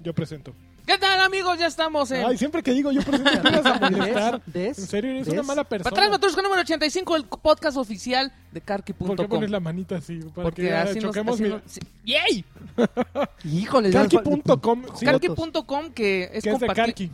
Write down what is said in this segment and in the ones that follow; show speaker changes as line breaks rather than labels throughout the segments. Yo presento.
¿Qué tal, amigos? Ya estamos en.
Ay, siempre que digo yo presento, me vas a molestar.
¿Ves?
En serio, eres
¿Ves?
una mala persona.
Para atrás, Matrusco número 85, el podcast oficial de Karki.com.
¿Por qué pones la manita así? Para
Porque
que ah,
así nos.
choquemos.
así
mira.
nos- sí. ¡Yay!
Híjole. ya-
Karki.com, sí,
Karki-
Karki.com, que es
que es de
compartir.
Karki.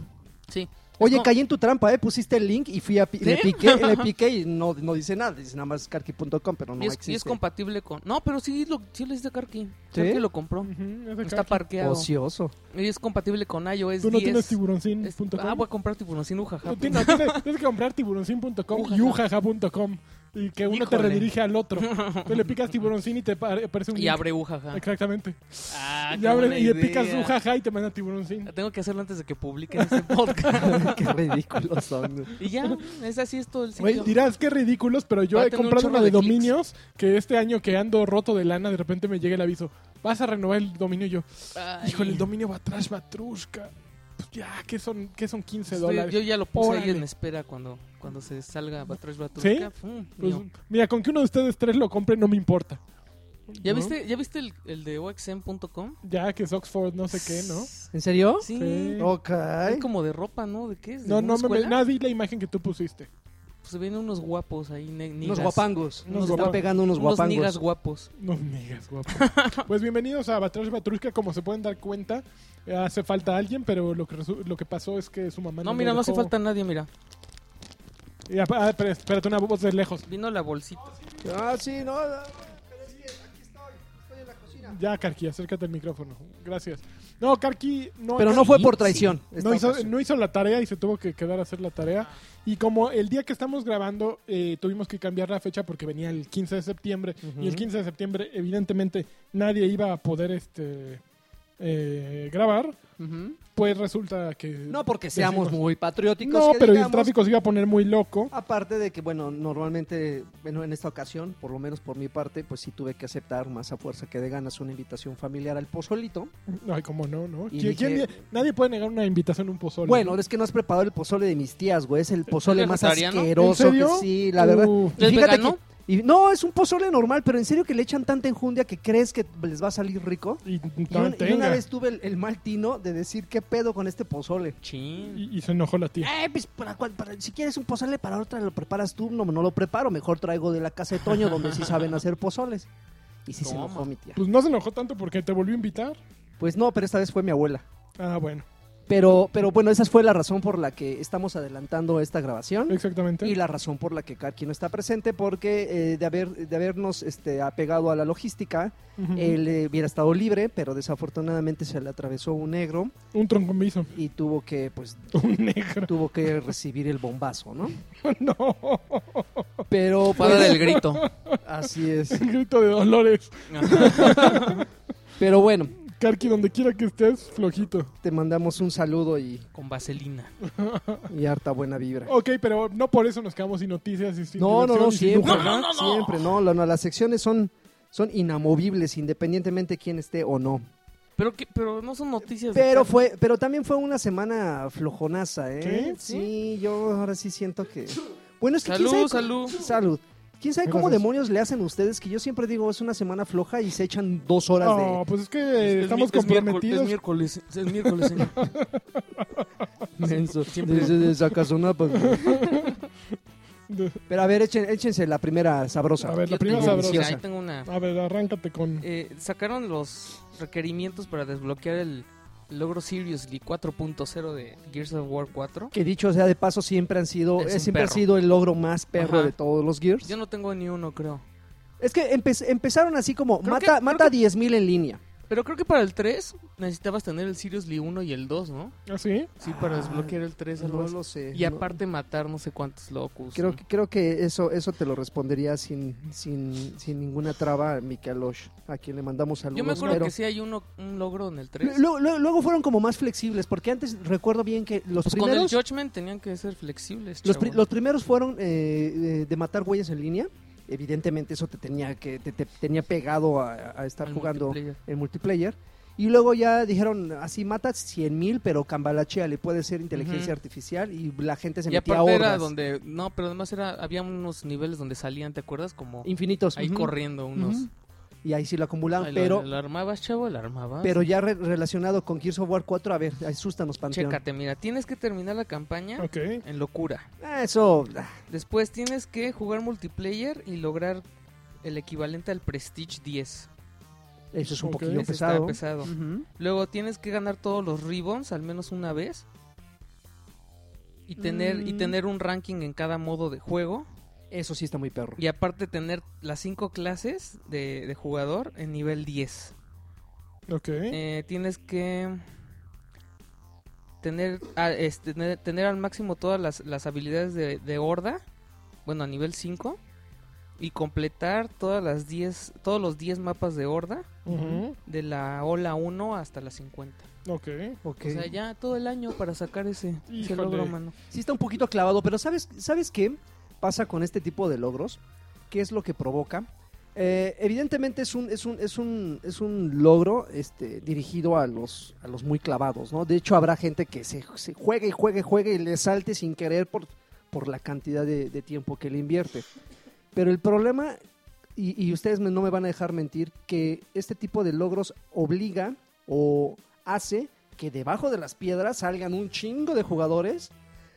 Sí.
Oye,
No.
caí en tu trampa, ¿eh? Pusiste el link y fui a pi- le,
¿Sí?
piqué, le piqué y no, no dice nada. Dice nada más karki.com, pero no
y, es,
existe.
y es compatible con. No, pero sí, lo, sí es de Karki. Karki lo compró.
Ujú, es de Karki.
Está
Oh,
parqueado.
Ocioso.
Y es compatible con iOS
Tú no
10.
tienes
Es- Ah,
tiburoncin.com.
voy a comprar tiburón sin ujaja.
Tú tienes, tienes- tienes que comprar tiburoncin.com y ujaja.com y que uno te
Híjole.
redirige al otro. Tú le picas tiburoncin y te pa- aparece un
Y
link.
abre ujaja.
Exactamente.
Ah,
y
qué
abre-
buena
y le picas
idea.
ujaja y te manda tiburoncin.
Tengo que hacerlo antes de que publiquen este podcast.
Qué ridículos son.
y ya, es así esto el
Güey,
sitio.
dirás que ridículos, pero yo
Va a
he
tener un
comprado
chorro
una de,
de clics.
dominios que este año que ando roto de lana, de repente me llega el aviso. Vas a renovar el dominio y yo.
Ay,
Híjole, el dominio va atrás, batrushka. Pues ya, que son, que son 15
estoy-
dólares.
Yo ya lo puse ahí
Órale.
en espera cuando, cuando se salga Batrash
¿Sí?
Batrusca. Pum,
Pues,
mío.
mira, con que uno de ustedes tres lo compre, no me importa.
¿Ya
¿No?
viste, ¿ya viste el, el de OXM.com?
Ya que es Oxford, no sé qué, ¿no?
¿En serio?
Sí.
Sí.
Ok.
Es como de ropa, ¿no? ¿De qué es? ¿De
No,
una
no, me,
escuela?
no di la imagen que tú pusiste.
Pues se vienen unos guapos ahí, ne-
Unos
niggas.
guapangos.
Unos
Nos están
guapangos.
pegando unos
Unos niggas
guapangos.
guapos.
No me digas, guapo. pues bienvenidos a Batrash Batrushka. Como se pueden dar cuenta, hace falta alguien, pero lo que, resu- lo que pasó es que su mamá
No,
lo
mira, no hace
dejó.
falta nadie, mira.
Y ap- ah, espera, espérate, una voz de lejos.
Vino la bolsita.
Ah, sí, no.
Ya, Karki, acércate al micrófono. Gracias. No, Karki no,
Pero no fue por traición. esta
no, hizo,
ocasión.
no hizo la tarea y se tuvo que quedar a hacer la tarea. Y como el día que estamos grabando eh, tuvimos que cambiar la fecha porque venía el 15 de septiembre.
Ujú.
Y el 15 de septiembre, evidentemente, nadie iba a poder este eh, grabar.
Ujú.
Pues resulta que...
No porque seamos
decimos-
muy patrióticos.
No,
que
pero el
digamos.
tráfico se iba a poner muy loco.
Aparte de que, bueno, normalmente, bueno, en esta ocasión, por lo menos por mi parte, pues sí tuve que aceptar más a fuerza que de ganas una invitación familiar al pozolito.
Ay, cómo no, ¿no?
Y
¿Quién-
dije-
quién- nadie puede negar una invitación a un pozole.
Bueno, es que no has preparado el pozole de mis tías, güey. Es el pozole más
vegetariano?
asqueroso
¿En serio?
que sí, la verdad.
Uh,
¿Es
Fíjate
vegano?
que- y no, es un pozole normal, pero en serio que le echan tanta enjundia que crees que les va a salir rico.
y,
Y, un- y una
tenga.
vez tuve el, el mal tino de decir qué pedo con este pozole.
Chin.
Y- y se enojó la tía.
Eh, pues para, cual- para- si quieres un pozole para otra lo preparas tú, no, no lo preparo, mejor traigo de la casa de Toño donde sí saben hacer pozoles. Y sí se
Toma.
enojó mi tía.
Pues no se enojó tanto porque te volvió a invitar.
Pues no, pero esta vez fue mi abuela.
Ah, bueno,
Pero, pero bueno, esa fue la razón por la que estamos adelantando esta grabación.
exactamente.
Y la razón por la que Karki no está presente, porque eh, de, haber, de habernos este, apegado a la logística,
Ujú.
él eh, hubiera estado libre, pero desafortunadamente se le atravesó un negro
Un troncombizo.
y tuvo que, pues,
Un negro.
tuvo que recibir el bombazo, ¿no?
no.
Pero
Para
pues,
del grito.
así es.
El grito de dolores.
Pero bueno,
Karki, donde quiera que estés, flojito.
te mandamos un saludo y,
Con vaselina.
y harta buena vibra.
Ok, pero no por eso nos quedamos sin noticias y Oh, sin
No, no,
diversión
no,
y sin
siempre.
lujo.
no, no, no.
Siempre, no, no, no, las secciones son, son inamovibles, independientemente quién esté o no.
Pero, que, pero no son noticias. de
Pero
Karki.
fue, pero también fue una semana flojonaza, ¿eh?
¿Sí?
Sí, yo ahora sí siento que. Bueno, es que quién
Salud,
sabe-
salud.
Salud. ¿Quién sabe cómo
Gracias.
demonios le hacen ustedes que yo siempre digo es una semana floja y se echan dos horas
No, pues es que estamos
mi-
comprometidos.
Es miércoles, es miércoles, señor.
de... Menso.
Siempre.
Desde- desde Sacasona, pues. Pero a ver, echen- échense la primera sabrosa.
A ver, la
Yo
primera
tengo- mira,
sabrosa.
ahí tengo una.
A ver, arráncate con...
Eh, sacaron los requerimientos para desbloquear el logro Seriously 4.0 de Gears of War 4.
Que dicho sea de paso, siempre han sido,
Es
eh,
un
siempre ha
perro.
sido el logro más perro
Ajá.
de todos los Gears.
Yo no tengo ni uno, creo.
Es que empe- empezaron así como,
Creo que- creo
mata, mata
que-
10.000 en línea.
Pero creo que para el 3 necesitabas tener el Seriously 1 y el 2, ¿no?
¿Ah, sí?
Sí, para
Ah,
desbloquear el 3. algo así.
sé.
y
no-
aparte matar no sé cuántos locus.
Creo
¿no?
que, creo que eso, eso te lo respondería sin, sin, sin ninguna traba, Mikelosh, a quien le mandamos saludos.
Yo me acuerdo
pero-
que sí hay uno, un logro en el 3.
Lu- lu- luego, fueron como más flexibles, porque antes recuerdo bien que los
Pues con el
primeros
Judgment tenían que ser flexibles.
los,
chavo.
pri- los primeros fueron eh, eh, de matar güeyes en línea. Evidentemente eso te tenía que te, te tenía pegado a, a estar
El
jugando
multiplayer.
el multiplayer. Y luego ya dijeron, así mata 100 mil, pero cambalachea, le puede ser inteligencia
Ujú.
artificial y la gente se
Y
metía a
aparte era
hordas.
donde. No, pero además era había unos niveles donde salían, ¿te acuerdas? Como
Infinitos.
ahí
ujú.
corriendo unos.
Ujú. y ahí sí lo acumulaban,
Ay, lo-
pero,
Lo, armabas, chavo, lo armabas.
pero ya re- relacionado con Gears of War 4, a ver, asústanos, Panteón.
Chécate, mira, tienes que terminar la campaña
Ok.
en locura.
Ah, Eso, ah,
Después tienes que jugar multiplayer y lograr el equivalente al Prestige 10.
eso es un
Ok.
poquillo
Ese está
pesado.
pesado.
Ujú.
Luego tienes que ganar todos los ribbons al menos una vez. Y tener, y
Mm.
tener un ranking en cada modo de juego.
Eso sí está muy perro.
Y aparte tener las cinco clases de, de jugador en nivel 10.
Ok.
Eh, tienes que tener, ah, este, tener, tener al máximo todas las, las habilidades de, de horda, bueno, a nivel 5, y completar todas las 10, todos los 10 mapas de horda,
Ujú.
de la ola 1 hasta la 50.
Ok.
Ok.
O sea, ya todo el año para sacar ese, ese
Híjole.
logro, mano.
Sí está un poquito clavado, pero ¿sabes, ¿sabes qué pasa con este tipo de logros? ¿Qué es lo que provoca? Eh, evidentemente es un, es un, es un, es un logro este, dirigido a los, a los muy clavados, ¿no? De hecho, habrá gente que se, se juegue y juegue y juegue y le salte sin querer por, por la cantidad de, de tiempo que le invierte. Pero el problema, y, y ustedes me- no me van a dejar mentir, que este tipo de logros obliga o hace que debajo de las piedras salgan un chingo de jugadores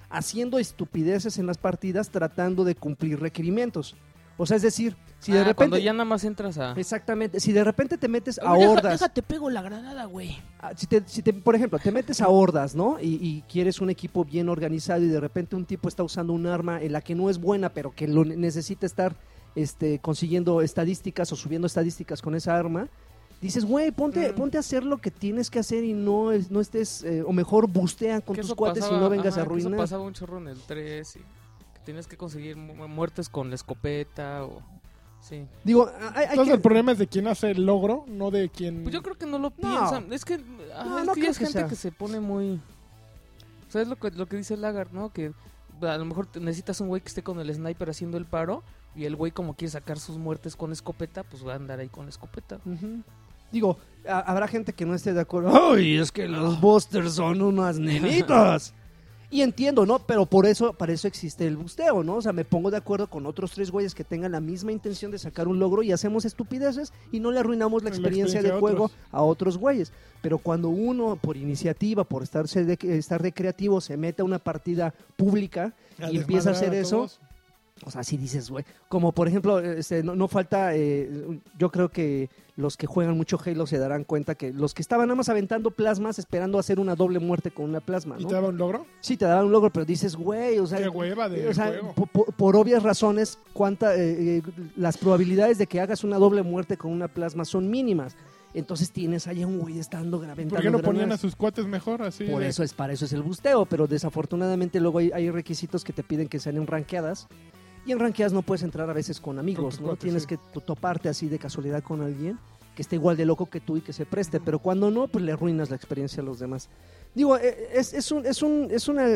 haciendo estupideces en las partidas tratando de cumplir requerimientos. O sea, es decir, si de
Ah, Cuando
repente...
ya nada más entras a...
Exactamente, si de repente te metes a
Oye, deja-
hordas...
déjate, pego la granada, güey.
Ah, si te, si te- por ejemplo, te metes a hordas, ¿no? Y, y quieres un equipo bien organizado y de repente un tipo está usando un arma en la que no es buena, pero que lo ne- necesita estar este, consiguiendo estadísticas o subiendo estadísticas con esa arma. Dices, güey, ponte,
Mm.
ponte a hacer lo que tienes que hacer y no, es- no estés, eh, o mejor bustea con
Que
tus
eso
cuates y
pasaba-
no vengas
ajá,
a
que Eso
arruinar.
pasaba un chorro en el 3 y que tenías que conseguir mu- muertes con la escopeta o... Sí.
Digo, ah, hay, hay
Entonces el
que...
problema es de quién hace el logro, no de quién...
Pues yo creo que no lo piensan. Es que, ah,
No,
es
no
que ya
creo
es
que
gente
sea.
que se pone muy... O sea, es lo que, lo que dice Lagar, ¿no? Que a lo mejor te- necesitas un güey que esté con el sniper haciendo el paro y el güey como quiere sacar sus muertes con escopeta, pues va a andar ahí con la escopeta.
Ujú. Digo, a- habrá gente que no esté de acuerdo. ¡Ay, es que los busters son unas nenitas! y entiendo, ¿no? Pero por eso, para eso existe el busteo, ¿no? O sea, me pongo de acuerdo con otros tres güeyes que tengan la misma intención de sacar un logro y hacemos estupideces y no le arruinamos la
La
experiencia,
experiencia a
de juego
otros.
a otros güeyes. Pero cuando uno, por iniciativa, por estarse de, estar de creativo, se mete a una partida pública
A
y empieza a hacer
desmadrar a todos.
eso, o sea, si dices, güey. Como por ejemplo, este, no, no falta. eh, yo creo que los que juegan mucho Halo se darán cuenta que los que estaban nada más aventando plasmas esperando hacer una doble muerte con una plasma,
¿Y
¿no?
te daba un logro?
Sí, te daban un logro, pero dices, güey, o sea.
Qué hueva de
o sea,
juego.
po- po- por, obvias razones, cuánta, eh, eh, las probabilidades de que hagas una doble muerte con una plasma son mínimas. Entonces tienes ahí a un güey estando grabando.
¿Por qué no ponían a sus cuates mejor así?
Por
de-
eso es, para eso es el busteo, pero desafortunadamente luego hay, hay requisitos que te piden que sean en ranqueadas. Y en ranqueadas no puedes entrar a veces con amigos,
tus
¿no?
cuates,
Tienes
sí.
que to- toparte así de casualidad con alguien que esté igual de loco que tú y que se preste, pero cuando no, pues le arruinas la experiencia a los demás. Digo, eh, es, es, un- es, un- es una, eh,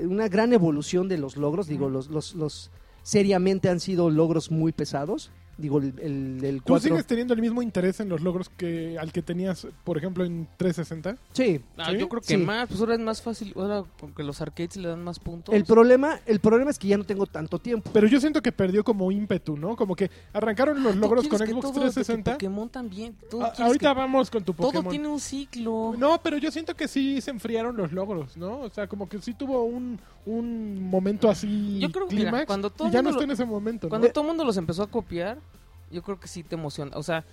eh, una gran evolución de los logros, digo, los, los, los seriamente han sido logros muy pesados, digo, el, el, el
¿Tú
cuatro-
sigues teniendo el mismo interés en los logros que al que tenías, por ejemplo, en 360?
Sí,
Ah,
¿Sí?
Yo creo que
Sí.
más, pues ahora es más fácil, ahora porque los arcades le dan más puntos.
el problema, el problema es que ya no tengo tanto tiempo.
Pero yo siento que perdió como ímpetu, ¿no? Como que arrancaron los
Ah, Tú
logros con
quieres que
Xbox
todo de que
360.
Pokémon también. todo
Ah,
quieres
ahorita
que-
vamos con tu Pokémon.
Todo tiene un ciclo.
No, pero yo siento que sí se enfriaron los logros, ¿no? O sea, como que sí tuvo un, un momento así
Yo creo que, mira,
clímax.
cuando todo
y ya
mundo
no
lo-
está en ese momento. ¿no?
Cuando todo el mundo los empezó a copiar, yo creo que sí te emociona. O sea,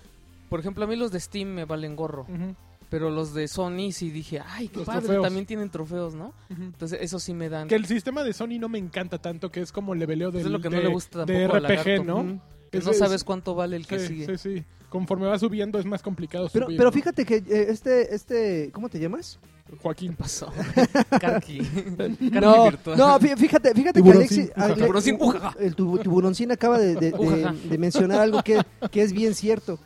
por ejemplo, a mí los de Steam me valen gorro.
Ujú,
Pero los de Sony sí dije, ay, qué
Los
padre,
trofeos.
también tienen trofeos, ¿no?
ujú.
Entonces, eso sí me dan.
Que el sistema de Sony no me encanta tanto, que es como el leveleo del,
es lo que no
de,
le gusta
de
tampoco al
RPG,
lagarto.
¿no?
Ujú. Que no
Ese-
sabes cuánto vale el que
Sí,
sigue.
sí, sí. Conforme va subiendo es más complicado
Pero,
subir,
pero
¿no?
fíjate que eh, este, este, ¿cómo te llamas?
¿Qué
Joaquín.
pasó? Carqui. Carqui virtual.
no, fí- fíjate, fíjate que
Tiburoncín,
Alexis,
ujaja.
Ale-
Tiburoncín, ujaja.
el tibu- tiburoncín acaba de, de- de-
Ujaja.
de mencionar algo que, que es bien cierto.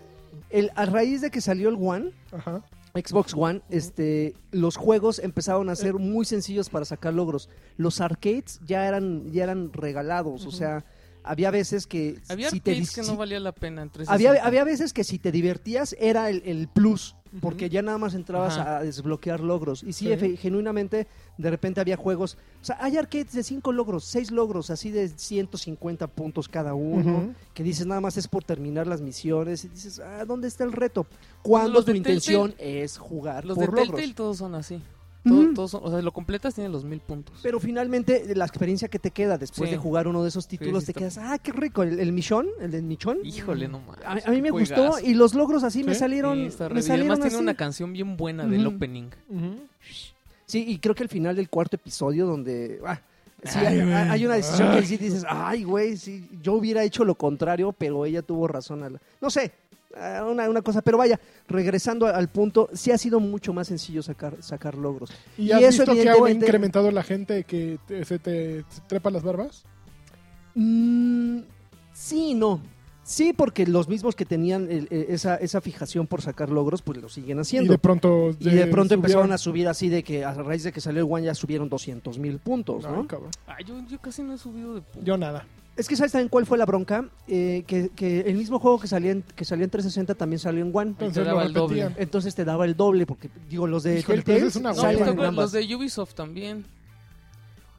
El, a raíz de que salió el One,
Ajá.
Xbox One, este, los juegos empezaron a ser muy sencillos para sacar logros. Los arcades ya eran, ya eran regalados, o sea, había veces que
Había
si te
arcades
dis-
que
si-
no valía la pena. en
había,
360.
había veces que si te divertías era el, el plus. porque ya nada más entrabas
Ajá.
a desbloquear logros. Y sí,
Sí.
efe- genuinamente, de repente había juegos. O sea, hay arcades de 5 logros, 6 logros, así de 150 puntos cada uno.
Ujú.
Que dices nada más es por terminar las misiones. Y dices, ah, ¿dónde está el reto? Cuando
Los
tu
de Telltale-
intención es jugar
Los de
por logros.
Telltale todos son así. Todo-
Ujú.
todos son- o sea, lo completas tiene los mil puntos.
Pero finalmente, la experiencia que te queda después
Sí.
de jugar uno de esos títulos,
sí
te
está-
quedas, ah, qué rico, el, el michón, el de michón.
Híjole, no mames.
A, a mí
qué
me
juegazo.
gustó y los logros así me
Sí,
salieron.
Sí, está re
me
bien.
salieron
Además tiene
así.
una canción bien buena del
Ujú.
opening.
Ujú.
Sí, y creo que el final del cuarto episodio donde... ah, sí,
Ay,
hay,
güey.
hay una decisión
Ay.
que sí dices, ay, güey, sí, yo hubiera hecho lo contrario, pero ella tuvo razón. al- No sé, ah, una, una cosa, pero vaya, regresando a- al punto, sí ha sido mucho más sencillo sacar, sacar logros.
¿Y,
Y
has
eso,
visto que ha
evidentemente-
incrementado la gente que te- se te trepa las barbas?
Mm, sí, y no. Sí, porque los mismos que tenían el- eh, esa, esa fijación por sacar logros, pues lo siguen
Y
haciendo.
de pronto...
Y de pronto empezaron a subir así de que a raíz de que salió el One ya subieron 200 mil puntos, ¿no?
Ay, yo, yo casi no he subido de puntos.
Yo nada.
Es que sabes también cuál fue la bronca, Eh, que, que el mismo juego que salía en, que salió en 360 también salió en One.
Pero-
Entonces lo
daba el doble.
repetían.
Entonces te daba el doble, porque digo, los de
Híjole,
Telltale
pero eso es una
No,
Salen
me
salían
tocó-
en ambas.
los de Ubisoft también.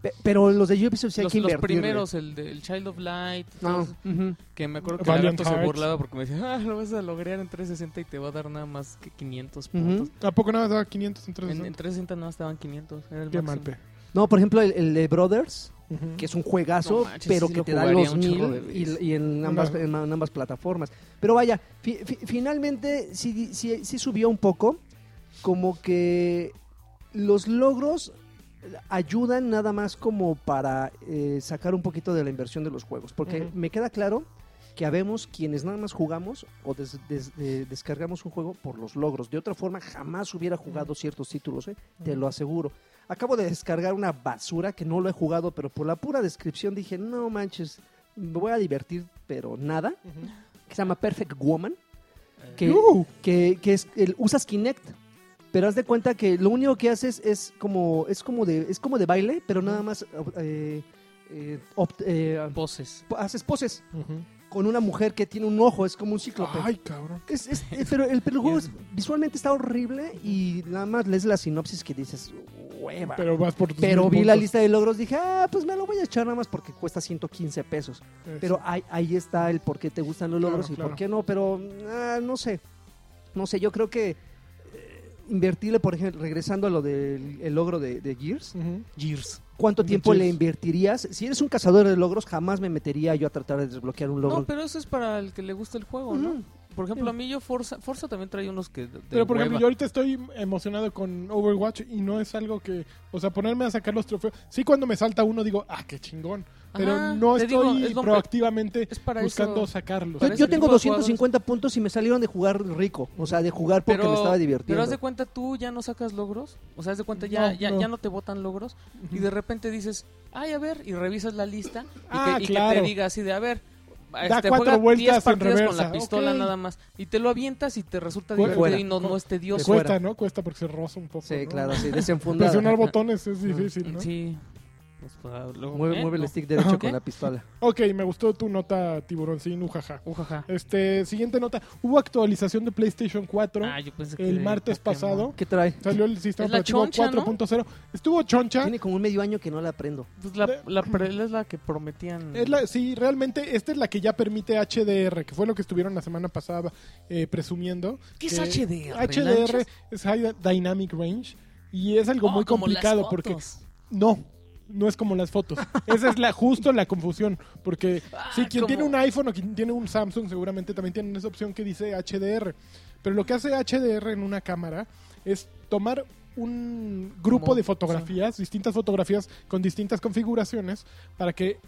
Pe- Pero los de Ubisoft sí hay
Los,
que
los
invertirle.
primeros, el del Child of Light.
No,
todos-
ujú.
que me acuerdo que
Valiant
Lagarto se
Hearts.
burlaba porque me decía, ah, lo vas a lograr en 360 y te va a dar nada más que 500 puntos.
Ujú.
¿A poco nada daba 500 en
En,
360?
en 360 nada más te daban 500. Era el
Qué mal,
máximo.
pe.
No, por ejemplo, el, el de Brothers,
Ujú.
que es un juegazo,
No manches,
pero
sí
que
lo
te da
jugaría
los
un chorro
mil
de veces.
y, y en, ambas,
Una-
en, en ambas plataformas. Pero vaya, fi- fi- finalmente sí, di- sí- sí subió un poco, como que los logros ayudan nada más como para eh, sacar un poquito de la inversión de los juegos, porque
Ujú.
me queda claro que habemos quienes nada más jugamos o des- des- eh, descargamos un juego por los logros. De otra forma, jamás hubiera jugado ciertos títulos, ¿eh? te lo aseguro. Acabo de descargar una basura que no lo he jugado, pero por la pura descripción dije, no manches, me voy a divertir, pero nada.
Ujú.
Que se llama Perfect Woman,
Eh,
que,
¡Yuhu!
que, que es el, usas Kinect. Pero haz de cuenta que lo único que haces es como, es como, de, es como de baile, pero nada más eh, eh, opt- eh,
Voces.
haces poses
Ujú.
con una mujer que tiene un ojo, es como un cíclope.
Ay, cabrón.
Es- es- eh, pero el, pero el juego es- visualmente está horrible y nada más lees la sinopsis que dices, hueva.
Pero vas por tus
Pero
mil
vi la
puntos.
lista de logros, dije, ah, pues me lo voy a echar nada más porque cuesta 115 pesos.
Eso.
Pero ahí, ahí está el por qué te gustan los
Claro,
logros y
claro.
por qué no, pero ah, no sé. No sé, yo creo que eh, invertirle, por ejemplo, regresando a lo del el logro de, de Gears,
Ujú.
Gears.
¿cuánto
Mm. De
tiempo le
Gears.
invertirías? Si eres un cazador de logros, jamás me metería yo a tratar de desbloquear un logro.
No, pero eso es para el que le gusta el juego, ¿no?
Ujú.
Por ejemplo, a mí yo Forza, Forza también trae unos que... de
Pero por ejemplo, yo
hueva.
ahorita estoy emocionado con Overwatch y no es algo que, o sea, ponerme a sacar los trofeos. Sí, cuando me salta uno digo, ah, qué chingón. Pero
Ajá,
no
te
estoy
digo, es lo-
proactivamente
es para
buscando
eso.
sacarlos.
Yo,
para
yo
ese
tengo
tipo de jugadores.
250 puntos y me salieron de jugar rico, o sea, de jugar porque me estaba divirtiendo.
Pero haz de cuenta, tú ya no sacas logros. O sea, haz de cuenta,
No,
ya ya,
no.
ya no te botan logros. Y de repente dices, ay, a ver, y revisas la lista. Y,
Ah,
que, y que
claro.
te diga así de, a ver,
Da
este,
cuatro
juega
vueltas
10
en
partidas con
reversa,
la pistola
ok.
nada más. Y te lo avientas y te resulta
Fuera.
divertido y no, no es
Cuesta,
tedioso.
fuera.
¿no? Cuesta porque se roza un poco.
Sí,
¿no?
claro, sí, desenfundada.
Presionar botones es difícil, ¿no?
Mm. Sí. Pues, para luego-
Mueve,
¿eh?
mueve
No.
el stick derecho
Ajá.
con
¿Qué?
la pistola.
Ok, me gustó tu nota, tiburón, sí, ujaja.
Ujaja.
Este, siguiente nota. Hubo actualización de PlayStation 4.
Ah, yo pensé que
el
de
martes
Pokémon.
pasado
¿Qué trae?
salió el sistema
Es la
operativo
choncha, ¿no?
4.0. Estuvo choncha.
Tiene como un medio año que no la aprendo.
Pues la, la pre- es la que prometían.
Es la- sí, realmente esta es la que ya permite HDR, que fue lo que estuvieron la semana pasada eh, presumiendo.
¿Qué es
que-
HDR?
HDR es High Dynamic Range y es
Oh,
algo muy complicado porque no, no es como las fotos. Esa es la justo la confusión, porque
Ah,
si quien
como-
tiene un iPhone o quien tiene un Samsung seguramente también tienen esa opción que dice HDR. Pero lo que hace HDR en una cámara es tomar un grupo
Como-
de fotografías, distintas fotografías con distintas configuraciones para que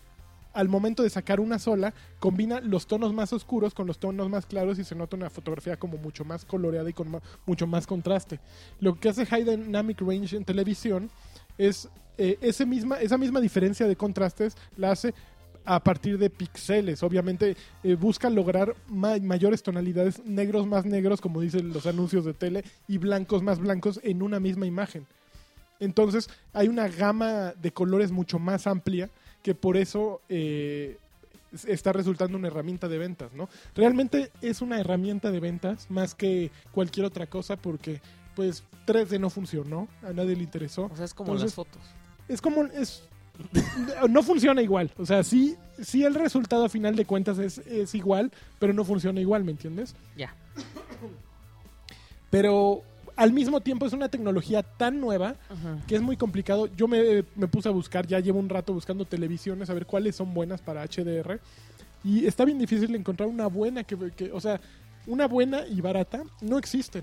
al momento de sacar una sola, combina los tonos más oscuros con los tonos más claros y se nota una fotografía como mucho más coloreada y con ma- mucho más contraste. Lo que hace High Dynamic Range en televisión es eh, ese misma, esa misma diferencia de contrastes la hace a partir de píxeles. Obviamente eh, busca lograr ma- mayores tonalidades, negros más negros, como dicen los anuncios de tele, y blancos más blancos en una misma imagen. Entonces hay una gama de colores mucho más amplia que por eso eh, es- está resultando una herramienta de ventas, ¿no? Realmente es una herramienta de ventas más que cualquier otra cosa porque pues 3D no funcionó, a nadie le interesó.
O sea, es como
Entonces-
las fotos.
Es como es no funciona igual, o sea, sí sí el resultado a final de cuentas es, es igual, pero no funciona igual, ¿me entiendes?
Ya.
Pero al mismo tiempo es una tecnología tan nueva
Ajá.
que es muy complicado. Yo me, me puse a buscar, ya llevo un rato buscando televisiones, a ver cuáles son buenas para HDR. Y está bien difícil encontrar una buena que, que- o sea, una buena y barata no existen.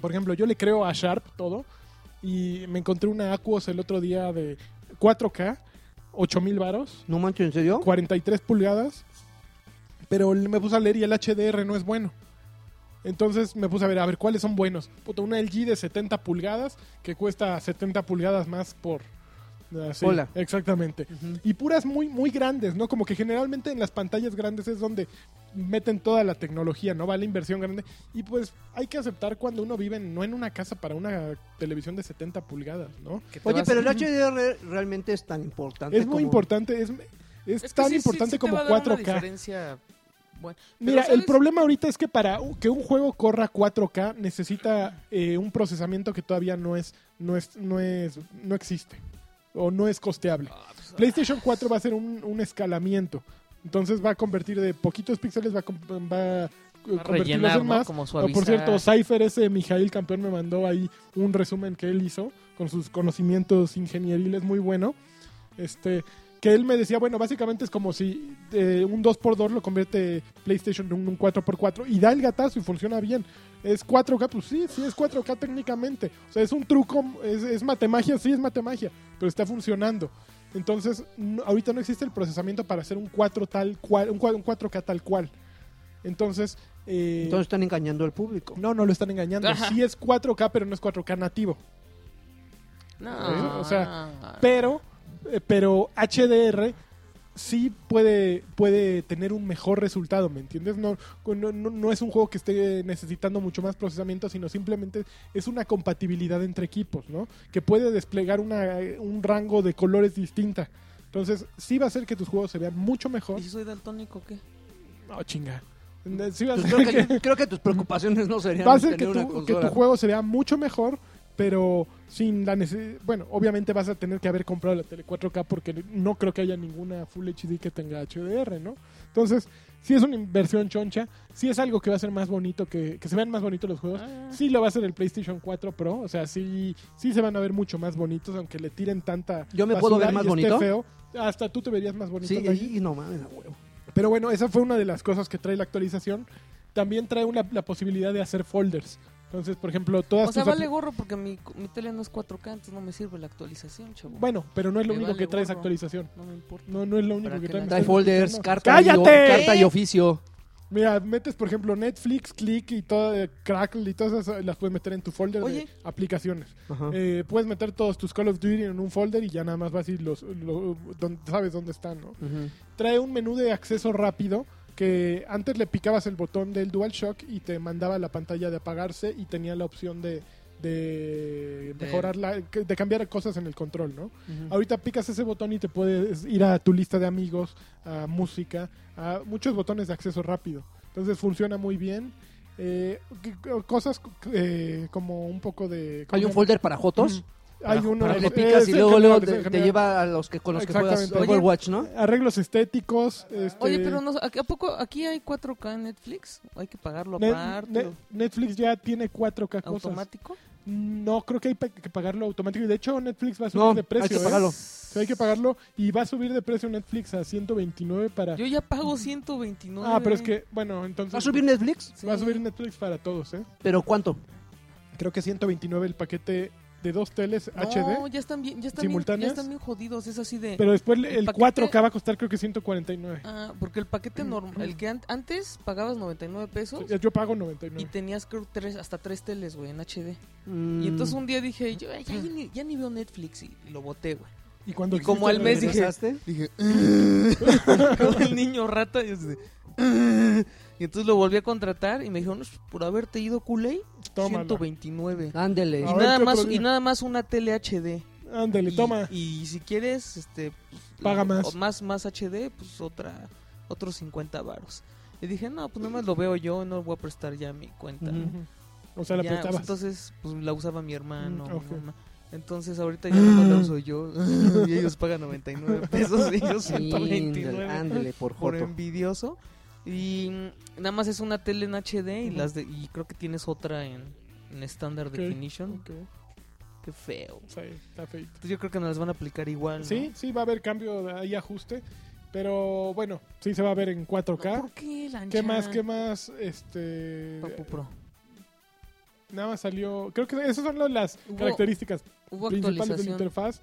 Por ejemplo, yo le creo a Sharp todo y me encontré una Aquos el otro día de 4K, 8000 varos,
No manches, ¿en serio?
43 pulgadas, pero me puse a leer y el HDR no es bueno. Entonces me puse a ver, a ver, ¿cuáles son buenos? Puta, una LG de 70 pulgadas que cuesta 70 pulgadas más por... así,
Hola.
Exactamente.
Ujú.
Y puras muy, muy grandes, ¿no? Como que generalmente en las pantallas grandes es donde meten toda la tecnología, ¿no? Va la inversión grande. Y pues hay que aceptar cuando uno vive, en- no en una casa para una televisión de 70 pulgadas, ¿no?
Que te
Oye,
vas-
pero el HDR realmente es tan importante.
Es muy
como-
importante, es, es,
Es que
tan
sí, sí,
importante
sí te
como
va a dar una
4K.
diferencia buena. Pero,
Mira, el
¿sabes?
problema ahorita es que para u- que un juego corra 4K necesita eh, un procesamiento que todavía no es, no es, no es, no existe o no es costeable.
Ah, pues,
PlayStation 4 va a ser un, un escalamiento, entonces va a convertir de poquitos píxeles va a, com- va a, eh,
va a
convertirlos
rellenar,
en
¿no?
más.
Como
O,
suavizar.
Ah, por cierto, Cypher ese Mijail Campeón me mandó ahí un resumen que él hizo con sus conocimientos ingenieriles muy bueno. Este, que él me decía, bueno, básicamente es como si eh, un 2x2 lo convierte PlayStation en un 4x4 y da el gatazo y funciona bien. Es 4K, pues sí, sí es 4K técnicamente. O sea, es un truco, es, es matemagia, sí es matemagia, pero está funcionando. Entonces, no- ahorita no existe el procesamiento para hacer un 4 tal cual, un, cua- un 4K tal cual. Entonces, eh,
Entonces están engañando al público.
no, no lo están engañando.
Ajá.
Sí es 4K, pero no es 4K nativo.
No,
O sea,
no.
Pero, eh, pero HDR sí puede, puede tener un mejor resultado, ¿me entiendes? No, no, no- no es un juego que esté necesitando mucho más procesamiento, sino simplemente es una compatibilidad entre equipos, ¿no? Que puede desplegar una, un rango de colores distinta. Entonces, sí va a hacer que tus juegos se vean mucho mejor.
¿Y si soy daltónico qué?
No, chinga. Sí va a
Pues
hacer que-
creo, que, creo que tus preocupaciones no serían
va a ser que
tener una
tu, que tu
consola.
juego se vea mucho mejor, pero sin la necesidad. Bueno, obviamente vas a tener que haber comprado la tele 4K porque no creo que haya ninguna Full HD que tenga HDR, ¿no? Entonces, si es una inversión choncha, si es algo que va a ser más bonito, que, que se vean más bonitos los juegos.
Ah.
Sí lo va a hacer el PlayStation 4 Pro, o sea, sí, sí se van a ver mucho más bonitos, aunque le tiren tanta.
Yo me puedo
basura
ver más
y esté
bonito.
feo. Hasta tú te verías más bonito.
Sí,
Maggie.
y, y no mames, a huevo.
Pero bueno, esa fue una de las cosas que trae la actualización. También trae una- la posibilidad de hacer folders. Entonces, por ejemplo, todas
O sea,
tus apli-
vale gorro porque mi, mi tele no es 4K, entonces no me sirve la actualización, chavo.
Bueno, pero no es lo
Me
único
vale
que trae esa
gorro.
actualización.
No me importa.
No, no es lo único
¿Para
que
qué
trae.
la-
me
Trae
estoy
folders,
metiendo.
carta, y, o-
¡Cállate!
carta y oficio.
Mira, metes, por ejemplo, Netflix, Click y todo, eh, Crackle y todas esas eh, las puedes meter en tu folder de
Oye.
aplicaciones.
Ajá.
Eh, puedes meter todos tus Call of Duty en un folder y ya nada más vas y los, lo- don- sabes dónde están, ¿no?
Ujú.
trae un menú de acceso rápido que antes le picabas el botón del DualShock y te mandaba a la pantalla de apagarse y tenía la opción de, de mejorar la, de cambiar cosas en el control, ¿no? Ahorita picas ese botón y te puedes ir a tu lista de amigos, a música, a muchos botones de acceso rápido. Entonces funciona muy bien. Eh, c- c- cosas eh, como un poco de... ¿cómo
Hay
se
un
llama?
folder para Jotos.
Hay uno...
para que le
eh,
picas
sí,
y
en
luego,
general,
luego te,
en
te
general.
lleva a los que con los que juegas
Exactamente.
Overwatch, ¿no?
Arreglos estéticos. este,
Oye, pero no, ¿a a poco aquí hay 4K en Netflix? ¿Hay que pagarlo
Ne-
aparte?
ne- Netflix ya tiene 4K cosas.
¿Automático?
No, creo que hay pa- que pagarlo automático. Y de hecho, Netflix va a subir
No,
de
hay
precio.
que
¿eh?
pagarlo.
Sí, hay que pagarlo. Y va a subir de precio Netflix a 129 para.
Yo ya pago 129.
Ah, pero es que, bueno, entonces.
¿Va a subir Netflix?
Sí.
va a subir Netflix para todos, ¿eh?
¿Pero cuánto?
Creo que 129 el paquete de dos teles
No,
HD.
ya están bien, ya están bien, ya
¿Simultáneas?
están bien jodidos, es así de...
Pero después
el
el
paquete-
4K va a costar, creo que 149.
Ah, porque el paquete normal, el que an- antes pagabas 99 pesos
Mm. Sí, Yo pago
y
99.
tenías creo tres, hasta tres teles, güey, en HD.
Mm.
Y entonces un día dije, yo, "Ay, ya, ya ni, ya ni veo Netflix y lo boté, güey.
Y, cuando
y como
existe
al mes dije-
¿Regresaste?
Dije, como el niño rata. Y, así de, "Ugh". Y entonces lo volví a contratar y me dijeron, "No, pues, por haberte ido culé,
Tómala.
129.
Ándele.
A
Y
ver,
nada,
¿qué otro
más,
día?
y nada más una tele HD.
Ándale,
Y-
toma.
Y, si quieres, este... pues,
Paga
la-
más.
o más. Más HD, pues otra... otros 50 varos. Y dije, no, pues nada más lo veo yo, no voy a prestar ya mi cuenta. ¿no?
Ujú. O sea, la
Ya, pues,
prestabas.
entonces, pues la usaba mi hermano.
Mm,
mi
ok.
mamá. Entonces, ahorita ya no la uso yo. y ellos pagan 99 pesos y yo
Ándale,
129
ándale, por
por
joto.
envidioso. Y mm, nada más es una tele en HD y
Ujú.
las de, y creo que tienes otra en, en Standard
Ok,
Definition.
ok.
Qué feo.
Sí, está feito.
Entonces, yo creo que nos las van a aplicar igual. ¿no?
Sí, sí, va a haber cambio ahí, ajuste. Pero bueno, sí se va a ver en 4K.
¿Por qué, Lancha?
¿Qué más? ¿Qué más? Este.
Papu Pro.
Nada más salió. Creo que esas son lo- las
Hubo-
características
Hubo
principales de la
actualización.
interfaz.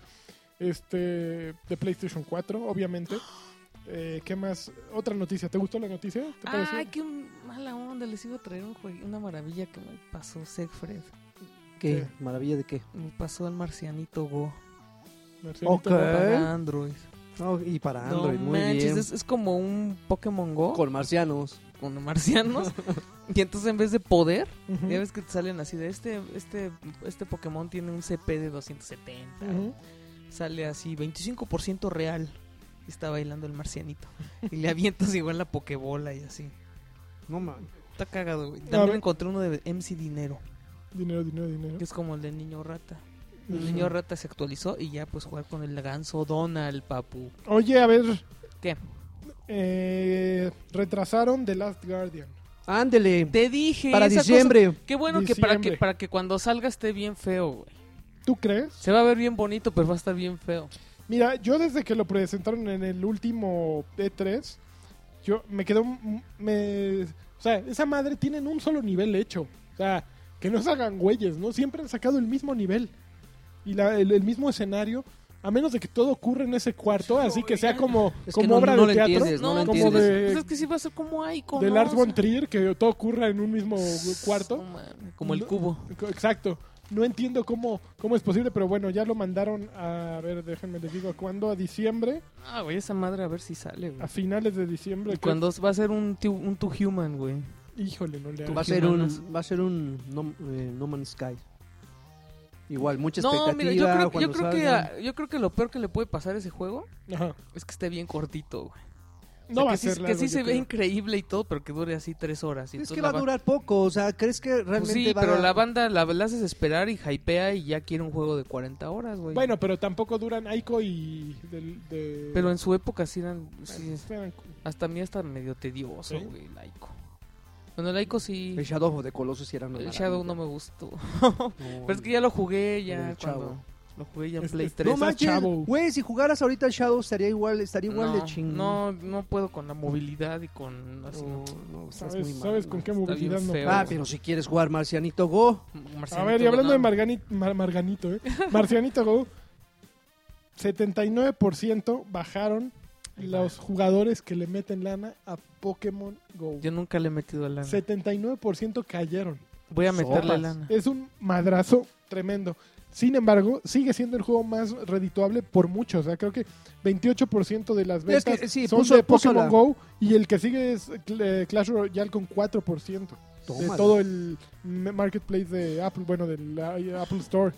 Este. De PlayStation 4, obviamente. Eh, ¿Qué más? Otra noticia. ¿Te gustó la noticia? ¿Te pareció?
Ay, qué mala onda. Les iba a traer un juego, una maravilla que me pasó Segfred.
¿Qué?
¿Qué?
¿Maravilla de qué?
Me pasó al marcianito Go
Marcianito,
Ok.
¿no?
¿Eh?
para Android.
No, oh. y para Android,
no
muy
manches,
bien.
es, es como un Pokémon Go con,
Con marcianos.
marcianos. y entonces en vez de poder,
Ujú,
ya ves que te salen así de este este este Pokémon tiene un CP de 270.
ujú.
Sale así 25% real. Y Está bailando el marcianito. Y le avientas igual la Pokébola y así.
No mames.
Está cagado, güey.
A
También
ver.
encontré uno de MC Dinero,
Dinero, dinero, dinero.
que es como el del niño rata. El
Ujú.
niño rata se actualizó y ya pues jugar con el ganso Donald, papu.
Oye, a ver.
¿Qué?
eh, retrasaron The Last Guardian.
Ándele.
Te dije.
Para
esa
diciembre.
cosa- Qué bueno que para, que
Diciembre.
para que cuando salga esté bien feo, güey.
¿Tú crees?
Se va a ver bien bonito, pero va a estar bien feo.
Mira, yo desde que lo presentaron en el último E3, yo me quedo... m- Me, o sea, esa madre tienen un solo nivel hecho. O sea, que no se hagan güeyes, ¿no? Siempre han sacado el mismo nivel. Y la- el, el mismo escenario. A menos de que todo ocurre en ese cuarto, así que sea como,
Es que
como
no-
obra
no
de
lo
teatro.
entiendes, no lo
como
entiendes.
de,
Pues es que sí va a ser como Icon.
de
¿no?
Lars
O
von
sea,
Trier, que todo ocurra en un mismo cuarto.
no mames, como el
No-
cubo.
Co- Exacto. No entiendo cómo, cómo es posible, pero bueno, ya lo mandaron a, a ver, déjenme les digo, ¿cuándo? A diciembre,
Ah, güey, esa madre a ver si sale, güey.
a finales de diciembre.
Y
creo.
Cuando va a ser un, tu- un Too Human, güey.
Híjole, no le
Va a
hagas.
ser
Humanos.
un, va a ser un no, eh, No Man's Sky. Igual, mucha
No, mira,
expectativa.
yo creo, yo,
cuando
creo que,
salga.
ah, yo creo que lo peor que le puede pasar a ese juego
Ajá.
es que esté bien cortito, güey. O sea,
No va
que
a
sí-
ser
Que
largo,
sí
yo
se ve
creo.
increíble y todo, pero que dure así tres horas. y
Es
entonces
que
la
va a
ba-
durar poco, o sea, ¿crees que
Pues
realmente
sí,
va
pero
a...
la banda la, la haces esperar y hypea y ya quiere un juego de 40 horas, güey.
Bueno, pero tampoco duran Aiko y... del- de-
Pero en su época sí eran... sí,
Esperan-
hasta a mí hasta medio tedioso,
¿Sí?
güey, laico. Bueno, laico sí...
El Shadow of the Colossus sí era una
El Shadow no
maravilla.
me gustó.
No,
Pero es que ya lo jugué ya
El chavo. Este,
cuando... Lo jugué ya en
Es-
Play
es-
3.
No
Estás
manches,
chavo.
güey, si jugaras ahorita al Shadow estaría igual, estaría igual de chingón.
No, no puedo con la movilidad y con... Así,
no,
no.
no, estás
¿Sabes,
muy mal,
sabes
güey.
con qué
Está
movilidad
bien
no?
feo.
Ah, pero si quieres jugar Marcianito Go,
A ver, y hablando de Margani- Mar- Marganito, ¿eh? Marcianito Go, 79% bajaron
Ahí va.
los jugadores que le meten lana a Pokémon Go.
Yo nunca le he metido lana.
79% cayeron.
Voy a meterle
Sopas.
lana.
Es un madrazo tremendo. Sin embargo, sigue siendo el juego más redituable por mucho. O sea, creo que 28% de las
Es
ventas
que, sí,
son
puso-
de
puso
Pokémon
la-
Go y el que sigue es eh, Clash Royale con 4% de
Tómala.
todo el me- marketplace de Apple, bueno, del eh, Apple Store.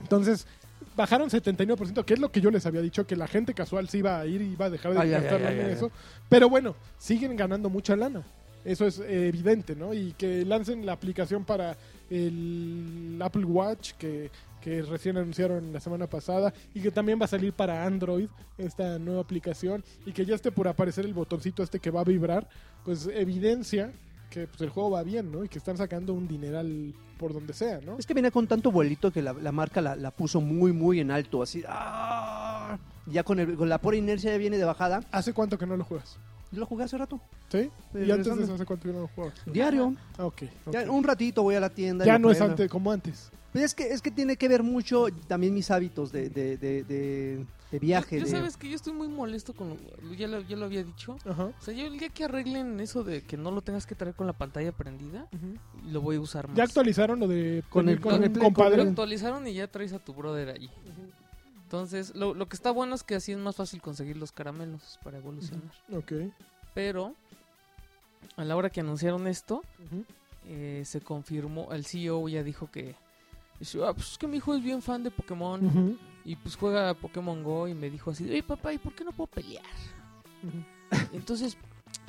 Entonces, bajaron 79%, que es lo que yo les había dicho, que la gente casual se iba a ir y iba a dejar de
Ay, ay,
gastar
ay,
lana
ay,
en
ay,
eso. Pero bueno, siguen ganando mucha lana. Eso es eh, evidente, ¿no? Y que lancen la aplicación para el Apple Watch, que, que recién anunciaron la semana pasada, y que también va a salir para Android esta nueva aplicación, y que ya esté por aparecer el botoncito este que va a vibrar, pues evidencia que pues, el juego va bien, ¿no? Y que están sacando un dineral por donde sea, ¿no?
Es que venía con tanto vuelito que la, la marca la, la puso muy, muy en alto, así. ¡ah! Ya con, el- con la pura inercia ya viene de bajada.
¿Hace cuánto que no lo juegas?
Yo lo jugué hace rato,
¿Sí?
Eh,
Y antes de eso,
regresando.
¿hace cuánto que no lo jugabas?
diario.
Ah, ok. ok.
Ya, uh, un ratito voy a la tienda. y
Ya
lo
no es
prendo.
antes, como antes.
Pero es que, es que tiene que ver mucho también mis hábitos de, de, de, de- de viaje.
Yo, yo
de-
sabes que yo estoy muy molesto con... Ya lo, ya lo había dicho.
Ajá.
O sea, yo el día que arreglen eso de que no lo tengas que traer con la pantalla prendida,
Ujú.
lo voy a usar más.
Ya actualizaron lo de
Con
venir
el- con
un
el Play-
Lo
compadre.
con
actualizaron y ya traes a tu brother allí. Entonces, lo, lo que está bueno es que así es más fácil conseguir los caramelos para evolucionar.
Ok.
Pero, a la hora que anunciaron esto,
Ujú.
eh, se confirmó, el CEO ya dijo que... dice, "Ah, pues es que mi hijo es bien fan de Pokémon
Ujú.
y pues juega a Pokémon Go y me dijo así, oye papá, ¿y por qué no puedo pelear?
Ujú.
Entonces,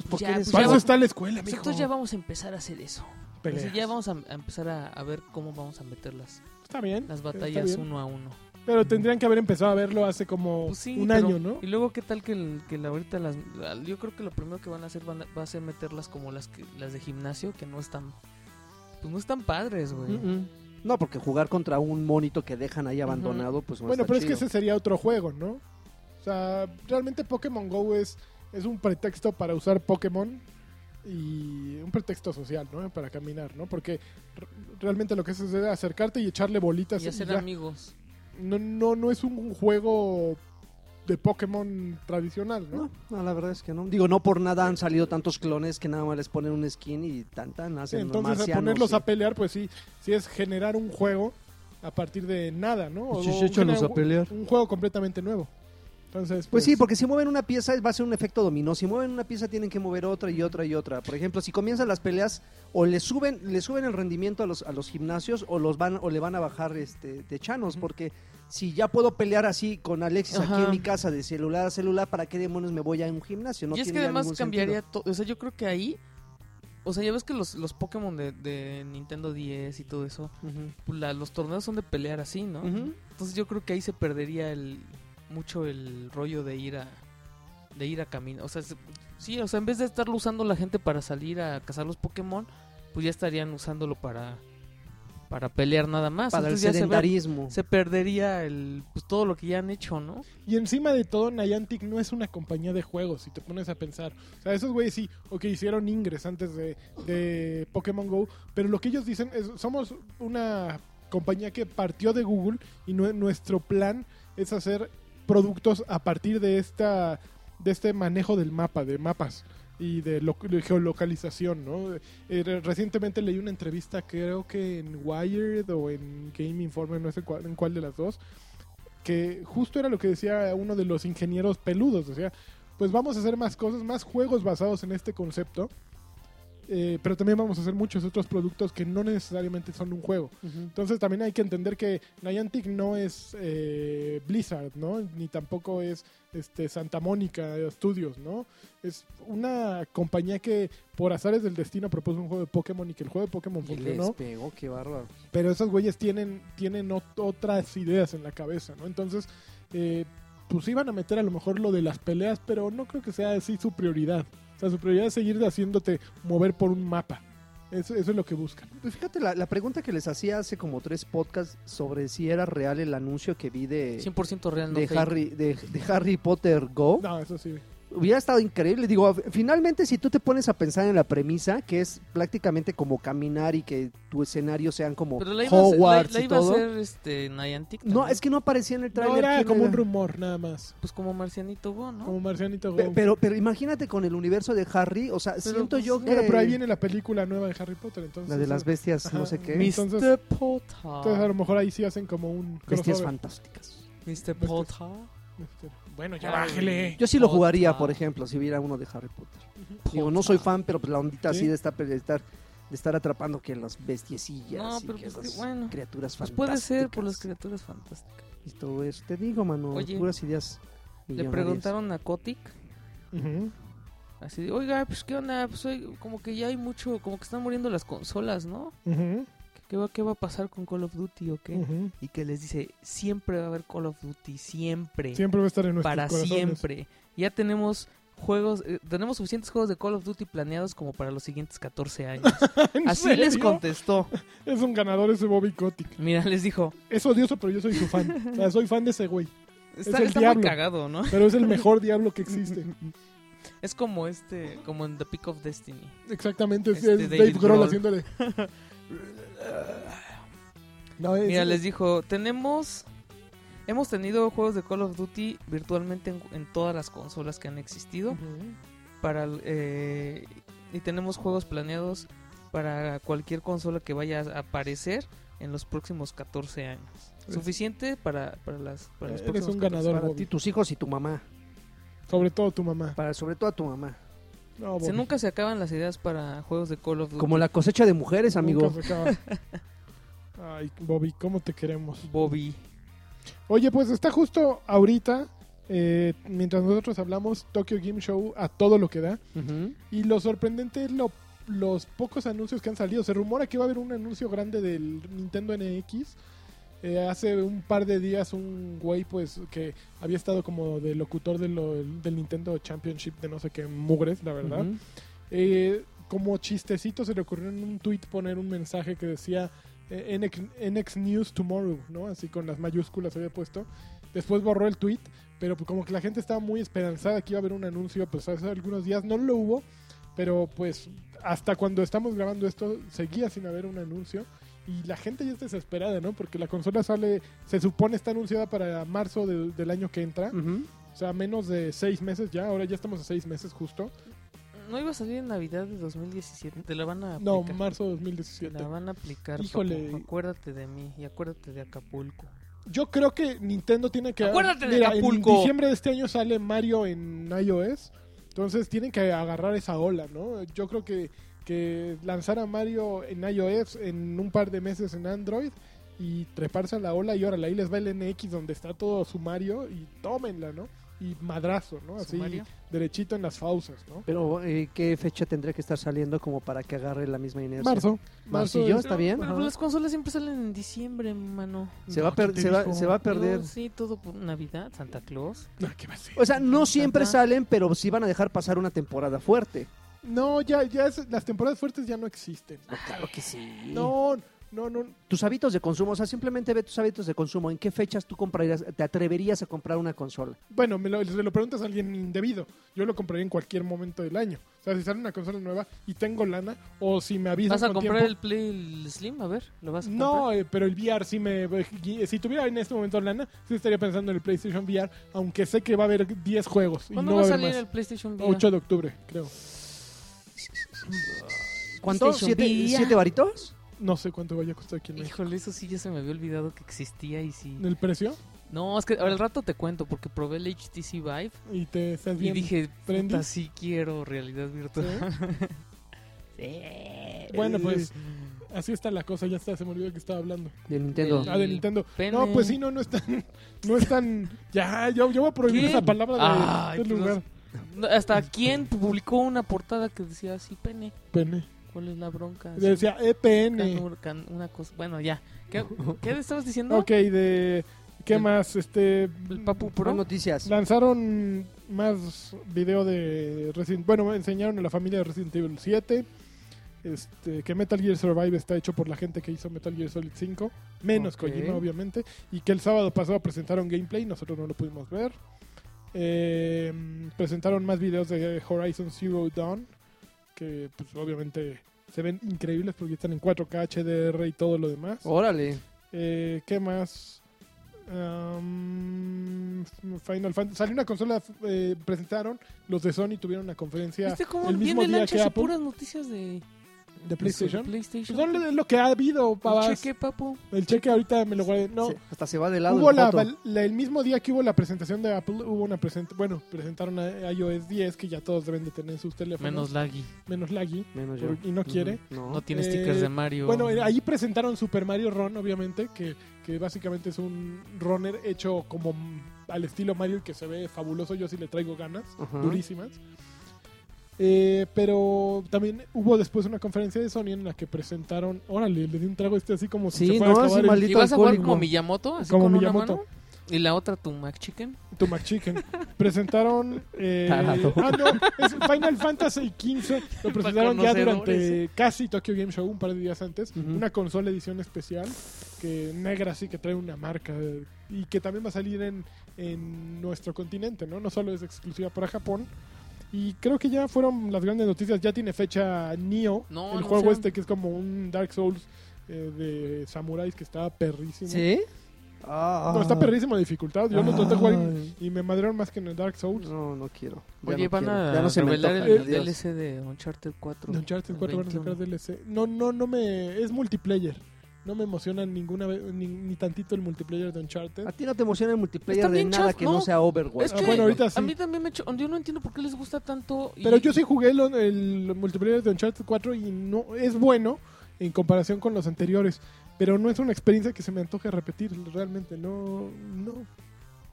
¿por qué
ya,
eres
pues,
Para
ya
eso
vamos-
está la escuela,
pues,
este, mijo.
entonces ya vamos a empezar a hacer eso.
Peleas.
Entonces, ya vamos a, a empezar a, a ver cómo vamos a meter las,
Está bien.
las
está
batallas
bien.
uno a uno.
Pero tendrían que haber empezado a verlo hace como
Pues sí,
un
pero-
año, ¿no?
Y luego, ¿qué tal que, el- que la- ahorita las... la- Yo creo que lo primero que van a hacer van a- va a ser meterlas como las que, las de gimnasio, que no están... Pues no están padres, güey.
Mm-mm. Mm, No, porque jugar contra un monito que dejan ahí abandonado, pues no
Bueno,
está
pero es que
chido.
ese sería otro juego, ¿no? O sea, realmente Pokémon Go es, es un pretexto para usar Pokémon y un pretexto social, ¿no? Para caminar, ¿no? Porque r- realmente lo que haces es acercarte y echarle bolitas.
Y
y
hacer
ya.
amigos.
no, no, no es un juego de Pokémon tradicional, ¿no?
No, no, la verdad es que no. Digo, no por nada han salido tantos clones que nada más les ponen un skin y tan tan
Sí,
hacen
entonces a
marcianos ¿eh?
ponerlos
y-
a pelear, pues sí, sí es generar un juego a partir de nada, ¿no? O-
Sí, sí,
o
échalos
genera
a pelear.
Un juego completamente nuevo. Entonces,
Pues sí, porque si mueven una pieza va a ser un efecto dominó. Si mueven una pieza tienen que mover otra y otra y otra. Por ejemplo, si comienzan las peleas o le suben, le suben el rendimiento a los, a los gimnasios o los van o le van a bajar este de chanos, porque si ya puedo pelear así con Alexis aquí
Ajá.
en mi casa de celular a celular, ¿para qué demonios me voy a un gimnasio? No
y es que
tiene ya
además
ningún
cambiaría
sentido.
todo. O sea, yo creo que ahí. O sea, ya ves que los, los Pokémon de, de Nintendo 10 y todo eso,
Ujú.
pues, la- los torneos son de pelear así, ¿no?
Ujú.
Entonces yo creo que ahí se perdería el mucho el rollo de ir a de ir a camino, o sea, se- sí, o sea, en vez de estarlo usando la gente para salir a cazar los Pokémon, pues ya estarían usándolo para para pelear nada más.
Para el
Entonces ya se, ve-
sedentarismo.
se perdería el pues todo lo que ya han hecho, ¿no?
Y encima de todo, Niantic no es una compañía de juegos, si te pones a pensar. O sea, esos güeyes sí, o que hicieron Ingress antes de, de Pokémon Go, pero lo que ellos dicen es, somos una compañía que partió de Google y nue- nuestro plan es hacer productos a partir de esta de este manejo del mapa, de mapas y de, lo- de geolocalización, ¿no? Eh, re- recientemente leí una entrevista, creo que en Wired o en Game Informer, no sé cuál- en cuál de las dos, que justo era lo que decía uno de los ingenieros peludos, decía, pues vamos a hacer más cosas, más juegos basados en este concepto, eh, pero también vamos a hacer muchos otros productos que no necesariamente son un juego.
Ujú.
Entonces también hay que entender que Niantic no es eh, Blizzard, ¿no? Ni tampoco es este, Santa Mónica Studios, ¿no? Es una compañía que por azares del destino propuso un juego de Pokémon y que el juego de Pokémon
Y les
funcionó.
pegó, qué bárbaro.
Pero esos güeyes tienen, tienen ot- otras ideas en la cabeza, ¿no? Entonces, eh, pues iban a meter a lo mejor lo de las peleas, pero no creo que sea así su prioridad. O sea, su prioridad es seguir haciéndote mover por un mapa. Eso, eso es lo que buscan.
Pues fíjate, la, la pregunta que les hacía hace como tres podcasts sobre si era real el anuncio que vi de,
100% real no
de,
fake.
Harry, de, de Harry Potter Go.
No, eso sí.
Hubiera estado increíble. Digo, f- finalmente, si tú te pones a pensar en la premisa, que es prácticamente como caminar y que tu escenario sean como
Pero la iba, a, hacer- la-
Hogwarts
la
y
iba a
todo.
hacer este Niantic.
No,
también.
es que no aparecía en el
No,
trailer.
era como un rumor, nada más.
pues como Marcianito Go, ¿no?
Como Marcianito Go. Pero,
Pero, pero imagínate con el universo de Harry, o sea, siento
pues,
yo que...
bueno,
pero ahí viene la película nueva de Harry Potter, entonces.
eh, La de las bestias,
Ajá.
no sé qué.
Mi-
Mr.
entonces-
Potter.
Entonces a lo mejor ahí sí hacen como un
Bestias
crossover.
fantásticas.
Mr. Potter.
Este, Bueno,
Ay.
ya bájele.
Yo sí lo jugaría,
Potter.
por ejemplo, si hubiera uno de Harry Potter. Digo, no soy fan, pero pues la ondita
Sí.
así de estar, de estar, de estar atrapando que las bestiecillas
No,
y
pero
que
pues
las
que bueno.
criaturas
Pues
fantásticas.
puede ser por las criaturas fantásticas.
Y todo eso. Te digo, mano,
Oye,
puras ideas
Le
millonarias.
preguntaron a Kotick,
Ujú.
así de, oiga, pues qué onda, pues oye, como que ya hay mucho, como que están muriendo las consolas, ¿no?
Ujú.
¿Qué va, qué va a pasar con Call of Duty o qué?
Ujú.
Y que les dice, siempre va a haber Call of Duty, siempre,
Siempre va a estar en nuestros
para
corazones.
siempre. Ya tenemos juegos, eh, tenemos suficientes juegos de Call of Duty planeados como para los siguientes 14 años.
¿En
Así les
serio?
contestó.
Es un ganador ese Bobby Kotick.
Mira, les dijo,
Es odioso, pero yo soy su fan. O sea, soy fan de ese güey.
está,
el
está
diablo.
muy cagado, ¿no?
Pero es el mejor diablo que existe.
Es como este, como en The Peak of Destiny.
Exactamente, es,
Este,
es Dave
David
Grohl
Grohl.
haciéndole. No, es-
Mira, les dijo, tenemos... Hemos tenido juegos de Call of Duty virtualmente en, en todas las consolas que han existido.
Ujú.
Para, eh, y tenemos juegos planeados para cualquier consola que vaya a aparecer en los próximos 14 años.
Eres-
Suficiente para, para, las, para los
Eres
próximos
un
14.
ganador.
Pues, Para
Bobby.
ti, tus hijos y tu mamá.
Sobre todo tu mamá.
Para, sobre todo a tu mamá.
No,
Se-
Bobby.
nunca se acaban las ideas para juegos de Call of Duty.
Como la cosecha de mujeres, amigo.
Nunca se acaba. Ay, Bobby, ¿cómo te queremos?
Bobby.
Oye, pues está justo ahorita Eh, mientras nosotros hablamos, Tokyo Game Show a todo lo que da. Y lo sorprendente es lo- los pocos anuncios que han salido. Se rumora que va a haber un anuncio grande del Nintendo NX. Eh, hace un par de días un güey pues que había estado como de locutor de lo- del Nintendo Championship de no sé qué mugres, la verdad.
Ujú.
Eh, como chistecito se le ocurrió en un tweet poner un mensaje que decía eh, NX, NX News Tomorrow, ¿no? Así con las mayúsculas había puesto. Después borró el tweet, pero pues como que la gente estaba muy esperanzada que iba a haber un anuncio, pues hace algunos días no lo hubo, pero pues hasta cuando estamos grabando esto seguía sin haber un anuncio. Y la gente ya está desesperada, ¿no? Porque la consola sale, se supone está anunciada para marzo del- del año que entra.
Ujú.
O sea, menos de seis meses ya. Ahora ya estamos a seis meses justo.
No iba a salir en Navidad de 2017. Te la van a
No,
aplicar.
marzo de
Te
2017.
la van a aplicar.
Híjole.
papu. Acuérdate de mí y acuérdate de Acapulco.
Yo creo que Nintendo tiene que.
Acuérdate de
Mira,
Acapulco.
En diciembre de este año sale Mario en iOS. Entonces tienen que agarrar esa ola, ¿no? Yo creo que, que lanzar a Mario en iOS en un par de meses en Android y treparse a la ola y órale, ahí les va el NX donde está todo su Mario y tómenla, ¿no? Y madrazo, ¿no? Así
Sumario.
derechito en las fauces, ¿no?
Pero, eh, ¿qué fecha tendría que estar saliendo como para que agarre la misma inercia?
Marzo.
Marcillo,
es-
está bien,
Pero,
ajá.
las consolas siempre salen en diciembre, mano.
Se va, a
No, ¿quién
per-
te
se, va,
dijo?
se va a perder.
Yo, sí, todo por Navidad, Santa Claus.
Ah, ¿qué va a ser?
O sea, no siempre
Ajá.
salen, pero sí van a dejar pasar una temporada fuerte.
No, ya, ya es- las temporadas fuertes ya no existen.
claro que sí.
No, no, no.
Tus hábitos de consumo, o sea, simplemente ve tus hábitos de consumo. ¿En qué fechas tú comprarías, te atreverías a comprar una consola?
Bueno, me lo, se lo preguntas a alguien indebido. Yo lo compraría en cualquier momento del año. O sea, si sale una consola nueva y tengo lana, o si me avisan
¿Vas a
con
comprar
tiempo-
el Play el Slim? A ver, ¿lo vas a comprar?
No, eh, pero el VR sí me... Si tuviera en este momento lana, sí estaría pensando en el PlayStation VR, aunque sé que va a haber 10 juegos y
¿Cuándo
no va
va
a
a
haber
salir
más.
el PlayStation VR?
8 de octubre, creo.
¿Cuánto?
PlayStation
¿Siete,
Villa.
siete varitos?
No sé cuánto vaya a costar aquí en México.
Híjole, eso sí ya se me había olvidado que existía y sí.
¿El precio?
No, es que al rato te cuento porque probé el HTC Vive
Y te estás
y
bien.
dije,
prendí.
puta, sí quiero realidad virtual. Sí.
Bueno, pues así está la cosa. Ya está, se me olvidó que estaba hablando.
De Nintendo.
El-
Ah, de Nintendo.
pene.
No, pues sí, no, no están. No están. Ya, yo, yo voy a prohibir
¿Qué?
esa palabra de,
Ay,
del
pues,
lugar.
No, Hasta quién publicó una portada que decía así, pene.
Pene.
¿Cuál es la bronca? Así,
Decía eh, EPN.
canur- can- una cosa. Bueno, ya. ¿Qué, qué estabas diciendo?
Ok, de. ¿Qué
El-
más? Este.
El Papu
Pro
Pro.
noticias.
Lanzaron más video de Resident Bueno, enseñaron a la familia de Resident Evil 7. Este, que Metal Gear Survive está hecho por la gente que hizo Metal Gear Solid 5. Menos
Ok.
Kojima, obviamente. Y que el sábado pasado presentaron gameplay. Nosotros no lo pudimos ver. Eh, presentaron más videos de Horizon Zero Dawn. Que pues, obviamente se ven increíbles porque están en 4K, HDR y todo lo demás.
Órale.
Eh, ¿Qué más? Am, Final Fantasy. Salió una consola, eh, presentaron. Los de Sony tuvieron una conferencia
¿Viste cómo
el mismo
viene
día que
lanchas y
Apple
puras noticias de
de PlayStation. Pues
PlayStation.
son lo que ha habido,
Un
pavas.
cheque, papu.
El cheque ahorita me lo guardé. No,
Se- hasta se va de lado.
hubo
el
la,
foto.
la- el mismo día que hubo la presentación de Apple, hubo una presentación. Bueno, presentaron a iOS 10, que ya todos deben de tener en sus teléfonos.
Menos laggy.
menos laggy.
Menos
por- y no quiere.
Ujú. No.
No tiene
Eh,
stickers de Mario.
Bueno, eh, ahí presentaron Super Mario Run, obviamente, que, que básicamente es un runner hecho como mm, al estilo Mario y que se ve fabuloso. Yo sí le traigo ganas,
Ajá.
durísimas. Eh, pero también hubo después una conferencia de Sony en la que presentaron. Órale, le di un trago a este así como si
Sí,
se fuera
no,
a
así
acabar el-
maldito.
¿Y vas a jugar
alcohólico.
como Miyamoto? Así
Como
con
Miyamoto.
una mano. Y la otra tu McChicken.
tu McChicken. presentaron. eh,
Tarado.
ah, no, es Final Fantasy XV. Lo presentaron ya durante casi Tokyo Game Show, un par de días antes.
Ujú.
Una consola edición especial, que negra sí que trae una marca. eh, Y que también va a salir en, en nuestro continente, ¿no? No solo es exclusiva para Japón. Y creo que ya fueron las grandes noticias. Ya tiene fecha Nioh,
No,
el
no
juego
sé.
este que es como un Dark Souls eh, de samuráis que está perrísimo.
¿Sí?
No, está perrísimo de dificultad. Yo lo
Ah.
traté de jugar y- y me madrearon más que en el Dark Souls.
No, no quiero. Ya
Oye,
no
van
quiero.
a
Ya no se me
revelar
antoja,
Eh,
el
adiós.
DLC de Uncharted 4.
De Uncharted
el
4 van a sacar
21.
DLC. No, no, no me. Es multiplayer. No me emociona ninguna vez, ni, ni tantito el multiplayer de Uncharted.
A ti no te emociona el multiplayer
Está
de
bien
nada
chaf,
que no,
no.
sea Overwatch.
Es que
Ah, bueno, ahorita sí.
a mí también me cho- Yo no entiendo por qué les gusta tanto. y-
Pero yo sí jugué el, el multiplayer de Uncharted 4 y no es bueno en comparación con los anteriores. Pero no es una experiencia que se me antoje repetir realmente. No, no.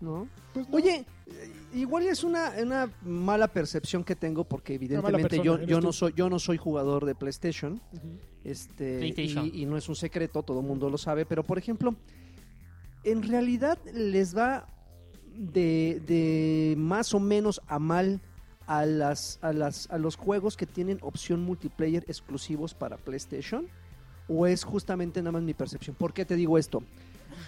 ¿no?
Pues no,
Oye, eh, igual es una, una mala percepción que tengo porque evidentemente
persona,
yo,
eres
yo
tú.
no soy yo no soy jugador de PlayStation,
ujú.
este
PlayStation.
Y, y no es un secreto, todo el mundo lo sabe, pero por ejemplo, en realidad les va de, de más o menos a mal a las a las a los juegos que tienen opción multiplayer exclusivos para PlayStation o es justamente nada más mi percepción. ¿Por qué te digo esto?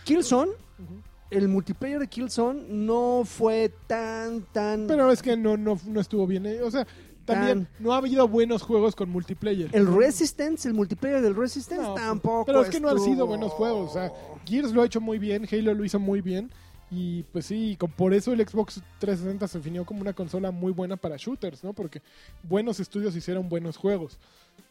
Killzone
Ujú.
el multiplayer de Killzone no fue tan, tan...
Pero es que no, no, no estuvo bien. eh, O sea, también no ha habido buenos juegos con multiplayer.
El Resistance, el multiplayer del Resistance
No, pues,
tampoco
pero es que no han
estuvo.
sido buenos juegos, o sea, Gears lo ha hecho muy bien, Halo lo hizo muy bien. Y pues sí, con- por eso el Xbox 360 se definió como una consola muy buena para shooters, ¿no? Porque buenos estudios hicieron buenos juegos.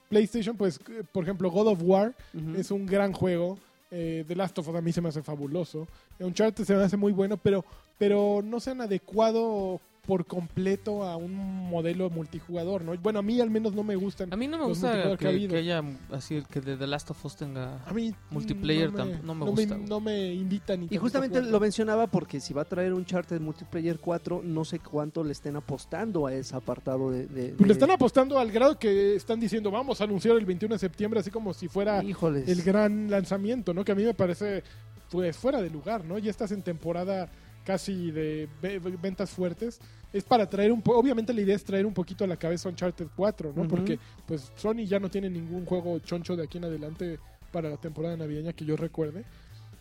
PlayStation, pues, eh, por ejemplo, God of War
Ujú.
es un gran juego. eh, The Last of Us a mí se me hace fabuloso. Uncharted se me hace muy bueno, pero, pero no se han adecuado por completo a un modelo multijugador, ¿no? Bueno, a mí al menos no me gustan.
A mí no me
Los
gusta
multijugador que ha
que,
habido.
que haya así el que de The Last of Us tenga. Ah,
A mí
Multiplayer tamp- no me gusta, güey.
no me invita ni
Y
tampoco
justamente
juego.
lo mencionaba porque si va a traer un charter multiplayer 4, no sé cuánto le estén apostando a ese apartado de... de-
Pues le
de-
están apostando al grado que están diciendo, vamos a anunciar el 21 de septiembre, así como si fuera
Híjoles.
el gran lanzamiento, ¿no? Que a mí me parece, pues, fuera de lugar, ¿no? Ya estás en temporada casi de ve- ve- ventas fuertes. Es para traer un... po- Obviamente la idea es traer un poquito a la cabeza Uncharted 4, ¿no?
Ujú.
Porque, pues, Sony ya no tiene ningún juego choncho de aquí en adelante para la temporada navideña que yo recuerde.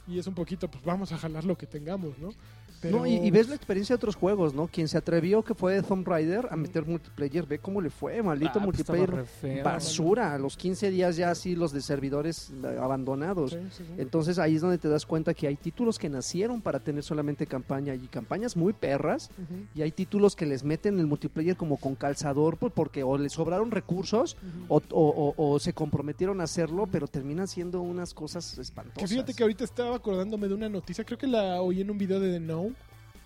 Y es un poquito, pues, vamos a jalar lo que tengamos, ¿no?
No, y, y ves la experiencia de otros juegos, ¿no? Quien se atrevió, que fue Tomb Raider, a meter multiplayer, ve cómo le fue, maldito
Ah, pues, estaba
multiplayer.
re feo.
basura, a los 15 días ya así los de servidores eh, abandonados.
Sí, sí, sí.
Entonces ahí es donde te das cuenta que hay títulos que nacieron para tener solamente campaña y campañas muy perras
Ujú,
y hay títulos que les meten el multiplayer como con calzador pues, porque o les sobraron recursos
ujú.
o, o- o- o se comprometieron a hacerlo pero terminan siendo unas cosas espantosas.
Que fíjate que ahorita estaba acordándome de una noticia, creo que la oí en un video de The Know,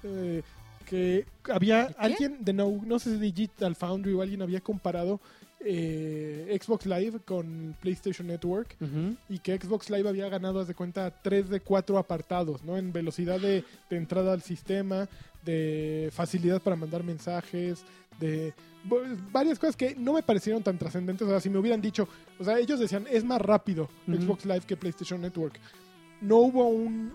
eh, que había alguien, The Know, no sé si Digital Foundry o alguien había comparado eh, Xbox Live con PlayStation Network
Ujú.
y que Xbox Live había ganado, haz de cuenta, 3 de 4 apartados, ¿no? En velocidad de, de entrada al sistema, de facilidad para mandar mensajes, de bo- varias cosas que no me parecieron tan trascendentes. O sea, si me hubieran dicho, o sea, ellos decían, es más rápido
Ujú.
Xbox Live que PlayStation Network. No hubo un,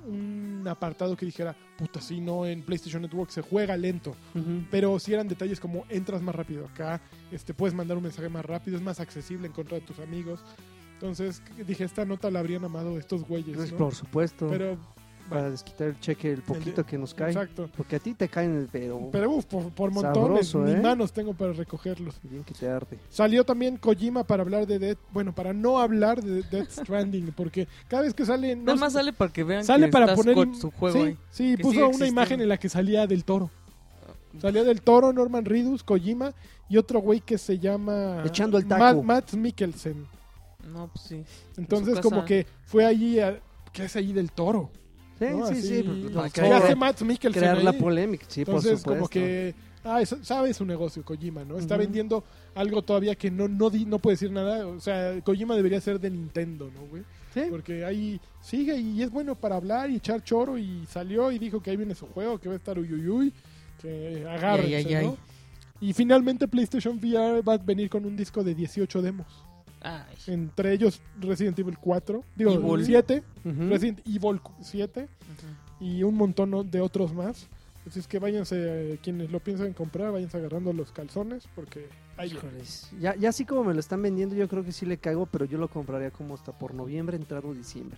un apartado que dijera, puta, si no, en PlayStation Network se juega lento.
Ujú.
Pero si eran detalles como entras más rápido acá, este, puedes mandar un mensaje más rápido, es más accesible encontrar a tus amigos. Entonces c- dije, esta nota la habrían amado estos güeyes.
Pues,
¿no?
Por supuesto,
Pero,
para desquitar el cheque el poquito que nos cae,
exacto.
porque a ti te caen pero,
Pero uf, por, por montones,
Sabroso,
mis
¿eh?
manos tengo para recogerlos.
bien que te arde.
Salió también Kojima para hablar de Death, bueno, para no hablar de Death Stranding, porque cada vez que sale... No,
Nada más sale para que vean
Pues, sale
que
para
estás
poner...
con
im-
su juego
sí,
ahí.
sí,
que sigue
puso una
existiendo. Ah,
imagen en la que salía del toro. Salía del toro Norman Reedus, Kojima y otro güey que se llama...
Echando el
Matt,
taco.
Matt Mikkelsen.
No, pues sí.
Entonces
casa.
como que fue allí... A, ¿Qué hace ahí del toro?
Sí,
¿No?
sí,
Así,
sí,
¿Qué
pues,
que haya-
hace
crear,
Matt Mikkelsen
crear la
ahí?
polémica, sí, por
Entonces,
supuesto.
como que ah, es- sabe su negocio Kojima, ¿no? Está
Ujú.
vendiendo algo todavía que no, no, di- no puede decir nada. O sea, Kojima debería ser de Nintendo, ¿no, güey?
Sí.
Porque ahí sigue y es bueno para hablar y echar choro y salió y dijo que ahí viene su juego, que va a estar uyuyuy, que agárrense,
Ay, ay, ay.
¿no? Y finalmente PlayStation VR va a venir con un disco de 18 demos.
Ay.
Entre ellos Resident Evil 4, digo,
Evil.
7,
Ujú.
Resident Evil 7
Ujú.
y un montón o- de otros más. Así es que váyanse, eh, quienes lo piensan comprar, váyanse agarrando los calzones porque ahí viene.
Híjoles, ya, ya así como me lo están vendiendo, yo creo que sí le caigo, pero yo lo compraría como hasta por noviembre, entrado diciembre.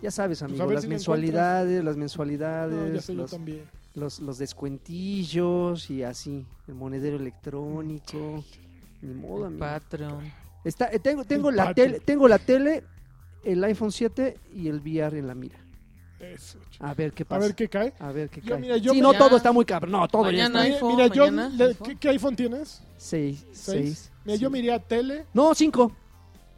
Ya sabes, amigo,
Pues, a ver
las,
si lo
mensualidades, las
No, ya
mensualidades,
sé yo
los,
también.
los- los descuentillos y así, el monedero electrónico. Ni modo,
El
amigo.
Patreon.
Está, eh, tengo, tengo, la
Patreon.
tele, tengo la tele, el iPhone 7 y el VR en la mira.
Eso, ch-
A ver qué
a
pasa.
ver qué cae. Yo,
cae.
mira, yo
Sí,
me-
no
Ya.
todo está muy cabrón. No, todo ya
Mañana
está.
Mira,
iPhone,
mira, yo,
mañana,
le-
iPhone.
¿qué, qué iPhone tienes?
Seis,
Seis.
seis.
Mira, yo
sí.
me iría a tele.
No, cinco.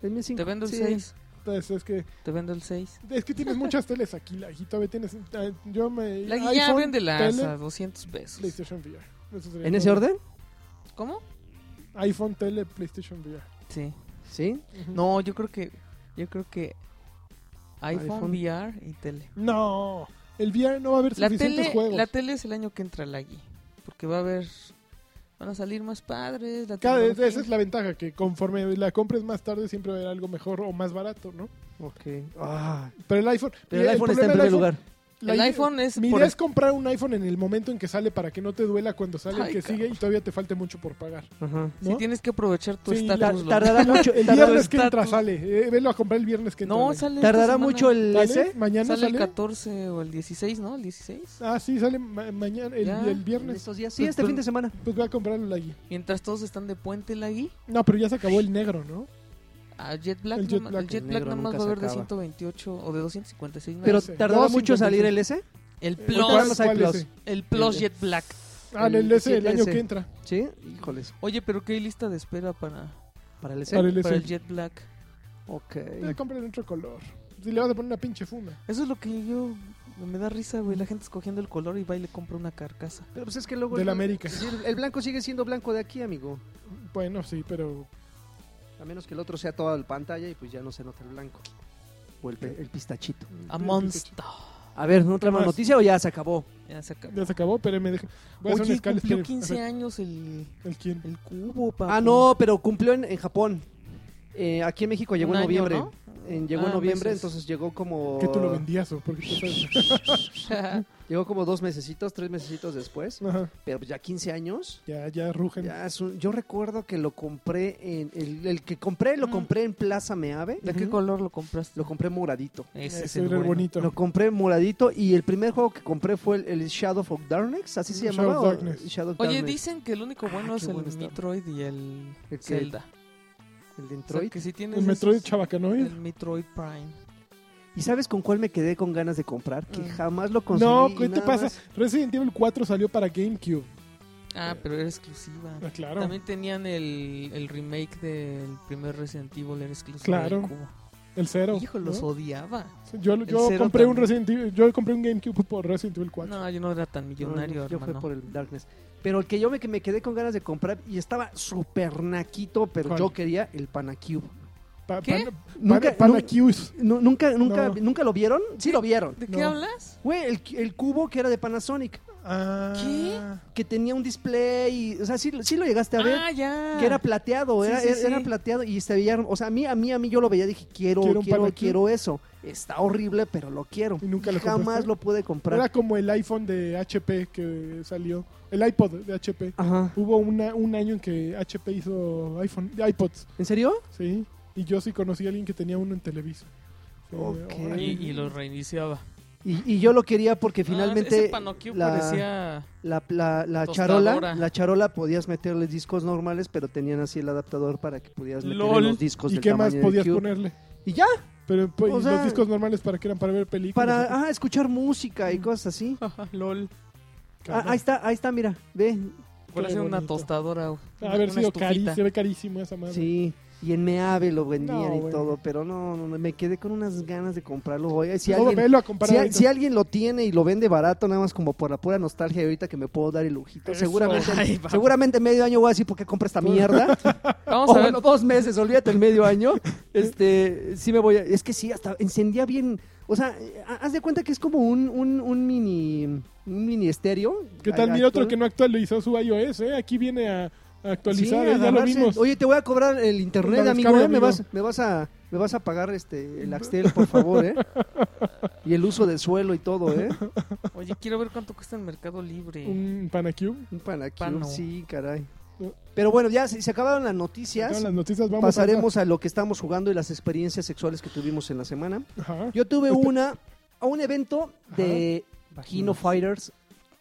El mío cinco.
Te vendo el
Sí.
6.
Entonces, pues, es que,
Te vendo el 6.
es que tienes muchas teles aquí, la y todavía tienes. eh, Yo me.
La guía
iPhone,
véndelas
tele,
a 200 pesos.
PlayStation VR. Eso sería
¿En
todo.
ese orden?
¿Cómo?
iPhone, tele, PlayStation VR.
Sí.
Sí.
Ujú.
No, yo creo que. Yo creo que. iPhone,
iPhone.
VR y tele.
No. El VR no va a haber
La
suficientes
tele,
juegos.
la tele es el año que entra Laggy. Porque va a haber. Van a salir más padres. la
Cada-
tecnología.
esa es la ventaja, que conforme la compres más tarde siempre va a haber algo mejor o más barato, ¿no?
Ok.
Ah,
Pero el iPhone...
pero el
mira,
iPhone está en
problema del
primer lugar.
la
El
idea-
iPhone es
Mi
por
idea es comprar un iPhone en el momento en que sale para que no te duela cuando sale
Ay,
el que sigue
cabrón.
y todavía te falte mucho por pagar.
Ajá.
Si
¿no?
tienes que aprovechar tu
Sí,
estatus.
la-
lo-
Tardará mucho.
El
tardará-
viernes que entra
estatus.
sale. Eh, velo a comprar el viernes que entra.
No,
Laggy.
sale. esta
tardará
semana.
mucho el
¿Sale?
ese.
¿Mañana
Sale
sale?
el 14 o el 16, ¿no? El 16.
Ah, sí, sale ma- mañana, el,
Ya.
el
En
viernes.
estos días. Sí,
Pues,
este
pues-
fin de semana.
Pues voy a comprarlo Laggy.
Mientras todos están de puente Laggy.
No, pero ya se acabó el negro, ¿no?
A Jet Black,
El
nada
Jet
más-
Black.
el Jet
El
Black
negro
nada más va
nunca
a
se
haber de
acaba.
128 o de 256. nada
Pero
más.
sé.
tardará
Dos
mucho en salir
56.
el S.
el
eh, ¿Cuál
Plus,
Ahorita hay
es
Plus.
ese?
el Plus
el-
Jet Black.
Ah, el, el S el año
7S.
que entra.
Sí, híjoles.
Oye, pero ¿qué hay lista de espera para,
Para el S.
Para el S.
para el Jet Black?
Ok.
Eh, cómprale en otro color. Si le vas a poner una pinche funa.
Eso es lo que yo... Me da risa, güey. La gente escogiendo el color y va y le compra una carcasa.
Pero pues es que luego.
Del
el-
América.
sí, el- el blanco sigue siendo blanco de aquí, amigo.
Bueno, sí, pero
A menos que el otro sea toda la pantalla y pues ya no se nota el blanco. O el, pe- el pistachito.
A Monster.
A ver, ¿otra más
Eh. Más.
noticia o ya se acabó?
Ya se acabó.
ya se acabó, pero me deja. Voy a hacer una
Oye,
escala.
cumplió
espérenme.
15
A ver,
años el,
¿El quién?
el cubo, papá.
Ah, no, pero cumplió en, en Japón. Eh, aquí en México llegó
Un
en
año,
noviembre.
¿no?
En- llegó
Ah,
en noviembre,
meses.
entonces llegó como...
Que tú lo vendías o porque tú sabes.
Llegó como dos mesecitos, tres mesecitos después.
Ajá,
Pero pues ya 15 años.
ya, ya rugen. eh,
Ya es un- yo recuerdo que lo compré en... El, el que compré, lo
Mm.
compré en Plaza Meave.
¿De qué
Ujú.
color lo compraste?
Lo compré moradito.
Ese es
Ese
el
era el
bueno.
bonito.
Lo compré moradito y el primer juego que compré fue el, el Shadow of Darkness, así se
Shadow
llamaba.
of
¿O-
Darkness.
Shadow of
Oye,
Darkness?
dicen que el único bueno
Ah,
es
qué
el
bueno está.
Metroid y el
El que-
Zelda.
El de
O sea,
Detroit.
que si tienes
El Metroid
esos-
Chabacanoid.
El Metroid Prime.
¿Y sabes con cuál me quedé con ganas de comprar? Que
Mm.
jamás lo conseguí.
No,
y
¿qué te
nada
pasa?
más.
Resident Evil 4 salió para GameCube.
Ah, pero era exclusiva.
Ah, claro.
También tenían el, el remake del primer Resident Evil, era exclusivo.
Claro.
del cubo.
El 0.
Hijo, los odiaba.
Yo, yo
cero
compré un
también.
Resident Evil, yo compré un GameCube por Resident Evil 4.
No, yo no era tan
No,
millonario,
yo fue
hermano.
por el Darkness. Pero el que yo me, que me quedé con ganas de comprar y estaba súper naquito, pero
¿Cuál?
yo quería el Panacube.
Pa-
¿Qué?
Pan,
Nunca,
pan- pan
nu-
accused.
nu- nunca, nunca,
No.
nunca lo vieron. Sí lo vieron.
¿De
No.
qué hablas?
Güey, el, el cubo que era de Panasonic,
Ah.
que tenía un display, y, o sea, sí, sí lo llegaste a ver.
Ah, ya.
que era plateado,
Sí,
era,
sí,
era- era
sí.
plateado y se veía, o sea, a mí, a mí, a mí yo lo veía, dije,
Quiero
quiero, quiero,
un
quiero,
Panacube.
eso. Está horrible, pero lo quiero.
¿Y nunca lo
Jamás
compraste?
lo pude
Era
comprar.
como el iPhone de HP que salió. El iPod de HP.
Ajá.
Hubo una, un año en que HP hizo iPhone, iPods,
¿En serio?
¿sí? Y yo sí conocí a alguien que tenía uno en Televisa. Sí,
Ok.
órale.
Y, y lo reiniciaba.
Y, y yo lo quería porque
Ah,
finalmente
ese Panocchio
la,
parecía.
la- la- la
Tostadora.
charola, la charola podías meterle discos normales, pero tenían así el adaptador para que pudieras meter
Lol.
los discos
¿Y
del
qué
tamaño
más
del
podías
cube.
ponerle?
Y ya,
Pero pues,
O
¿y
sea,
los discos normales para que eran para ver películas.
para ah, escuchar música y cosas así.
LOL.
Ah, ahí está, ahí está, mira, ve.
Parece una
bonito.
tostadora. güey.
A
Una-
haber
una
sido
estufita.
carísimo, se ve carísimo esa madre.
ah, Sí, y en Meave lo vendían
No,
y
bueno.
todo, pero no, no, no, me quedé con unas ganas de comprarlo. Oye, si,
No,
alguien,
velo a
si,
comparar
a-
ahorita.
si alguien lo tiene y lo vende barato, nada más como por la pura nostalgia ahorita que me puedo dar el lujito,
Eso.
seguramente,
Ay, va.
seguramente en medio año voy a decir por qué compré esta mierda.
Vamos
o
a ver.
bueno, dos meses, olvídate el medio año. Este, sí me voy a, es que sí, hasta encendía bien, o sea, eh, ha- haz de cuenta que es como un, un, un mini, un mini estéreo.
¿Qué tal? Mira otro que no actualizó su iOS, ¿eh? Aquí viene a, a
Sí,
actualizar, ¿eh? ya lo
agarrarse.
vimos.
Oye, te voy a cobrar el internet,
Una
amigo,
descarga,
¿eh? Me,
amigo.
vas, me, vas a, me vas a pagar este, el Axtel, por favor, ¿eh? Y el uso del suelo y todo, ¿eh?
Oye, quiero ver cuánto cuesta en Mercado Libre.
Un Panacube.
Un panaquín,
Pano.
sí, caray.
No.
Pero bueno, ya se, se acabaron las noticias.
Todas las noticias vamos
Pasaremos a lo que estamos jugando y las experiencias sexuales que tuvimos en la semana.
a... Ajá.
Yo tuve una a un evento de Kino Fighters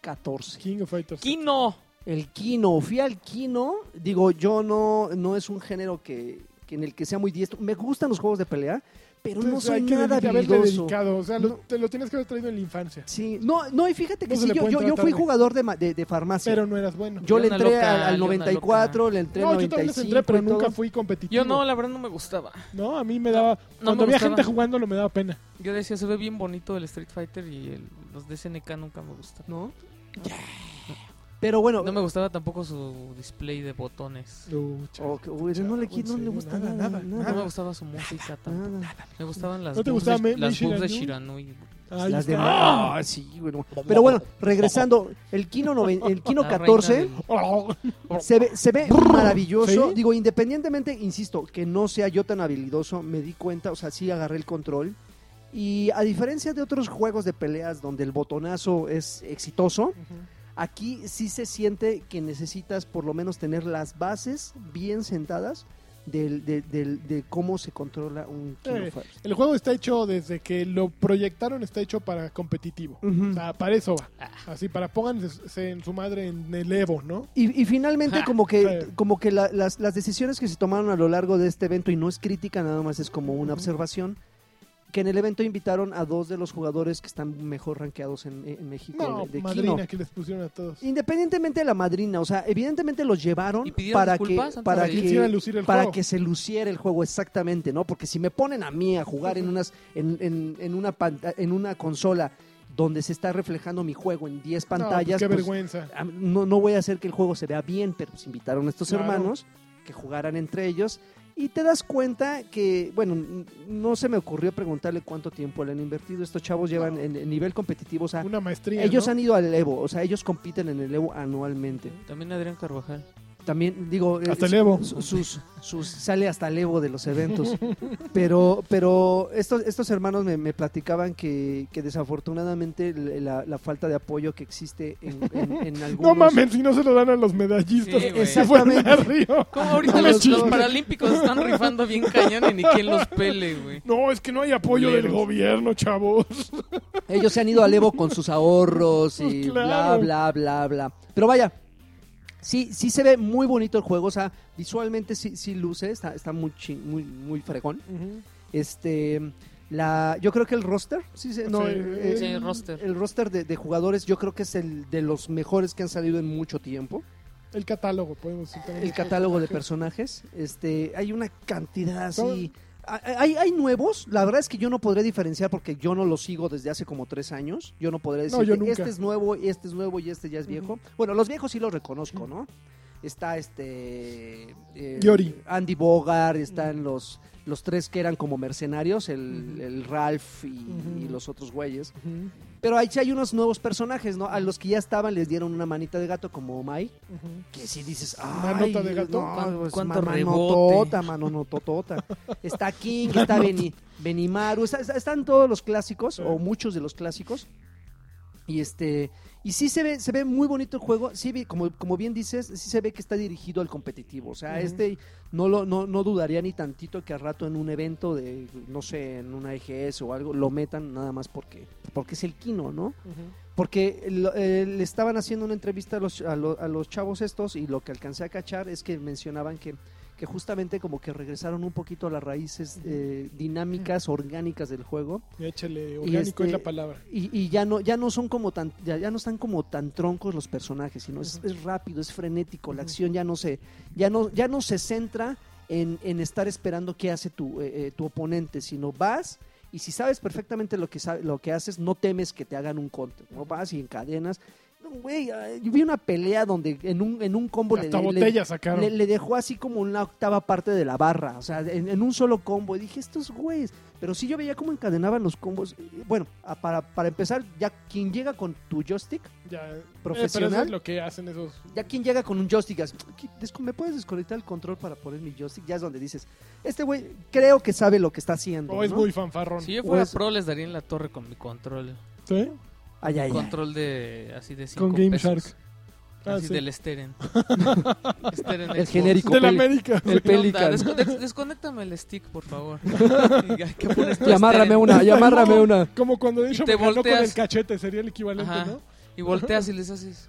14.
King of Fighters.
Kino.
El kino, fui al kino, digo, yo no, no es un género que, que en el que sea muy diestro. Me gustan los juegos de pelea, pero no
Entonces,
soy
hay que
nada
dedica- haberle
habilidoso.
dedicado, o sea,
No.
lo, te lo tienes que haber traído en la infancia.
Sí, no, no, y fíjate que
No se
sí,
le
yo,
pueden
yo, yo
tratar
fui
de-
jugador de, ma- de, de farmacia.
Pero no eras bueno.
yo le
Yo una
entré
loca,
al, al
yo una
94, le entré al
no, yo
95.
también les entré, pero
y todo.
nunca fui competitivo.
Yo no, la verdad no me gustaba.
No, a mí me daba...
me
cuando había
gustaba.
gente jugando, lo me daba pena.
Yo decía, se ve bien bonito el Street Fighter y el- los de SNK nunca me gustaron.
¿No? Pero bueno,
No me gustaba tampoco su display de botones.
oh, que- uy, no, le, qui- no le
Chale,
gusta
nada,
nada, nada,
nada,
No me gustaba su música tampoco.
nada.
Me gustaban las
Ah. ¿No te
boobs
gustaba
de,
Me-
las
Me
boobs de
Shiranui?
Shiranui.
Ahí
Las de
está.
Mar- Ah, sí, bueno. Pero bueno, regresando, el Kino, noven- el Kino
La reina
14
del-
Oh,
se ve, se ve maravilloso.
¿Sí?
Digo, independientemente, insisto, que no sea yo tan habilidoso, me di cuenta, o sea, sí agarré el control. Y a diferencia de otros juegos de peleas donde el botonazo es exitoso, aquí sí se siente que necesitas por lo menos tener las bases bien sentadas del, del- del- de cómo se controla un Kino
Eh,
Fighters.
El juego está hecho desde que lo proyectaron, está hecho para competitivo.
Ujú.
O sea, para eso va. Así, para pónganse en su madre en el Evo, ¿no?
Y, y finalmente,
Ja.
como que,
Sí.
como que la- las, las decisiones que se tomaron a lo largo de este evento, y no es crítica, nada más es como una
Ujú.
observación, que en el evento invitaron a dos de los jugadores que están mejor rankeados en, en México
No,
de, de
madrina
Kino.
que les pusieron a todos.
Independientemente de la madrina, o sea, evidentemente los llevaron
¿Y pidieron
para que,
disculpas antes
para
de
Que
ir?
quisieran
que
lucir el
para
juego. pues
que se luciera el juego exactamente, ¿no? Porque si me ponen a mí a jugar en unas en, en- en una panta- en una consola donde se está reflejando mi juego en 10
No,
pantallas,
qué
pues,
vergüenza.
a- no, no voy a hacer que el juego se vea bien, pero pues invitaron a estos
Claro.
hermanos que jugaran entre ellos. Y te das cuenta que, bueno, n- no se me ocurrió preguntarle cuánto tiempo le han invertido. Estos chavos llevan en, en nivel competitivo, o sea,
Una maestría.
ellos
¿no?
han ido al Evo, o sea, ellos compiten en el Evo anualmente.
También Adrián Carvajal.
También, digo, eh,
Hasta el Evo.
su- sus, sus- sale hasta el Evo de los eventos. Pero, pero estos, estos hermanos me, me platicaban que, que desafortunadamente la, la falta de apoyo que existe en, en- en algunos...
No mames, si no se lo dan a los medallistas.
Sí,
Sí,
güey.
Exactamente.
Como ahorita
no,
los,
no,
los
no.
paralímpicos están rifando bien cañón y ni quien los pele, güey.
No, es que no hay apoyo del
Culeros.
gobierno, chavos.
Ellos se han ido al Evo con sus ahorros y
Pues claro.
bla, bla, bla, bla. Pero vaya, sí, sí se ve muy bonito el juego. O sea, visualmente sí, sí luce, está, está muy, chi- muy, muy fregón. Este, la, yo creo que el roster, sí, se- no,
Sí.
el,
Sí,
el roster.
el roster de, de jugadores, yo creo que es el de los mejores que han salido en mucho tiempo.
El catálogo, podemos decir también.
El catálogo de personajes, este, hay una cantidad así. Hay, hay nuevos, la verdad es que yo no podré diferenciar porque yo no los sigo desde hace como tres años. Yo no podré decir
No, yo
que
nunca.
este es nuevo, y este es nuevo y este ya es viejo. Bueno, los viejos sí los reconozco, ¿no? Está este. eh,
Yori.
Andy Bogart, están los, los tres que eran como mercenarios, el, el Ralph y,
Ujú.
y los otros güeyes.
Ujú,
Pero ahí sí hay unos nuevos personajes, ¿no? A los que ya estaban les dieron una manita de gato como Mike
ujú.
que si dices, ah,
Manota de gato.
¿Cuán- cuánto
manotota, manonototota. Está King, está Beni, Benimaru, está- está- están todos los clásicos,
Sí.
o muchos de los clásicos. Y este, y sí se ve, se ve muy bonito el juego, sí, vi- como, como bien dices, sí se ve que está dirigido al competitivo. O sea,
Ujú.
este no lo, no, no dudaría ni tantito que al rato en un evento de, no sé, en una EGS o algo, lo metan nada más porque, porque es el Kino, ¿no? Porque lo- eh, le estaban haciendo una entrevista a los, a, lo- a los chavos estos y lo que alcancé a cachar es que mencionaban que, que justamente como que regresaron un poquito a las raíces eh, dinámicas, orgánicas del juego
Y Échale, orgánico
este-
es la palabra.
y, y ya no ya no son como tan ya, ya no están como tan troncos los personajes sino es,
Ujú.
es rápido es frenético la
Ujú.
acción ya no se ya no ya no se centra en, en estar esperando qué hace tu, eh, eh, tu oponente sino vas y si sabes perfectamente lo que sa- lo que haces no temes que te hagan un counter no vas y encadenas No, güey ah, yo vi una pelea donde en un en un combo
Hasta
le- le-
botella sacaron.
le, le dejó así como una octava parte de la barra, o sea, en, en un solo combo. Y dije, estos güeyes. Pero sí yo veía cómo encadenaban los combos. Y, Bueno, a- para, para empezar, ya quien llega con tu joystick,
Ya, eh,
profesional.
pero eso es lo que hacen esos.
ya quien llega con un joystick, así, "¿Qué- desco- ¿me puedes desconectar el control para poner mi joystick? Ya es donde dices, este güey creo que sabe lo que está haciendo.
O Oh, es
¿no?
muy fanfarrón.
Si yo fuera
Pues-
pro, les daría en la torre con mi control.
¿Sí?
Ay, ay, ay.
Control de así de cinco
Con Game
pesos.
Shark. Ah,
Así
sí.
del Steren. Steren
El
Xbox.
genérico.
De la
Copel.
América.
El
¿Qué onda?
Pelican.
Desco- des- desconéctame el stick, por favor. Y- ¿Qué pones tú,
Y amárrame
Steren?
una, y amárrame una.
Como cuando de hecho
te
me ganó con
volteas.
el cachete, sería el equivalente,
Ajá.
¿no?
Y volteas y les haces.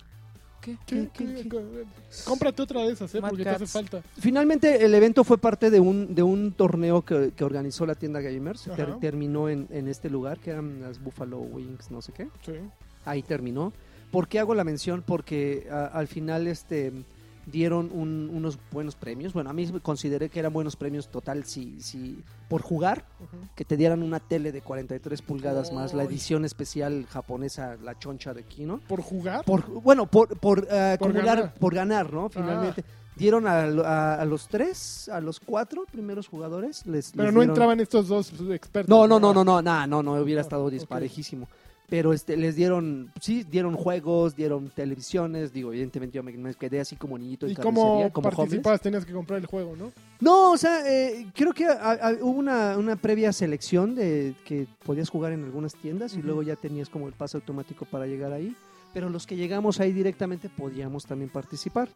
¿Qué?
¿Qué-
¿Qué-
qué-
qué-
qué- Cómprate otra de esas, ¿eh?
Mad
Porque te hace
Cats.
falta.
Finalmente, el evento fue parte de un, de un torneo que, que organizó la tienda Gamers. Se ter-
Ajá.
terminó en, en este lugar, que eran las Buffalo Wings, no sé qué.
Sí.
ahí terminó. ¿Por qué hago la mención? Porque a- al final este dieron un- unos buenos premios. Bueno, a mí consideré que eran buenos premios total si, si por jugar,
Ujú.
que te dieran una tele de 43 pulgadas más la
Ay.
edición especial japonesa, la choncha de Kino.
Por jugar.
Por, bueno, por, por, eh,
Por
acumular-
ganar. Ah.
por ganar, ¿no? Finalmente. Dieron a, lo- a- a los tres, a los cuatro primeros jugadores. Les,
Pero
les
no
dieron-
entraban estos dos expertos.
No, no, no, no, no, nah, no, no, hubiera
Ah,
estado
ok.
disparejísimo. Pero este, les dieron, sí, dieron juegos, dieron televisiones, digo, evidentemente yo me, me quedé así como niñito en
Y
carnicería,
cómo
como homeless.
participabas, tenías que comprar el juego, ¿no?
No, o sea, eh, creo que ah, ah, hubo una, una previa selección de que podías jugar en algunas tiendas y
Ujú.
luego ya tenías como el pase automático para llegar ahí. Pero los que llegamos ahí directamente podíamos también participar.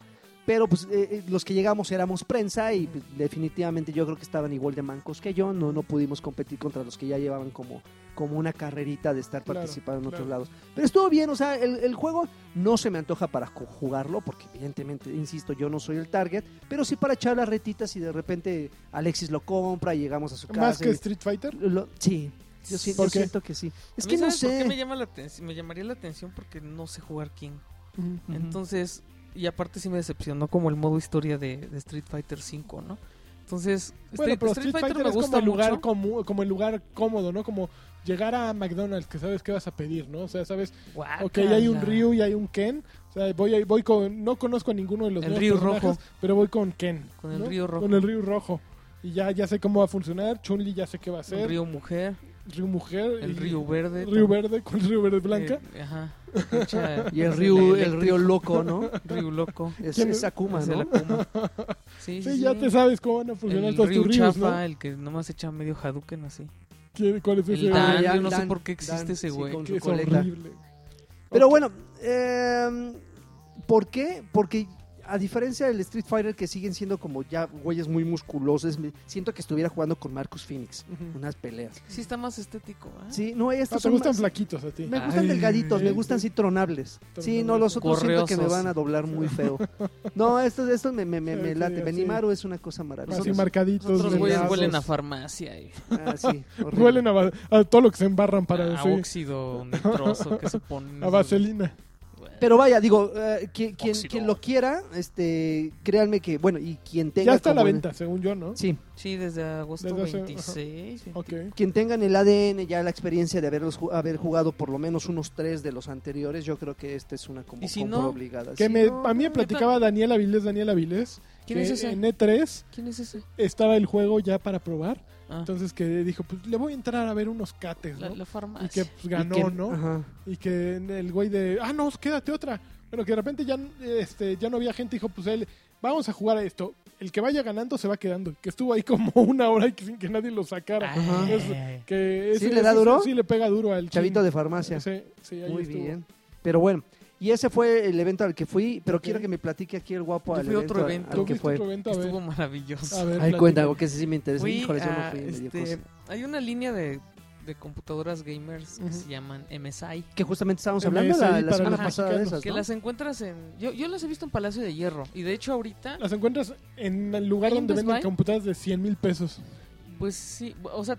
Pero pues eh, eh, los que llegamos éramos prensa y pues, definitivamente yo creo que estaban igual de mancos que yo. No, no pudimos competir contra los que ya llevaban como, como una carrerita de estar
Claro,
participando en otros
claro.
lados. Pero estuvo bien, o sea, el, el juego no se me antoja para ju- jugarlo, porque evidentemente, insisto, yo no soy el target, pero sí para echar las retitas y de repente Alexis lo compra y llegamos a su casa.
Más que
y-
Street Fighter.
lo- sí, yo, si- yo
¿Por qué?
siento que sí. Es
A
que
mí,
no
¿sabes por qué me
sé.
llama la atención? Me llamaría la atención porque no sé jugar King.
Ujú.
Entonces, y aparte sí me decepcionó como el modo historia de, de Street Fighter 5, ¿no? Entonces,
Bueno,
Street,
pero
Este, pues, Street
Street Fighter,
Fighter me
es como
gusta
el, lugar
mucho.
comú- como el lugar cómodo, ¿no? Como llegar a McDonald's que sabes qué vas a pedir, ¿no? O sea, sabes, ok,
Guácala.
hay un Ryu y hay un Ken. O sea, voy, a- voy con, no conozco a ninguno de los
El
nuevos
Ryu
personajes,
rojo.
pero voy con Ken.
Con el
¿no?
Ryu rojo.
Con el Ryu rojo. Y ya, ya sé cómo va a funcionar. Chun-Li ya sé qué va a
El
hacer. Ryu,
río mujer,
mujer. y
el río verde.
Ryu verde con Ryu verde blanca.
Eh, ajá. Hecha-
Y el
hecha
río,
de
el río loco, ¿no?
elec- río loco.
Es,
¿Quién-
es Akuma,
Es
¿no?
el Akuma. Sí,
sí, ya te sabes cómo van a funcionar
El
todos
río
tus Ryus,
chafa,
¿no?
el que nomás echa medio Hadouken así.
¿Quién- ¿Cuál es ese?
El
Ah,
Dan,
ya,
yo no sé
Dan,
por qué existe
Dan,
ese
sí,
güey.
con-
que es
su coleta.
horrible.
Pero
Ok.
bueno, eh, ¿por qué? Porque a diferencia del Street Fighter, que siguen siendo como ya güeyes muy musculosos, me- siento que estuviera jugando con Marcus Phoenix.
Ujú.
Unas peleas.
Sí está más estético, ¿eh?
Sí, no,
Ah,
estos
te
son
gustan
más-
flaquitos a ti.
Me gustan
Ay.
delgaditos, me
Sí,
gustan
sí.
sí tronables. Sí, no, los otros siento que me
Correosos.
van a doblar muy feo. No, estos, estos me, me, me, me
Sí,
late.
sí,
Benimaru es una cosa maravillosa.
Así marcaditos.
Los otros güeyes
delgados.
huelen a farmacia. Y...
Ah, sí, horrible.
Huelen a, va- a todo lo que se embarran para
a
sí,
óxido nitroso que se ponen.
a
esos-
vaselina.
Bueno,
Pero vaya, digo, eh, quien, quien,
Óxido.
quien lo quiera, este, créanme que, bueno, y quien tenga...
Ya está a la
como el-
venta, según yo, ¿no?
Sí,
Sí, desde agosto
Desde hace-
26.
Ok.
quien tengan el ADN, ya la experiencia de haberlos, ju- haber jugado por lo menos unos tres de los anteriores, yo creo que esta es una como
¿Y si
compra
no?
obligada.
Que
Sí,
me,
no,
a mí me platicaba Daniel Avilés, Daniel Avilés,
¿Quién
que
es ese?
en E3
¿Quién es ese?
estaba el juego ya para probar,
Ah,
entonces que dijo, pues le voy a entrar a ver unos cates,
la,
¿no?
la
Y que
farmacia.
pues, ganó,
y que-
¿no?
ajá.
Y que el güey de, ah, no, quédate otra. Bueno, que de repente ya, este, ya no había gente, dijo, pues él, vamos a jugar a esto. El que vaya ganando se va quedando. Que estuvo ahí como una hora y que, sin que nadie lo sacara.
Ajá.
Es- que
¿Sí
ese-
le da
ese-
duro?
Sí, le pega duro al
Chavito
chin.
de farmacia.
Sí, sí, ahí
Muy
estuvo.
bien. Pero bueno, y ese fue el evento al que fui, pero
Ok.
quiero que me platique aquí el guapo
Yo
al
fui a
evento,
otro
al-
evento.
al
¿Tú
que
fuiste
fue.
otro evento? A ver,
Estuvo maravilloso.
a ver,
Ay,
platica.
cuenta, algo que ese sí me interesa.
Fui
Híjole, yo no
a,
fui, me dio
este,
cosa.
hay una línea de, de computadoras gamers que
Ujú.
se llaman MSI.
Que justamente estábamos
MSI
hablando la, la
para
semana
los
pasada de
mexicanos.
esas,
Que
¿no?
las encuentras en. Yo, yo las he visto en Palacio de Hierro. Y de hecho, ahorita.
Las encuentras en el lugar
¿Hay un
donde
Best
venden
Buy?
computadoras de 100 mil pesos.
Pues sí. O sea,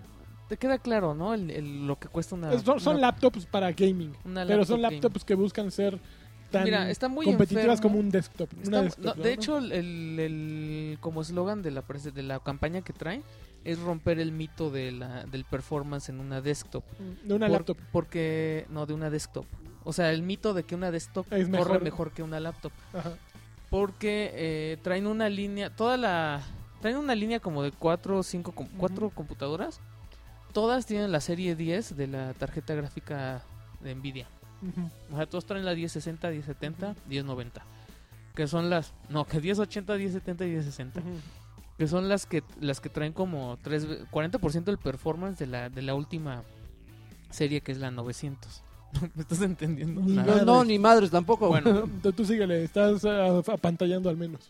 te queda claro, ¿no? El, el- lo que cuesta una.
Es- son son
una-
laptops para gaming.
una
pero son
Ah, laptop gamer.
laptops que buscan ser tan
Mira, está muy
competitivas
enfermo.
como un desktop. una este,
Está-
desktop,
no,
¿no?
de hecho, el, el- el- como eslogan de la, pres- de la campaña que trae es romper el mito de la, del performance en una desktop.
de una
Por-
laptop.
Porque, no, de una desktop. O sea, el mito de que una desktop
Es mejor.
corre mejor que una laptop.
Ajá.
Porque eh, traen una línea, toda la... Traen una línea como de cuatro o cinco, com-
Ujú.
cuatro computadoras. Todas tienen la serie 10 de la tarjeta gráfica de NVIDIA.
Ujú.
O sea, todos traen la 1060, 1070, 1090. Que son las. No, que 1080, 1070 y 1060.
Ujú.
Que son las que, las que traen como tres ve- 40% del performance de la, de la última serie, que es la 900. ¿Me estás entendiendo?
Ni
Nada.
yo.
No, no, ni madres tampoco.
Bueno,
Tú- Tú síguele, estás ah, apantallando al menos.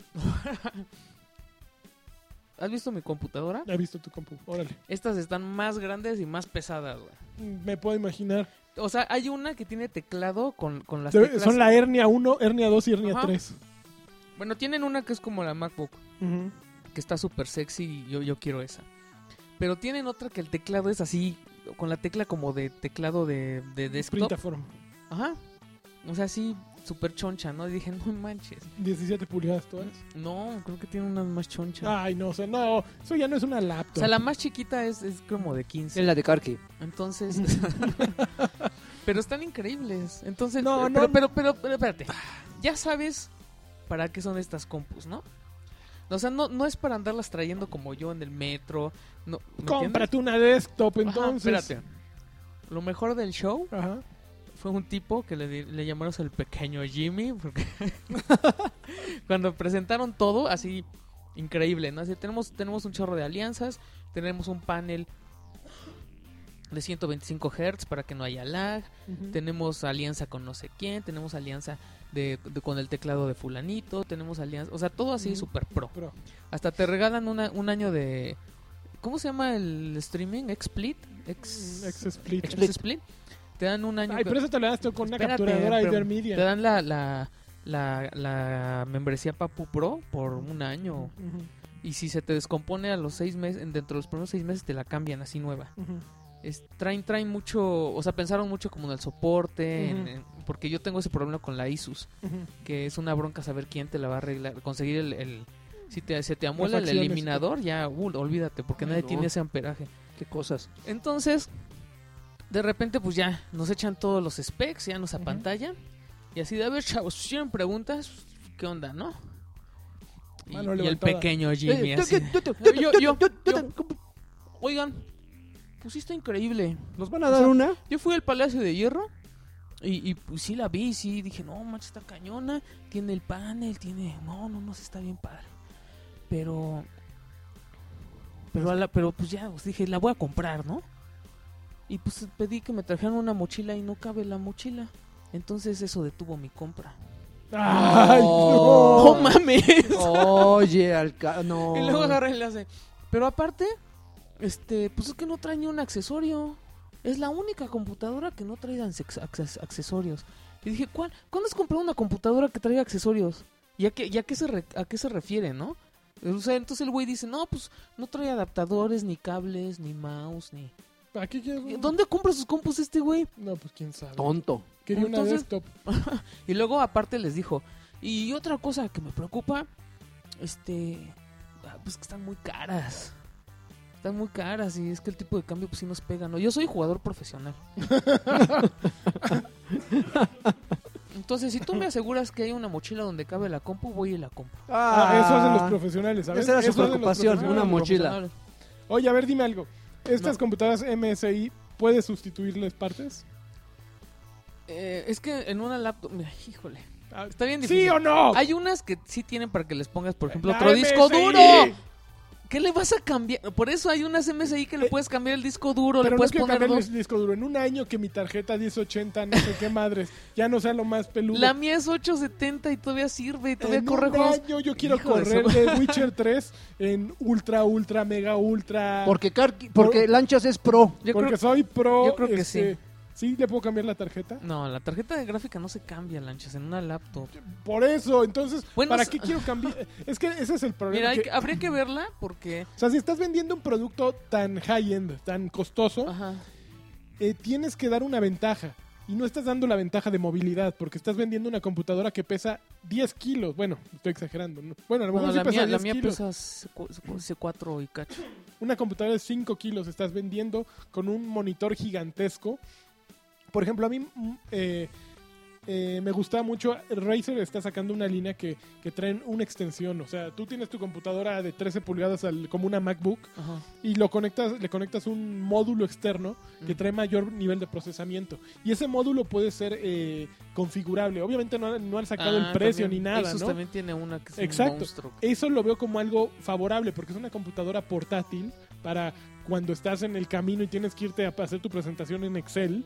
¿Has visto mi computadora?
He visto tu compu. Órale.
Estas están más grandes y más pesadas, güey.
Me puedo imaginar.
O sea, hay una que tiene teclado con, con las
Se ve-
teclas.
son la hernia 1, hernia 2 y hernia
Ajá.
3.
Bueno, tienen una que es como la MacBook. que está súper sexy y yo, yo quiero esa. Pero tienen otra que el teclado es así, con la tecla como de teclado de, de desktop.
Printaform.
Ajá. O sea, así súper choncha, ¿no? Y dije, no manches.
17 pulgadas todas.
No, creo que tiene una más choncha.
Ay, no, o sea, no. Eso ya no es una laptop.
O sea, la más chiquita es, es como de 15.
En la de Karki.
Entonces... pero están increíbles. Entonces...
No,
No,
no.
pero, pero, pero, pero, espérate. Ya sabes para qué son estas compus, ¿no? O sea, no, no es para andarlas trayendo como yo en el metro. No, ¿me entiendes?
Cómprate una desktop
Ajá,
entonces.
espérate. Lo mejor del show
Ajá.
fue un tipo que le, di- le llamaron el pequeño Jimmy. Porque cuando presentaron todo, así increíble, ¿no? Así, tenemos, tenemos un chorro de alianzas, tenemos un panel de 125 Hz para que no haya lag,
Ujú.
tenemos alianza con no sé quién, tenemos alianza de, de- con el teclado de fulanito, tenemos alianza, o sea, todo así
Ujú.
super pro.
Pero,
Hasta te regalan una- un año de... ¿Cómo se llama el streaming? ¿Xsplit?
mm,
¿X-
X-Split.
¿Xsplit? Te dan un año...
Ay, pero eso te lo das tú con una
Espérate,
capturadora
pero
Ibermedia.
Te dan la, la, la, la membresía Papu Pro por un año.
Ujú,
Y si se te descompone a los seis meses, dentro de los primeros seis meses te la cambian así nueva.
ujú.
Es- traen, traen mucho, o sea, pensaron mucho como en el soporte, en-
Ujú.
en- porque yo tengo ese problema con la ISUS,
Ujú.
que es una bronca saber quién te la va a arreglar, conseguir el... el- si te, se te amuela el
facciones,
eliminador, ya, uh, olvídate, porque
Ay,
nadie
no.
tiene ese amperaje.
Qué cosas.
Entonces, de repente, pues ya nos echan todos los specs, ya nos
Ujú.
apantallan. Y así de, a ver, chavos, si tienen preguntas, ¿qué onda, no? Y,
Mano
y el
levantada.
pequeño Jimmy
Eh,
así. de,
tu- tu- tu-
Yo-
tu-
yo-
tu- tu-
yo-
tu-
Oigan, pues sí está increíble.
¿Nos van a dar una?
Yo fui al Palacio de Hierro y, y, pues sí la vi, sí dije, no, manches, está cañona, tiene el panel, tiene... No, no, no, sí está bien padre. Pero... Pero, a la- pero pues ya, pues, dije, la voy a comprar, ¿no? Y pues pedí que me trajeran una mochila y no cabe la mochila. Entonces eso detuvo mi compra.
Ay,
No.
¡No
no.
mames!
Oye, alca... No.
Y luego agarré el enlace. Pero aparte, este, pues es que no trae ni un accesorio. Es la única computadora que no trae ansex- acces- accesorios. Y dije, ¿cuál? ¿Cuándo has comprado una computadora que traiga accesorios? ¿Y a qué, y a qué, se, re- a qué se refiere, no? O sea, entonces el güey dice, no, pues no trae adaptadores, ni cables, ni mouse, ni...
Aquí quiero-
¿Dónde compra sus compus este güey?
No, pues quién sabe.
Tonto.
Quería una
Entonces-
desktop.
Y luego aparte les dijo, y otra cosa que me preocupa, este, ah, pues que están muy caras. Están muy caras y es que el tipo de cambio pues sí nos pega, ¿no? Yo soy jugador profesional. Entonces, si tú me aseguras que hay una mochila donde cabe la compu, voy y la compro.
Ah, eso hacen los profesionales, ¿sabes?
Esa era su
Eso hacen los
preocupación,
profesionales.
una mochila.
Ah, Profesional.
Oye, a ver, dime algo. ¿Estas
No.
computadoras MSI puedes sustituirles partes?
Eh, es que en una laptop, mira, híjole,
Ah,
está bien difícil.
¿Sí o no?
Hay unas que sí tienen para que les pongas, por ejemplo,
La
otro disco
MSI.
duro. ¿Qué le vas a cambiar? Por eso hay unas MSI que le
Eh,
puedes cambiar el disco duro,
Pero
le
no
puedes
quiero
poner
cambiar
dos.
el disco duro. En un año que mi tarjeta 1080, no sé qué madres, ya no sea lo más peludo.
La mía es 870 y todavía sirve y todavía
en
corre
un
juegos.
año yo quiero
Hijo de
correr
su-
de Witcher 3 en ultra, ultra, mega, ultra.
Ah. Porque, Car- porque Lanchas es pro.
Yo
porque
creo-
soy pro.
yo creo que
este, sí. le puedo cambiar la tarjeta?
No, la tarjeta de gráfica no se cambia, lanchas, en una laptop.
Por eso, entonces,
Bueno,
¿para
es-
qué quiero cambiar? Es que ese es el problema.
Mira, hay
que-
que- habría que verla porque.
O sea, si estás vendiendo un producto tan high-end, tan costoso,
Ajá.
eh, tienes que dar una ventaja. Y no estás dando la ventaja de movilidad, porque estás vendiendo una computadora que pesa 10 kilos. Bueno, estoy exagerando. ¿no? Bueno, a lo mejor
Bueno,
sí
la,
pesa
mía,
10
la mía
kilos.
pesa C4 C4 y cacho.
Una computadora de 5 kilos estás vendiendo con un monitor gigantesco. Por ejemplo, a mí mm, eh, eh, me gustaba mucho. Razer está sacando una línea que, que traen una extensión. O sea, tú tienes tu computadora de 13 pulgadas al- como una MacBook
Ajá.
y lo conectas, le conectas un módulo externo que
Mm.
trae mayor nivel de procesamiento. Y ese módulo puede ser eh, configurable. Obviamente no, han- no han sacado
Ah,
el precio
también.
ni nada,
Asus
¿no?
también tiene una que es
Exacto.
un monstruo.
Eso lo veo como algo favorable porque es una computadora portátil para cuando estás en el camino y tienes que irte a hacer tu presentación en Excel.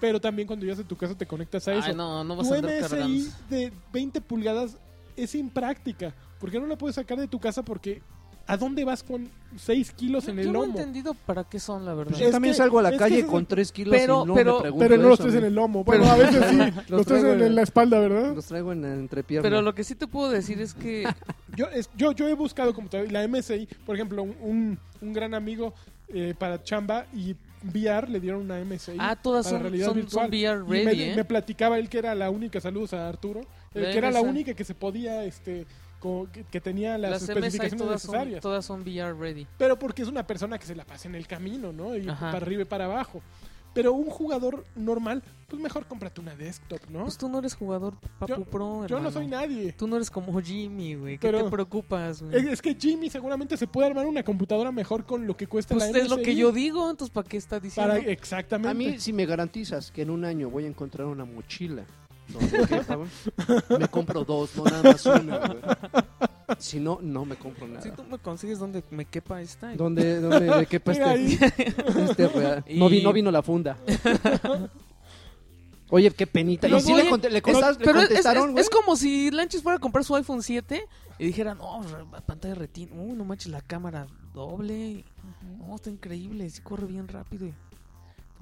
Pero también cuando llegas a tu casa te conectas a eso.
Ay, no, no vas
tu
a andar cargando.
MSI de 20 pulgadas es impráctica. porque no la puedes sacar de tu casa? Porque ¿a dónde vas con 6 kilos en
Yo
el
no he
lomo?
entendido para qué son, la verdad.
Pues
Yo
es
también
que-
salgo a la
es que ese
calle
es
con
el-
3 kilos
Pero-
y no
pero-
me pregunto
Pero no los
eso,
traes en
amigo.
el lomo. Bueno,
Pero-
a veces sí.
Los
los traes
traigo
en, en la espalda, ¿verdad?
Los traigo en la entrepierna.
Pero lo que sí te puedo decir es que
Yo, es- yo, yo he buscado computador y la MSI, por ejemplo, un, un, un gran amigo eh, para chamba y VR le dieron una MSI.
Ah, todas
para
son,
realidad
son,
virtual.
son VR
Y
ready,
me,
¿eh?
me platicaba él que era la única, saludos a Arturo, eh,
La
que era la
MSI.
única que se podía, este, co- que, que tenía las,
Las MSI
especificaciones
todas son,
necesarias.
todas son VR ready.
Pero porque es una persona que se la pasa en el camino, ¿no? Y
Ajá.
para arriba y para abajo. Pero un jugador normal, pues mejor cómprate una desktop, ¿no?
Pues tú no eres jugador Papu
Yo-
Pro,
Yo no
hermano.
soy nadie.
Tú no eres como Jimmy, güey. ¿Qué
Pero-
te preocupas,
Es,
güey?
es que Jimmy seguramente se puede armar una computadora mejor con lo que cuesta
Pues
la
es lo
NSI.
que yo digo, entonces ¿para qué estás diciendo?
Para, exactamente.
A mí, si me garantizas que en un año voy a encontrar una mochila, donde quepa, güey, me compro dos, no nada más una. güey. Si no, no me compro
Si
nada.
tú me consigues donde me quepa esta.
¿Dónde, dónde de quepa
Mira
este,
ahí.
este real? No, vi-
Y-
no vino la funda. Oye, qué penita. Y
No,
sí
oye,
le, conte- le
Pero-
contestas- le
pero es- es,
contestaron,
es-
güey.
es como si Lanchis fuera a comprar su iPhone 7 y dijera, no, re- pantalla retina, uy, no manches, la cámara doble, no, está increíble, sí corre bien rápido y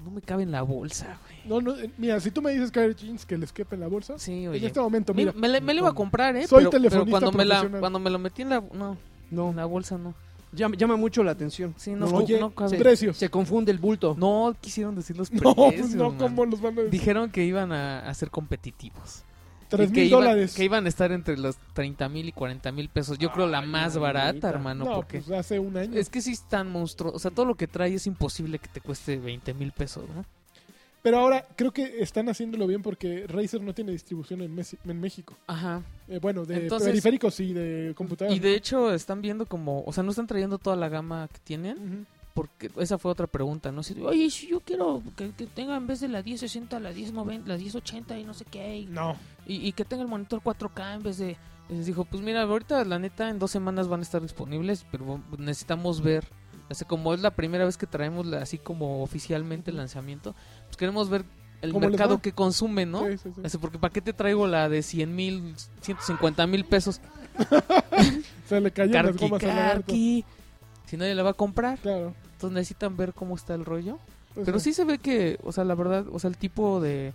no me cabe en la bolsa, güey.
No, no, eh, mira, si tú me dices que hay jeans que les quepa en la bolsa,
Sí,
en
oye.
este momento,
Me,
mira,
me le- me lo iba a comprar, ¿eh?
Soy
pero, pero
telefonista
cuando me, la,
profesional.
cuando me lo metí en la, no, en
No,
la bolsa, no.
llama, llama mucho la atención.
Sí, no,
No,
cu-
oye,
no cabe.
sí.
precios.
Se confunde el bulto.
No quisieron decir los
No, pues
precios,
no,
man.
¿cómo los van a decir?
Dijeron que iban a, a ser competitivos.
Tres
Y que
mil
iban-
dólares.
Que iban a estar entre los 30 mil y 40 mil pesos. Yo creo la
Ay,
más
manita.
barata, hermano,
No,
porque...
pues hace un año.
Es que sí es tan monstruoso. O sea, todo lo que trae es imposible que te cueste 20 mil pesos, ¿no?
Pero ahora creo que están haciéndolo bien porque Razer no tiene distribución en, Mexi- en México.
Ajá.
Eh, bueno, de
Entonces-
periféricos y de computadoras.
Y de hecho están viendo como... O sea, no están trayendo toda la gama que tienen.
Ujú.
Porque esa fue otra pregunta, ¿no? Si, Oye, si yo quiero que, que tenga en vez de la 1060, la 1090, la 1080 y no sé qué. Y,
No.
y- y que tenga el monitor 4K en vez de... Les dijo, pues mira, ahorita la neta en dos semanas van a estar disponibles, pero necesitamos ver. O sea, como es la primera vez que traemos la- así como oficialmente el lanzamiento, pues queremos ver el
¿Cómo les
mercado
va?
que consume, ¿no?
Sí, sí, sí.
Así, porque ¿para qué te traigo la de 100 mil, 150 mil pesos?
Se le cayeron las
Carqui,
gomas al lagarto.
carqui. Si nadie la va a comprar.
Claro.
Entonces necesitan ver cómo está el rollo.
Pues
Pero sí se ve que, o sea, la verdad, o sea, el tipo de...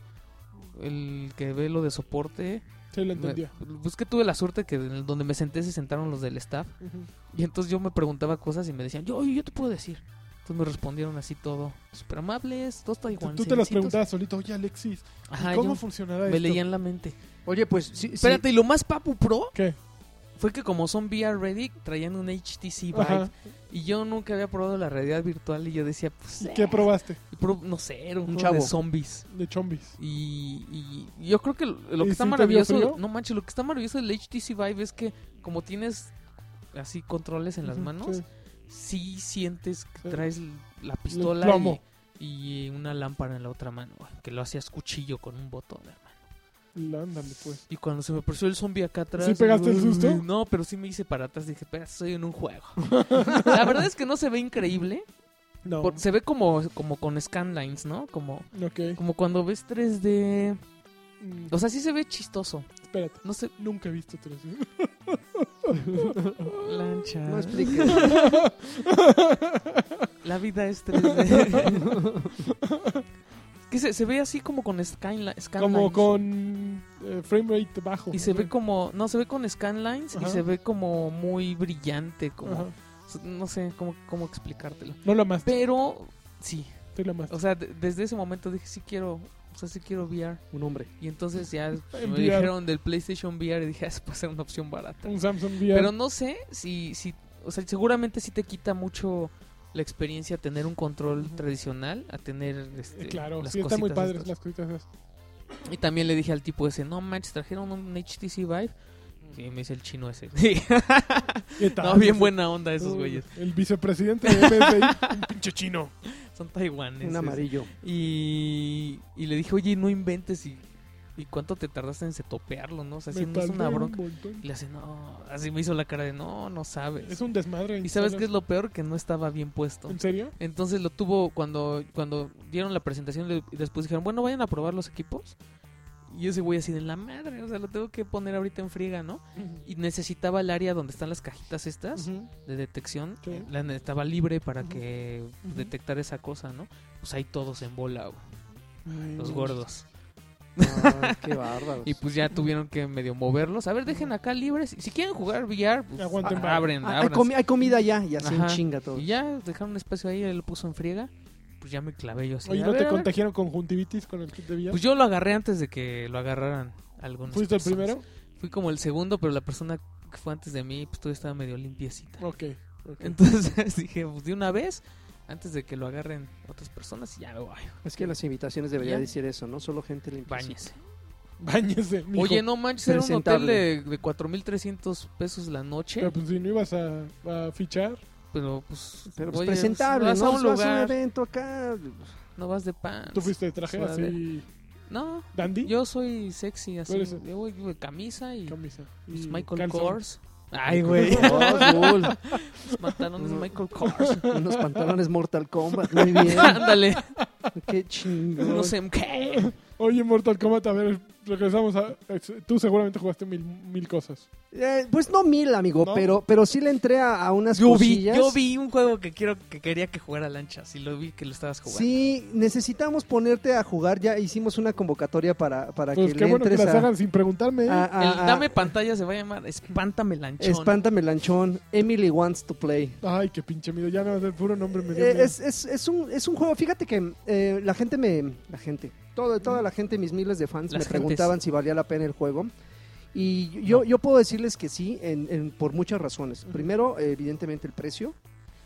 El que ve lo de soporte.
Sí, lo
me-
entendía.
Pues que tuve la suerte que en el- donde me senté se sentaron los del staff.
Ujú.
Y entonces yo me preguntaba cosas y me decían, yo, yo te puedo decir. Entonces me respondieron así todo. Super amables, dos
Tú,
taiwaneses.
tú te las preguntabas solito, oye Alexis, ¿y
Ajá,
¿cómo
yo
funcionará
me
esto?
leían la mente.
Oye, pues sí, sí.
Espérate, y lo más papu pro
¿Qué?
fue que como son VR ready, traían un HTC Vive.
Ajá.
Y yo nunca había probado la realidad virtual y yo decía, pues,
¿Y
eh,
¿Qué probaste?
pro- no sé, era un,
Un
juego
chavo.
de zombies.
De chombis.
Y, y yo creo que lo, lo
¿Y
que está
sí te dio frío?
maravilloso, no manches, lo que está maravilloso del HTC Vive es que como tienes así controles en las
Ujú,
manos,
sí.
sí sientes que
Sí.
traes l- la pistola
plomo.
y, y una lámpara en la otra mano, güey, que lo hacías cuchillo con un botón, hermano.
La- Ándale, pues.
Y cuando se me apareció el zombie acá atrás. "Mm,
¿Sí pegaste el susto?
No, pero sí me hice para atrás. Dije, espera, soy en un juego. la verdad es que no se ve increíble.
No.
por- se ve como, como con scanlines, ¿no? Como,
Ok.
como cuando ves 3D.
Mm,
O sea, sí se ve chistoso.
Espérate.
No sé.
Nunca he visto tres.
Lancha.
No expliques.
La vida es 3D. Es que se, se ve así como con scanli- scanlines.
Como con eh, frame rate bajo.
Y se
¿no?
ve como, no, se ve con scanlines
Ajá.
y se ve como muy brillante, como,
Ajá.
no sé cómo, cómo explicártelo.
No lo amaste.
Pero, sí,
Sí lo amaste.
o sea, de- desde ese momento dije, sí quiero, o sea, sí quiero VR.
Un hombre.
Y entonces ya me
VR.
dijeron del PlayStation VR y dije, ah, esa puede ser una opción barata.
Un Samsung VR.
Pero no sé si, si, o sea, seguramente sí te quita mucho la experiencia tener un control
Ujú.
tradicional a tener este,
Eh, claro,
las
sí, están muy
cositas
padres
estas.
las cositas esas.
Y también le dije al tipo ese, no manches, trajeron un HTC Vive.
Mm.
Y me dice el chino ese.
¿Qué tal?
no, bien buena onda esos
Uy,
güeyes.
El vicepresidente de MSI, un pinche chino.
Son taiwaneses.
Un amarillo.
Y, y le dije, oye, no inventes. ¿Y, y cuánto te tardaste en setopearlo, no? O sea,
Me
si no es
tardé
una
un
bronca.
montón.
Y le hace, no. Así me hizo la cara de, no, no sabes.
Es un desmadre.
Y sabes qué es
instalar-
lo peor, que no estaba bien puesto.
¿En serio?
Entonces lo tuvo cuando, cuando dieron la presentación le- y después dijeron, bueno, vayan a probar los equipos. Y ese güey así de la madre, o sea, lo tengo que poner ahorita en friega, ¿no? Y necesitaba el área donde están las cajitas estas
Ujú.
de detección.
Sí.
eh, La ne- estaba libre para
Ujú.
que
Ujú.
detectara esa cosa, ¿no? Pues ahí todos en bola, güey,
Ay,
los
no.
gordos.
Ay, Ah, qué bárbaro.
Y pues ya tuvieron que medio moverlos. A ver, dejen acá libres. Si quieren jugar billar, pues
Aguanten,
a-
vale.
abren,
Ah, hay,
ábranse.
comi- hay comida ya, ya se
Ajá.
chinga todo.
Y ya dejaron un espacio ahí, él lo puso en friega. Pues ya me clavé yo así.
Oye,
a
¿no
ver,
te
a ver.
contagiaron conjuntivitis con el kit de Villar?
Pues yo lo agarré antes de que lo agarraran algunos.
¿Fuiste el primero?
Fui como el segundo, pero la persona que fue antes de mí, pues todavía estaba medio limpiecita.
Ok. ok.
Entonces dije, pues de una vez. Antes de que lo agarren otras personas y ya me voy.
Es que en las invitaciones debería
Ya.
decir eso, ¿no? Solo gente limpia.
Báñese.
Báñese, mijo.
Oye, no manches, era un hotel
Presentable.
de, de 4.300 pesos la noche.
Pero pues si no ibas a, a fichar,
Pero pues.
Pero pues,
oye,
presentable,
vas
¿no?
a
Pues
un
vas a un
lugar,
evento acá.
no vas de pan.
tú fuiste de traje
Suave.
así.
No,
Dandy.
pues, yo soy sexy, así.
eres-
Yo voy de camisa y.
Camisa.
pues,
y
Michael
calzón.
Kors. Ay, güey.
Oh, cool.
Los pantalones
No.
Michael Kors.
Unos pantalones Mortal Kombat. Muy bien.
Ándale.
Qué chingón.
No sé, ¿qué?
Oye, Mortal Kombat, a ver, regresamos a. Tú seguramente jugaste mil, mil cosas.
Eh, pues no mil, amigo,
¿No?
pero, pero sí le entré a, a unas
Yo vi,
cosillas.
yo vi un juego que quiero que quería que jugara Lancha. Si lo vi que lo estabas jugando.
Sí, necesitamos ponerte a jugar. Ya hicimos una convocatoria para, para
Pues
que
qué
le
bueno que
entres
las
a-
hagan sin preguntarme. ¿eh?
a- a-
El
a-
dame pantalla se va a llamar Espántame Lanchón.
Espántame lanchón. Emily wants to play.
Ay, qué pinche miedo. Ya nada más el puro nombre me dio.
Eh,
miedo.
es, es- es un, es un juego, fíjate que eh, la gente me... La gente, todo, toda la gente, mis miles de
Las
fans, me
gentes.
preguntaban si valía la pena el juego. Y yo, yo puedo decirles que sí, en- en- por muchas razones.
Ujú.
Primero, eh, evidentemente, el precio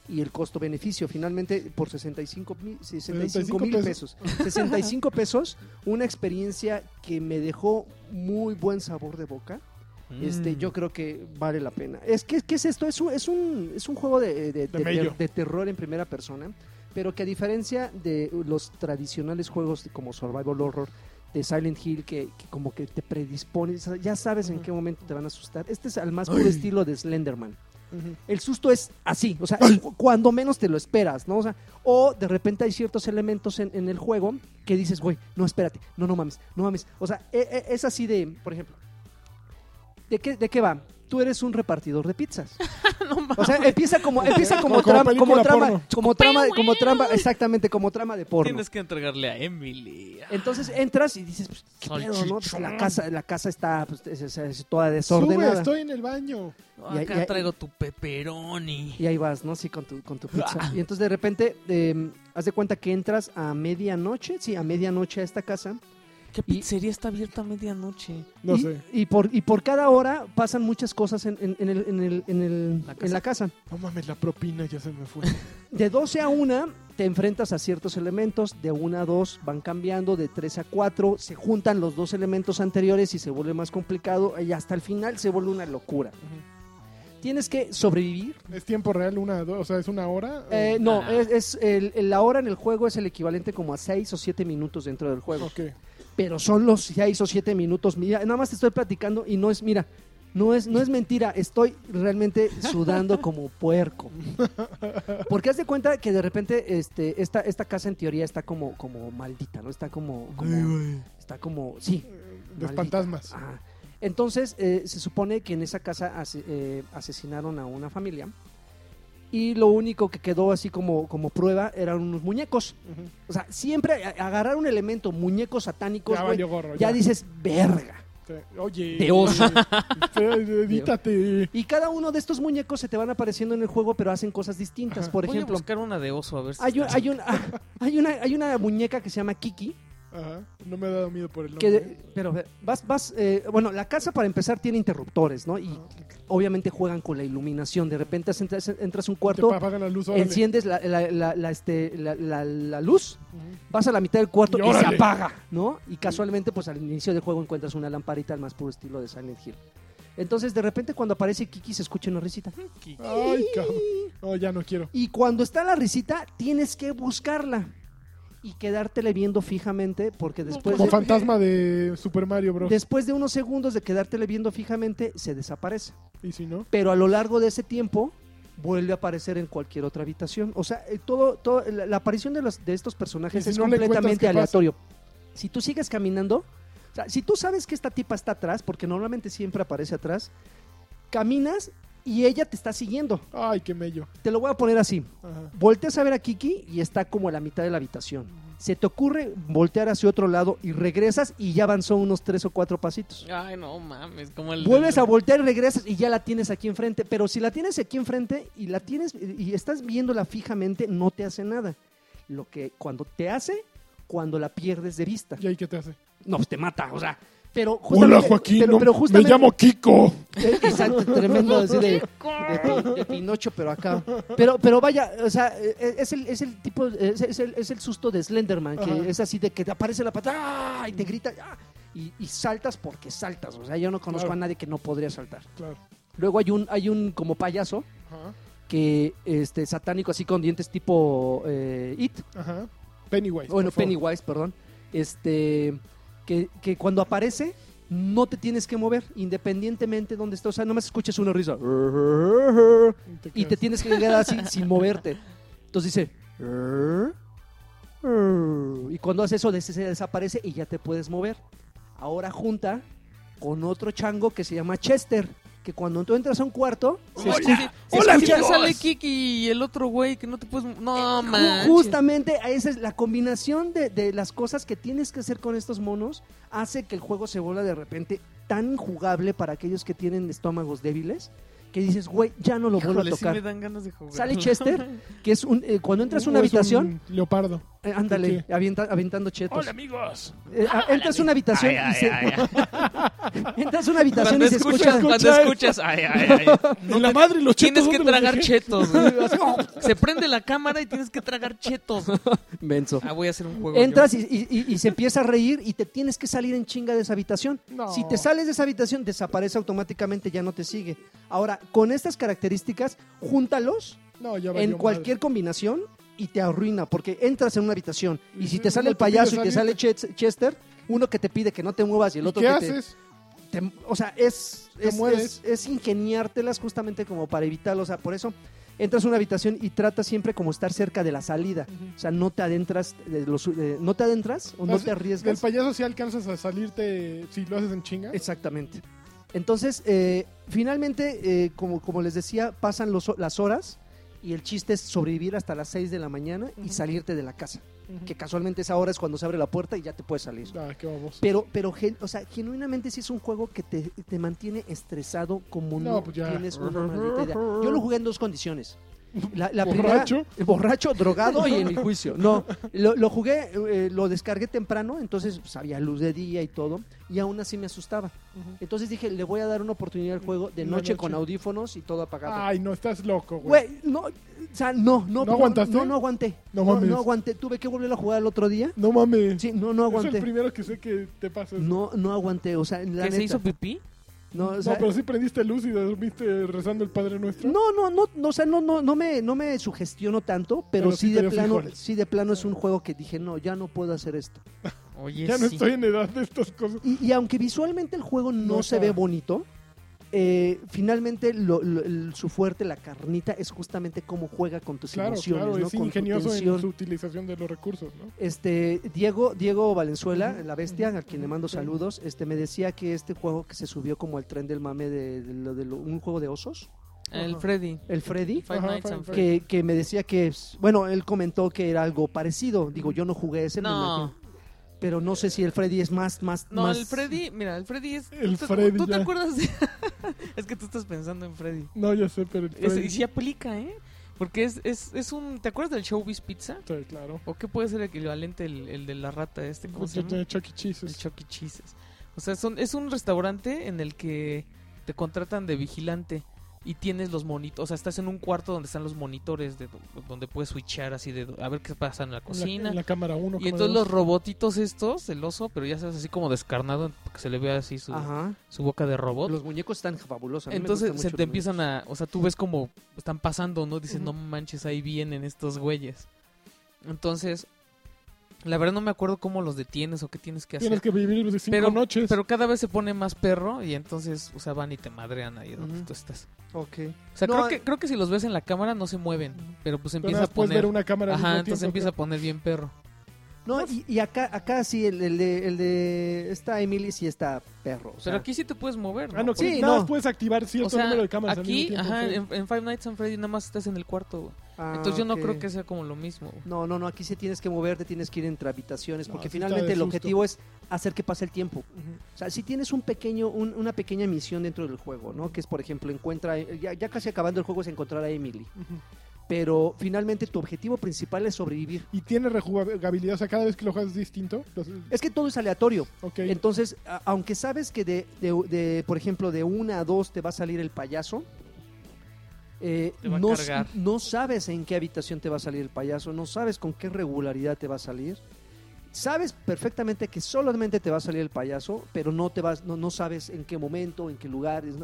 y el costo-beneficio. Finalmente, por 65 mil 65 mil pesos. 65 pesos, una experiencia que me dejó muy buen sabor de boca.
Mm.
Este, yo creo que vale la pena. Es que ¿qué es esto? Es un, es un, es un juego de, de- de ter-
mello.
de terror en primera persona, pero que a diferencia de los tradicionales juegos como Survival Horror de Silent Hill, que, que como que te predispones, ya sabes en
Ujú.
qué momento te van a asustar. Este es al más puro estilo de Slenderman.
Ujú.
El susto es así, o sea, cu- cuando menos te lo esperas, ¿no? O sea, o de repente hay ciertos elementos en, en el juego que dices, güey, no, espérate, no, no mames, no mames. O sea, e- e- es así de, por ejemplo, ¿de qué, de qué va? Tú eres un repartidor de pizzas. O sea, empieza como, empieza
Como-
como,
como
tram- como
película
trama,
porno.
como trama, como trama, exactamente, como trama de porno.
Tienes que entregarle a Emily.
Entonces entras y dices, pues, ¿qué pedo, no? Pues, la
Salchichón.
casa, la casa está pues, es- es- es toda
Sube,
desordenada.
estoy en el baño.
Y-
Acá
y-
traigo tu pepperoni.
Y ahí vas, ¿no? Sí, con tu, con tu
Ah.
pizza. Y entonces de repente, eh, haz de cuenta que entras a medianoche, sí, a medianoche a esta casa.
¿Qué pizzería está abierta a medianoche?
No
y,
sé.
Y por, y por cada hora pasan muchas cosas en, en- en el- en el- en el-
La casa.
en la casa.
No mames, la propina ya se me fue.
De 12 a 1 te enfrentas a ciertos elementos, de 1 a 2 van cambiando, de 3 a 4 se juntan los dos elementos anteriores y se vuelve más complicado y hasta el final se vuelve una locura. Tienes que sobrevivir.
¿Es tiempo real? una, dos, O sea, ¿es una hora? o-
Eh, no,
Ah.
es, es el- el- la hora en el juego es el equivalente como a 6 o 7 minutos dentro del juego.
Ok.
pero son los 6 o 7 minutos. Mira, nada más te estoy platicando y no es, mira, no es, no es mentira, estoy realmente sudando como puerco. Porque haz de cuenta que de repente este, esta, esta casa en teoría está como, como maldita, ¿no? Está como, como está como, sí,
De espantasmas.
Ajá. Entonces, eh, se supone que en esa casa ase- eh, asesinaron a una familia. Y lo único que quedó así como, como prueba eran unos muñecos.
Ujú.
O sea, siempre a- agarrar un elemento, muñecos satánicos,
Ya
güey,
valió gorro.
ya dices, verga.
Te- Oye.
De oso.
eh, Edítate.
Y cada uno de estos muñecos se te van apareciendo en el juego, pero hacen cosas distintas.
Ajá.
Por
Voy a
ejemplo,
buscar una de oso a ver si
hay, un-
está.
hay, un- ah, hay, una, hay una muñeca que se llama Kiki,
Ajá. No me ha dado miedo por el nombre.
que de- pero vas, vas, eh, bueno, la casa para empezar tiene interruptores, ¿no? Y
Ah.
obviamente juegan con la iluminación. De repente entras, entras a un
Te
cuarto,
apagan la luz. órale.
enciendes la, la- la- la, este, la- la- la luz,
Ujú.
vas a la mitad del cuarto
Y
y se
órale.
apaga, ¿no? Y casualmente, pues al inicio del juego encuentras una lamparita al más puro estilo de Silent Hill. Entonces, de repente, cuando aparece Kiki, se escucha una risita.
Ay, cabrón. No, ya no quiero.
Y cuando está la risita, tienes que buscarla y quedártele viendo fijamente, porque después,
Como
de,
fantasma de Super Mario Bros.
después de unos segundos de quedártele viendo fijamente, se desaparece.
¿Y si no?
Pero a lo largo de ese tiempo, vuelve a aparecer en cualquier otra habitación. O sea, eh, todo, todo la, la aparición de, los, de estos
Y
personajes
si
es
no le encuentras,
completamente
¿qué pasa?
aleatorio. Si tú sigues caminando, o sea, si tú sabes que esta tipa está atrás, porque normalmente siempre aparece atrás, caminas y ella te está siguiendo.
Ay, qué mello.
Te lo voy a poner así.
Ajá.
Volteas a ver a Kiki y está como a la mitad de la habitación. Se te ocurre voltear hacia otro lado y regresas y ya avanzó unos tres o cuatro pasitos.
Ay, no mames, como el
Vuelves a voltear y regresas y ya la tienes aquí enfrente. Pero si la tienes aquí enfrente y la tienes y estás viéndola fijamente, no te hace nada. Lo que cuando te hace, cuando la pierdes de vista.
¿Y ahí qué te hace?
No, pues te mata. O sea, Pero
Hola
justamente-
Joaquín,
pero-
no-
pero justamente-
me llamo Kiko.
Eh, Exacto, tremendo así de, de, Pi- de Pinocho, pero acá. Pero, pero vaya, o sea, eh, es el, es el tipo, es, es el, es el susto de Slenderman, que
Ajá.
es así de que te aparece la pata ¡ah! y te grita ¡ah! y, y saltas porque saltas. O sea, yo no conozco
Claro.
a nadie que no podría saltar.
Claro.
Luego hay un, hay un como payaso
Ajá.
que este satánico así con dientes tipo eh, It,
Ajá. Pennywise.
bueno,
por favor.
Pennywise, perdón, este, que, que cuando aparece no te tienes que mover independientemente donde estés, o sea, nomás escuchas una risa y te
quedas.
tienes que quedar así sin moverte. Entonces dice y cuando hace eso des- se desaparece y ya te puedes mover. Ahora junta con otro chango que se llama Chester, que cuando tú entras a un cuarto se
Oye,
escucha-
si- si
hola,
escuchas
amigos. Eh,
sale Kiki y el otro güey que no te puedes... No,
Ju-
man.
Justamente a esa es la combinación de, de las cosas que tienes que hacer con estos monos hace que el juego se vuelva de repente tan jugable para aquellos que tienen estómagos débiles que dices, güey, ya no lo vuelvo a tocar.
me dan ganas de jugar.
Sale Chester, que es un eh, cuando entras a una
O Uh, es
habitación,
un leopardo.
eh, ándale,
¿Qué?
avienta- aventando chetos.
amigos.
Eh, a- entras a una habitación y se entras a una habitación
Cuando
y se
escuchas,
escucha
cuando
escucha-
escuchas, ay, ay, ay.
Y la madre, los chetos.
Tienes que
¿dónde los
tragar
dejé?
chetos. güey. Se prende la cámara y tienes que tragar chetos.
menso.
Ah, voy a hacer un juego.
Entras y, y- y- y se empieza a reír y te tienes que salir en chinga de esa habitación.
No.
Si te sales de esa habitación, desaparece automáticamente, ya no te sigue. Ahora, con estas características, júntalos
No, ya valió
en
madre.
cualquier combinación y te arruina, porque entras en una habitación y si
Ujú,
te sale
uno
el
te pide
payaso y te sale
salir.
Chet- Chester, uno que te pide que no te muevas y el
¿Y
otro
¿Qué
que te-
haces?
te, O sea, es,
Te
es,
mueres.
es, es ingeniártelas justamente como para evitarlo. O sea, por eso entras a una habitación y tratas siempre como estar cerca de la salida. O sea, no te adentras, de los- de- no te adentras o no
Las-
te
Del
arriesgas.
payaso si alcanzas a salirte si lo haces en chinga.
Exactamente. Entonces, eh, finalmente, eh, como, como les decía, pasan los ho- las horas y el chiste es sobrevivir hasta las 6 de la mañana y
Ujú.
salirte de la casa.
Ujú.
Que casualmente esa hora es cuando se abre la puerta y ya te puedes salir.
Ah, qué vamos.
Pero, pero, gen- o sea, genuinamente sí es un juego que te, te mantiene estresado como no,
No, pues ya.
tienes una maldita idea. Yo lo jugué en dos condiciones. La, la
¿Borracho?
primera, borracho, drogado y en mi juicio. No, lo, lo jugué, eh, lo descargué temprano, entonces pues, había luz de día y todo, y aún así me asustaba.
Ujú.
Entonces dije, le voy a dar una oportunidad al juego de
Una
noche con
noche.
audífonos y todo apagado.
Ay, no, estás loco, Ah, güey.
Güey, no, o sea, no, no,
¿No aguantaste?
No, no aguanté.
No
No,
mames.
no aguanté. Tuve que volver a jugar el otro día.
No mames.
Sí, no, no
Es el
aguanté.
primero que sé que te pasa. No,
No, no aguanté, o sea, la
¿Que se
neta.
hizo pipí?
No, o sea,
pero sí prendiste luz y dormiste rezando el Padre Nuestro.
no, no, no, no, o sea, no, no, no me, no me sugestiono tanto, pero,
Pero
sí,
sí te
de
dio
plano,
frijoles.
sí de plano es un juego que dije, no, ya no puedo hacer esto.
Oye,
ya no
sí.
estoy en edad de estas cosas.
Y, y aunque visualmente el juego no,
No
se
está.
ve bonito, eh, finalmente lo- lo- el- su fuerte, la carnita, es justamente cómo juega con tus
Claro,
emociones,
claro,
¿no?
es
Con tu
ingenioso en
tensión.
su utilización de los recursos, ¿no?
Este, Diego, Diego Valenzuela, la bestia, a quien le mando
Sí.
saludos, este, me decía que este juego que se subió como al tren del mame de, de lo- de lo- un juego de osos,
El
Ajá.
Freddy.
el Freddy,
Five
Ajá,
Nights
Five
and Freddy.
que, que me decía que, bueno, él comentó que era algo parecido. Digo, yo no jugué ese, me
No.
imagino. pero no sé si el Freddy es más, más,
No,
más-
el Freddy, mira, el Freddy es...
El
¿tú te-
Freddy
¿Tú te
ya.
acuerdas? de- es que tú estás pensando en Freddy.
No, ya sé, pero... el
Es-
Freddy-
y sí aplica, ¿eh? Porque es, es, es un... ¿Te acuerdas del Showbiz Pizza?
Sí, claro.
¿O qué puede ser equivalente el, el de la rata este? ¿Cómo se llama?
Tiene Chuck E. Cheese.
El Chucky Cheese's. Pues O sea, son, es un restaurante en el que te contratan de vigilante y tienes los monitores. O sea, estás en un cuarto donde están los monitores, de, do- donde puedes switchar así de do- a ver qué pasa en la
En la- en
cocina.
la, cámara 1.
y entonces los robotitos estos, el oso, pero ya sabes, así como descarnado, que se le vea así su,
Ajá.
su boca de robot.
Los muñecos están fabulosos. a mí me
Entonces
gustan
se
mucho
te
los
empiezan a... O sea, tú ves como están pasando, ¿no? Dices,
Ujú.
no manches, ahí vienen estos güeyes. Entonces, la verdad no me acuerdo cómo los detienes o qué tienes que hacer.
Tienes que vivir los cinco
Pero-
noches.
Pero cada vez se pone más perro y entonces, o sea, van y te madrean ahí donde
Ujú.
tú estás.
muñecos.
O sea,
No,
creo,
eh.
que, creo que si los ves en la cámara no se mueven, pero pues
Pero
empieza
nada
a
más puedes
poner...
ver una cámara al
Ajá,
mismo
entonces
tiempo,
empieza
creo.
a poner bien perro.
No, y, y acá, acá sí, el, el de, el de esta Emily sí está perro. o sea,
Pero aquí sí te puedes mover, ¿no?
Ah, no,
Sí,
sí, nada más
no.
puedes activar cierto
o sea,
número de cámaras al
aquí,
mismo tiempo,
ajá,
sí.
en, en Five Nights at Freddy nada más estás en el cuarto. güey.
ah,
Entonces yo no
ok.
creo que sea como lo mismo. güey.
No, no, no, aquí sí tienes que moverte, tienes que ir entre habitaciones,
No,
porque
sí está de
finalmente el
susto.
objetivo es hacer que pase el tiempo.
Ujú.
O sea, si tienes un pequeño, un- una pequeña eh, misión dentro del juego, ¿no? Que es, por ejemplo, encuentra, ya, ya casi acabando el juego es encontrar a Emily. pero finalmente tu objetivo principal es sobrevivir.
Y tiene rejugabilidad, o sea, cada vez que lo juegas es distinto. Los-
Es que todo es aleatorio.
ok.
Entonces, a- aunque sabes que de, de- de, por ejemplo, de una a dos te va a salir el payaso, eh,
Te va a
no, s-
cargar.
no sabes en qué habitación te va a salir el payaso, no sabes con qué regularidad te va a salir. Sabes perfectamente que solamente te va a salir el payaso, pero no te vas, no, no sabes en qué momento, en qué lugar. es-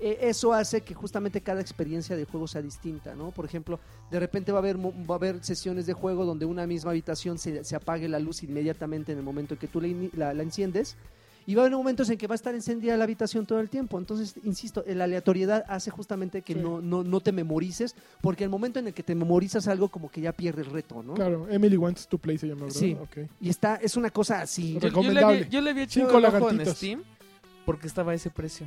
eh, Eso hace que justamente cada experiencia de juego sea distinta, ¿no? Por ejemplo, de repente va a haber, mo- va a haber sesiones de juego donde una misma habitación se, se apague la luz inmediatamente en el momento en que tú la, ini- la- la enciendes. Y va a haber momentos en que va a estar encendida la habitación todo el tiempo. Entonces, insisto, la aleatoriedad hace justamente que
Sí.
no, no, no te memorices, porque el momento en el que te memorizas algo, como que ya pierde el reto, ¿no?
Claro, Emily Wants to Play se llama, ¿verdad?
Sí.
Ok.
Y está, es una cosa
Yo, yo
así.
le
Recomendable.
había, yo le había echado
Cinco
el ojo en
lagartitos.
Steam porque estaba a ese precio.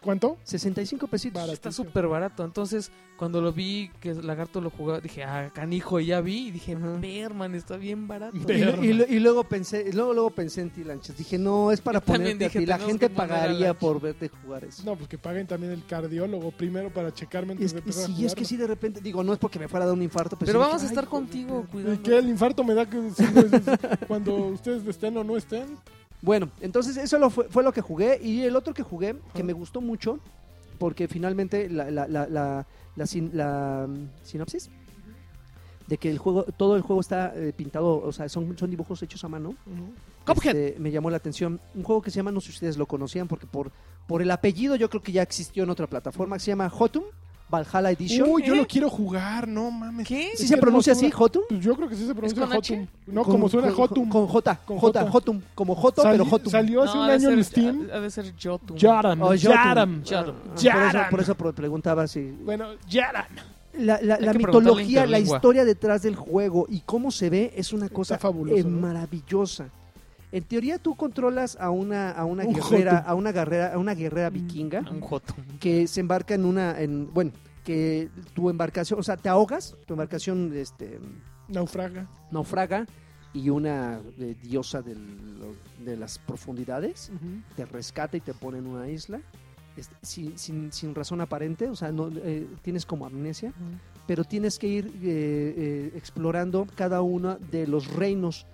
¿Cuánto?
65 pesitos.
Barato.
Está
Lagartijo.
súper barato. Entonces, cuando lo vi que el Lagarto lo jugaba, dije, ah, canijo, y ya vi. Y dije,
Ajá.
Merman, está bien barato.
Y,
Perro.
y lu- y luego pensé, luego, luego pensé en ti, Lanchas. Dije, no, es para
Yo también
ponerte a
dije,
ti. La
tenemos
gente
que poner a
pagaría
Lanchas.
por verte jugar eso.
No, pues que paguen también el cardiólogo primero para checarme
Y
antes
es,
de
y
empezar a
sí, es que
jugarlo.
sí, de repente, digo, no es porque me fuera a dar un infarto, pero,
Pero
sí
vamos a
Pues dije,
estar
"Ay,
contigo,
¿Y
cuidado.
que el infarto me da que cinco veces cuando ustedes estén o no estén?
Bueno, entonces eso lo fue, fue lo que jugué. Y el otro que jugué, que me gustó mucho, porque finalmente la, la, la, la, la sin- la, mm, sinopsis de que el juego, todo el juego está eh, pintado, o sea, son, son dibujos hechos a mano.
Cuphead.
Este, me llamó la atención. Un juego que se llama, no sé si ustedes lo conocían, porque por, por el apellido yo creo que ya existió en otra plataforma, que se llama Hotum, Valhalla Edition.
Uy, yo
¿Eh?
lo quiero jugar, no mames.
¿Qué?
¿Sí
es
se
que
pronuncia
hermosura.
así, Hotum?
Pues yo creo que sí se pronuncia
con H?
Hotum. No,
Con-
como suena
con-
Hotum.
Con J,
Con
con J,
J.
Hotum, como Joto,
Sali-
pero Hotum.
Salió hace
No,
un
ha de
año
ser-
en Steam.
ah,
Ha, ha de ser Jotun.
Yaram.
Oh, Jotun.
Yaram.
Jotun.
Ah, Por
Yaran.
eso, por eso pro- preguntaba si...
Bueno, Yaram.
La, la-
Hay
la
que preguntarle
mitología, la
interlingua.
historia detrás del juego y cómo se ve es una cosa
fabuloso,
eh,
¿no?
maravillosa. En teoría tú controlas a una, a una
Un
guerrera,
joto.
a una guerrera, a una guerrera
Mm.
vikinga
Un Jotun.
que se embarca en una, en, bueno, que tu embarcación, o sea, te ahogas, tu embarcación este,
Naufraga.
naufraga y una eh, diosa del- lo- de las profundidades te rescata y te pone en una isla este, sin, sin- sin razón aparente, o sea, no, eh, tienes como amnesia, pero tienes que ir eh, eh, explorando cada uno de los reinos,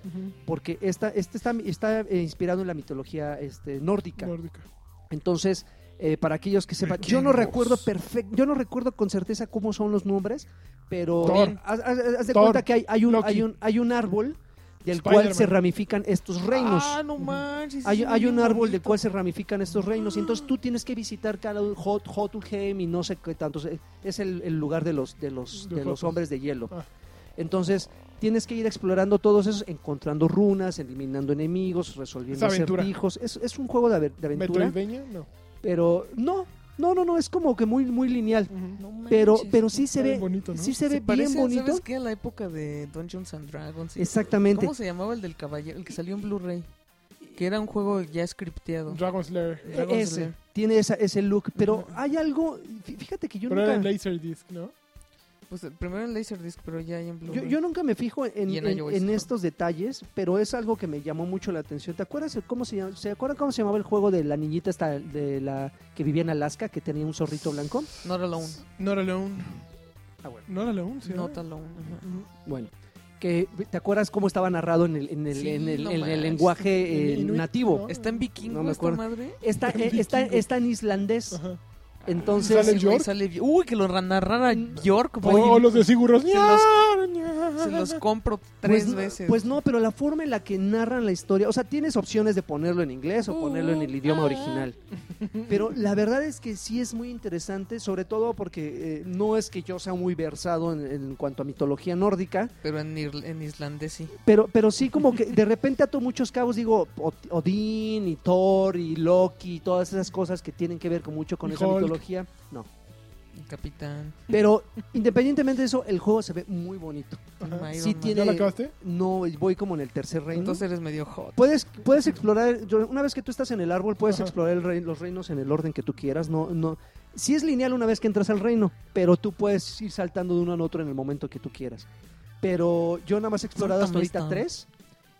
porque esta, este está, está eh, inspirado en la mitología este, nórdica.
Nórdica.
Entonces, eh, para aquellos que sepan, yo no
Vikingos.
recuerdo perfecto, yo no recuerdo con certeza cómo son los nombres, pero
Thor.
haz, haz- haz de
Thor.
cuenta que hay, hay un,
Loki.
hay, un, hay un árbol del cual
Spider-Man.
se ramifican estos reinos.
Ah, no
Ujú.
manches.
Hay,
sí,
hay
bien
un árbol
bonito.
del cual se ramifican estos reinos. Y entonces tú tienes que visitar cada uno, Hot, Jotunheim y no sé qué tantos. eh, Es el, el lugar de los, de los,
De
de los
Jotos.
hombres de hielo.
Ah.
Entonces tienes que ir explorando todos esos, encontrando runas, eliminando enemigos, resolviendo
Es aventura.
acertijos. Es, es un juego de, aver- de aventura,
¿Metroidvania? No.
pero no, no, no, no, es como que muy, muy lineal.
Ujú.
No manches.
Pero, pero sí se
Está bien
ve,
bonito, ¿no?
sí se ve bien
parece,
bonito.
¿Sabes qué? La época de Dungeons and Dragons. y-
Exactamente.
¿Cómo se llamaba el del caballero? El que salió en Blu-ray. Que era un juego ya scripteado.
Dragon Slayer.
Dragon
e-, Ese,
Slayer.
tiene esa, ese look, pero
Ujú.
hay algo, fí- fíjate que yo
Pero era
nunca...
en Laserdisc, ¿no?
Pues eh, primero en Laserdisc, pero ya hay en
Yo,
Blu-ray.
yo nunca me fijo en,
Y en
en-
iOS.
en estos detalles, pero es algo que me llamó mucho la atención. ¿Te acuerdas el- cómo se llama- se acuerdan cómo se llamaba el juego de la niñita esta de la que vivía en Alaska que tenía un zorrito blanco?
Not Alone.
Not Alone.
Ah, bueno.
Not Alone, sí.
Not
¿verdad?
Alone. ajá.
Ujú.
Bueno, que ¿te acuerdas cómo estaba narrado en el en el,
Sí,
en el-
no
en el
manches.
lenguaje eh,
En inuit,
nativo?
¿no?
¿Está en vikingo
No me
esta
acuerdo.
madre?
Está,
En
eh, está,
vikingo.
está en islandés.
Ajá.
Entonces,
¿Sale el
Ese güey
York? Oh,
sale- Uy, que lo narrara
Mm.
York.
O,
güey.
o los de Siguros.
Se los- Se los compro tres
pues, no-
veces.
Pues no, pero la forma en la que narran la historia, o sea, tienes opciones de ponerlo en inglés o ponerlo en
Uh,
el
ah.
idioma original. Pero la verdad es que sí es muy interesante, sobre todo porque eh, no es que yo sea muy versado en, en cuanto a mitología nórdica,
Pero en, irl- en islandés sí.
pero, pero sí como que de repente ato muchos cabos, digo, O- Odín y Thor y Loki y todas esas cosas que tienen que ver con mucho con
Y
esa
Hulk.
mitología. No.
Capitán.
Pero independientemente de eso, el juego se ve muy bonito.
Ajá.
Iron
Sí
Man.
tiene-
¿Ya lo acabaste?
No, voy como en el tercer reino.
Entonces eres medio hot.
Puedes, puedes explorar, yo- una vez que tú estás en el árbol, puedes
Ajá.
explorar el rei- los reinos en el orden que tú quieras. No, no. Sí es lineal una vez que entras al reino, pero tú puedes ir saltando de uno al otro en el momento que tú quieras. Pero yo nada más he explorado hasta
Sáltame
ahorita
esta.
tres.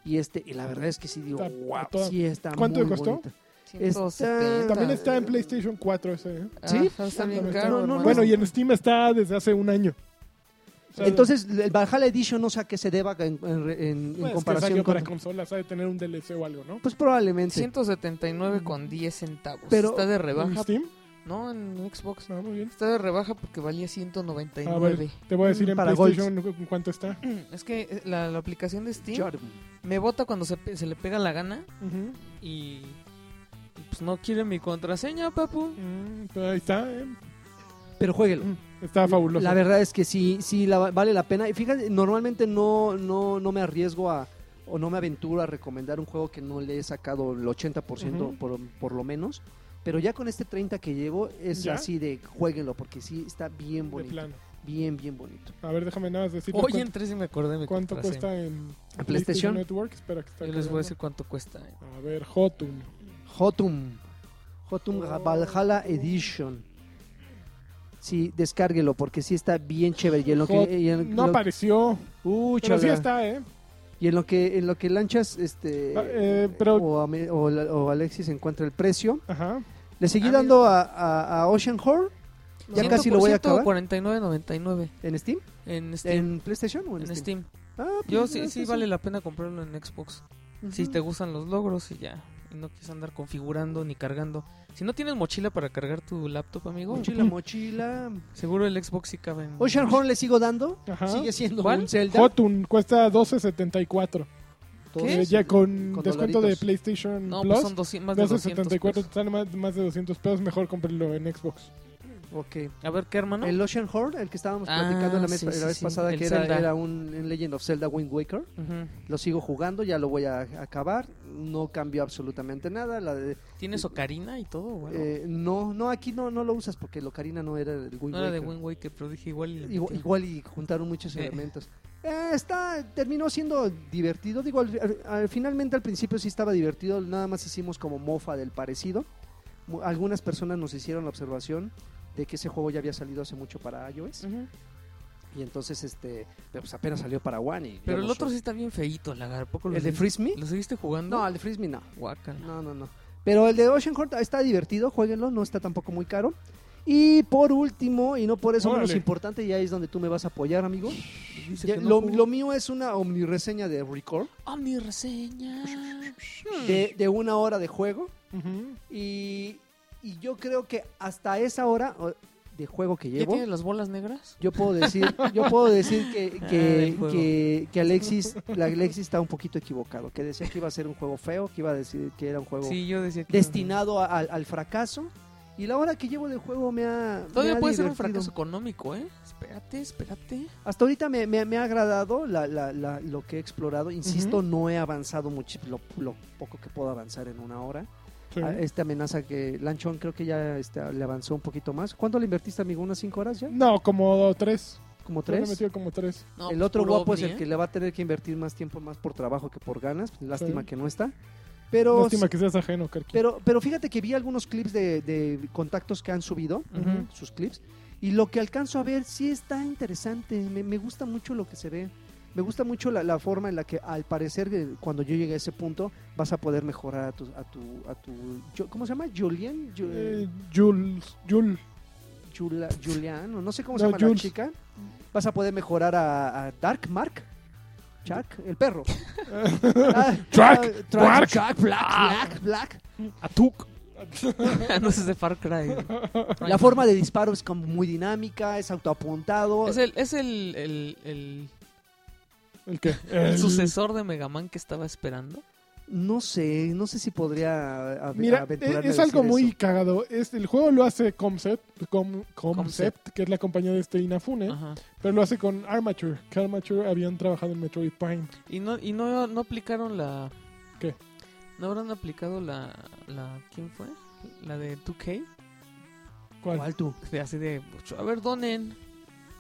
Y, este, y la verdad es que sí digo,
Está a
wow,
toda-
sí está
¿Cuánto
muy
te costó?
bonita.
Pues, También
Ah,
está en PlayStation 4 ese. ¿eh?
Ah,
¿Sí?
está bien
También está-
caro,
No, no,
hermano.
Bueno, y en Steam está desde hace un año. O sea,
Entonces, el Valhalla Edition no sé a qué se deba en, en- en- en
pues, que
comparación
salió
con...
para consolas, ha de tener un DLC o algo, ¿no?
Pues probablemente.
179 con 10 centavos.
Pero-
Está de
¿En
rebaja.
Steam?
No, en Xbox.
No, muy bien.
Está de rebaja porque valía
A ver,
199.
te voy a decir en
Mm, Para
PlayStation cu- cuánto está.
Es que eh, la, la aplicación de Steam me bota cuando se, pe- se le pega la gana
Ujú.
y y pues no quiere mi contraseña, papu.
Mm, pues ahí está, eh.
Pero jueguelo.
está Ah, fabuloso.
La verdad es que sí, sí la, vale la pena. Y fíjate, normalmente no, no, no me arriesgo a o no me aventuro a recomendar un juego que no le he sacado el 80%
Ujú.
por, por lo menos. Pero ya con este 30 que llevo es
¿Ya?
así de jueguenlo porque sí está bien
de
bonito.
plano.
Bien, bien bonito.
A ver, déjame nada más decir
Hoy
cuánto,
entré y me acordé de mi
cuánto
contraseña.
cuesta en
¿En PlayStation?
Network. Espera que está
Yo les voy a
cargando.
decir cuánto cuesta. eh.
A ver, Hotun.
Hotum. Hotum
Oh.
Valhalla Edition. Sí, descárguelo porque sí está bien chévere. Y en lo que,
Hot-
y en
No
lo-
apareció,
Uy,
pero sí
chala.
está, ¿eh?
Y en lo que, en lo que lanchas, este
Ah, eh, pero-
o, Ame- o la- o Alexis encuentra el precio.
Ajá.
Le seguí
Ah,
dando a, a- a Ocean Horror Ya casi lo voy a acabar.
149.99
en Steam,
en Steam.
en PlayStation o en,
En, Steam.
Steam. Ah, pues
Yo
en
sí, sí
PlayStation.
vale la pena comprarlo en Xbox.
Ujú.
Si te gustan los logros y ya. Y no quieres andar configurando ni cargando. Si no tienes mochila para cargar tu laptop, amigo,
Mochila, mochila.
seguro el Xbox sí cabe en...
Ocean Horn le sigo dando.
Ajá.
Sigue siendo
¿Cuál?
un Zelda.
Hotun cuesta 12.74.
Todo-
Eh, ya con,
Con
descuento de
dolaritos.
PlayStation
No,
Plus.
pues son 200, más de 200
274
pesos.
están más, más de 200 pesos, mejor cómprenlo en Xbox.
Ok.
A ver, ¿qué, hermano?
El Ocean Horn, el que estábamos
Ah,
platicando la, mes-
sí,
la
sí,
vez
sí.
pasada,
El
que era,
Zelda.
era un en Legend of Zelda Wind Waker.
Ujú.
Lo sigo jugando, ya lo voy a acabar. No cambió absolutamente nada. La de-
¿Tienes ocarina y todo? Bueno,
eh, no, no, aquí no, no lo usas porque el Ocarina no era el Wind
no era
Waker.
de Wind Waker, pero dije igual... y le metí.
Igual, igual y juntaron muchos
Eh.
elementos. Eh, está, terminó siendo divertido. Digo, al- al- al- finalmente al principio sí estaba divertido, nada más hicimos como mofa del parecido. Mu- Algunas personas nos hicieron la observación de que ese juego ya había salido hace mucho para iOS
Ujú.
y entonces este pero pues apenas salió para One y yo
Mm. Pero
no
el otro sí
soy-
está bien feíto, lagar. ¿Poco lo
el de
seguiste-
Freeze Me
¿Lo seguiste jugando?
no el de Freeze Me no
Guácala.
no no no pero el de Ocean Horn está divertido jueguenlo no está tampoco muy caro y por último y no por eso menos
Órale.
importante ya es donde tú me vas a apoyar amigo
Dice
Ya,
que no
lo,
jugó.
lo mío es una omnireseña de Record
Ah, mi reseña.
de, de una hora de juego
Ujú.
y, y yo creo que hasta esa hora o- de juego que
¿Ya
llevo
tiene las bolas negras?
yo puedo decir yo puedo decir que,
Ah,
que,
del juego.
que- que Alexis la Alexis está un poquito equivocado que decía que iba a ser un juego feo que iba a decir que era un juego
Sí, yo decía que.
destinado a- al- al fracaso y la hora que llevo de juego me ha me
Todavía
ha
puede ser un
divertido.
fracaso económico, ¿eh? Espérate, espérate.
Hasta ahorita me, me- me ha agradado la- la- la- lo que he explorado. Insisto,
Ujú.
no he avanzado mucho, lo, lo poco que puedo avanzar en una hora.
Sí.
Ah, Esta amenaza que Lanchón creo que ya este, le avanzó un poquito más. ¿Cuánto le invertiste, amigo? ¿Unas cinco horas ya?
No, como tres.
¿Como
Yo le he
tres?
metido como tres.
No,
el
pues,
otro
puro
guapo es
ovni,
el
¿eh?
que le va a tener que invertir más tiempo, más por trabajo que por ganas. Lástima
Sí.
que no está. Pero,
Lástima que seas ajeno, Karki.
pero, pero fíjate que vi algunos clips de, de contactos que han subido,
Ujú.
sus clips, y lo que alcanzo a ver sí está interesante. Me, me gusta mucho lo que se ve. Me gusta mucho la, la forma en la que, al parecer, eh, cuando yo llegue a ese punto, vas a poder mejorar a tu. A tu, a tu yo- ¿Cómo se llama? ¿Julien? Ju-
Eh, Jules, Jules.
Jula- Julian, o no sé cómo se
No,
llama la
Jules.
chica. Vas a poder mejorar a, a Dark Mark. Chuck, el perro. Ah, ah, Track,
Mark.
Chuck, Black, Black, Black.
Atuk. no ese es de Far Cry.
La forma de disparo es como muy dinámica, es autoapuntado.
Es el, es el, el, el,
¿El qué?
el sucesor de Mega Man que estaba esperando.
No sé, no sé si podría a-
Mira,
aventurarme
es,
a
es
decir
algo muy
eso.
cagado. Es, el juego lo hace Concept, Com- Concept,
Concept.
que es la compañía de este Inafune,
Ajá.
pero lo hace con Armature, que Armature habían trabajado en Metroid Prime.
Y no, y no, no aplicaron la.
¿Qué?
¿No habrán aplicado la, la. ¿Quién fue? La de 2K.
¿Cuál?
¿Cuál tú?
De así de. "Pues, A ver, donen.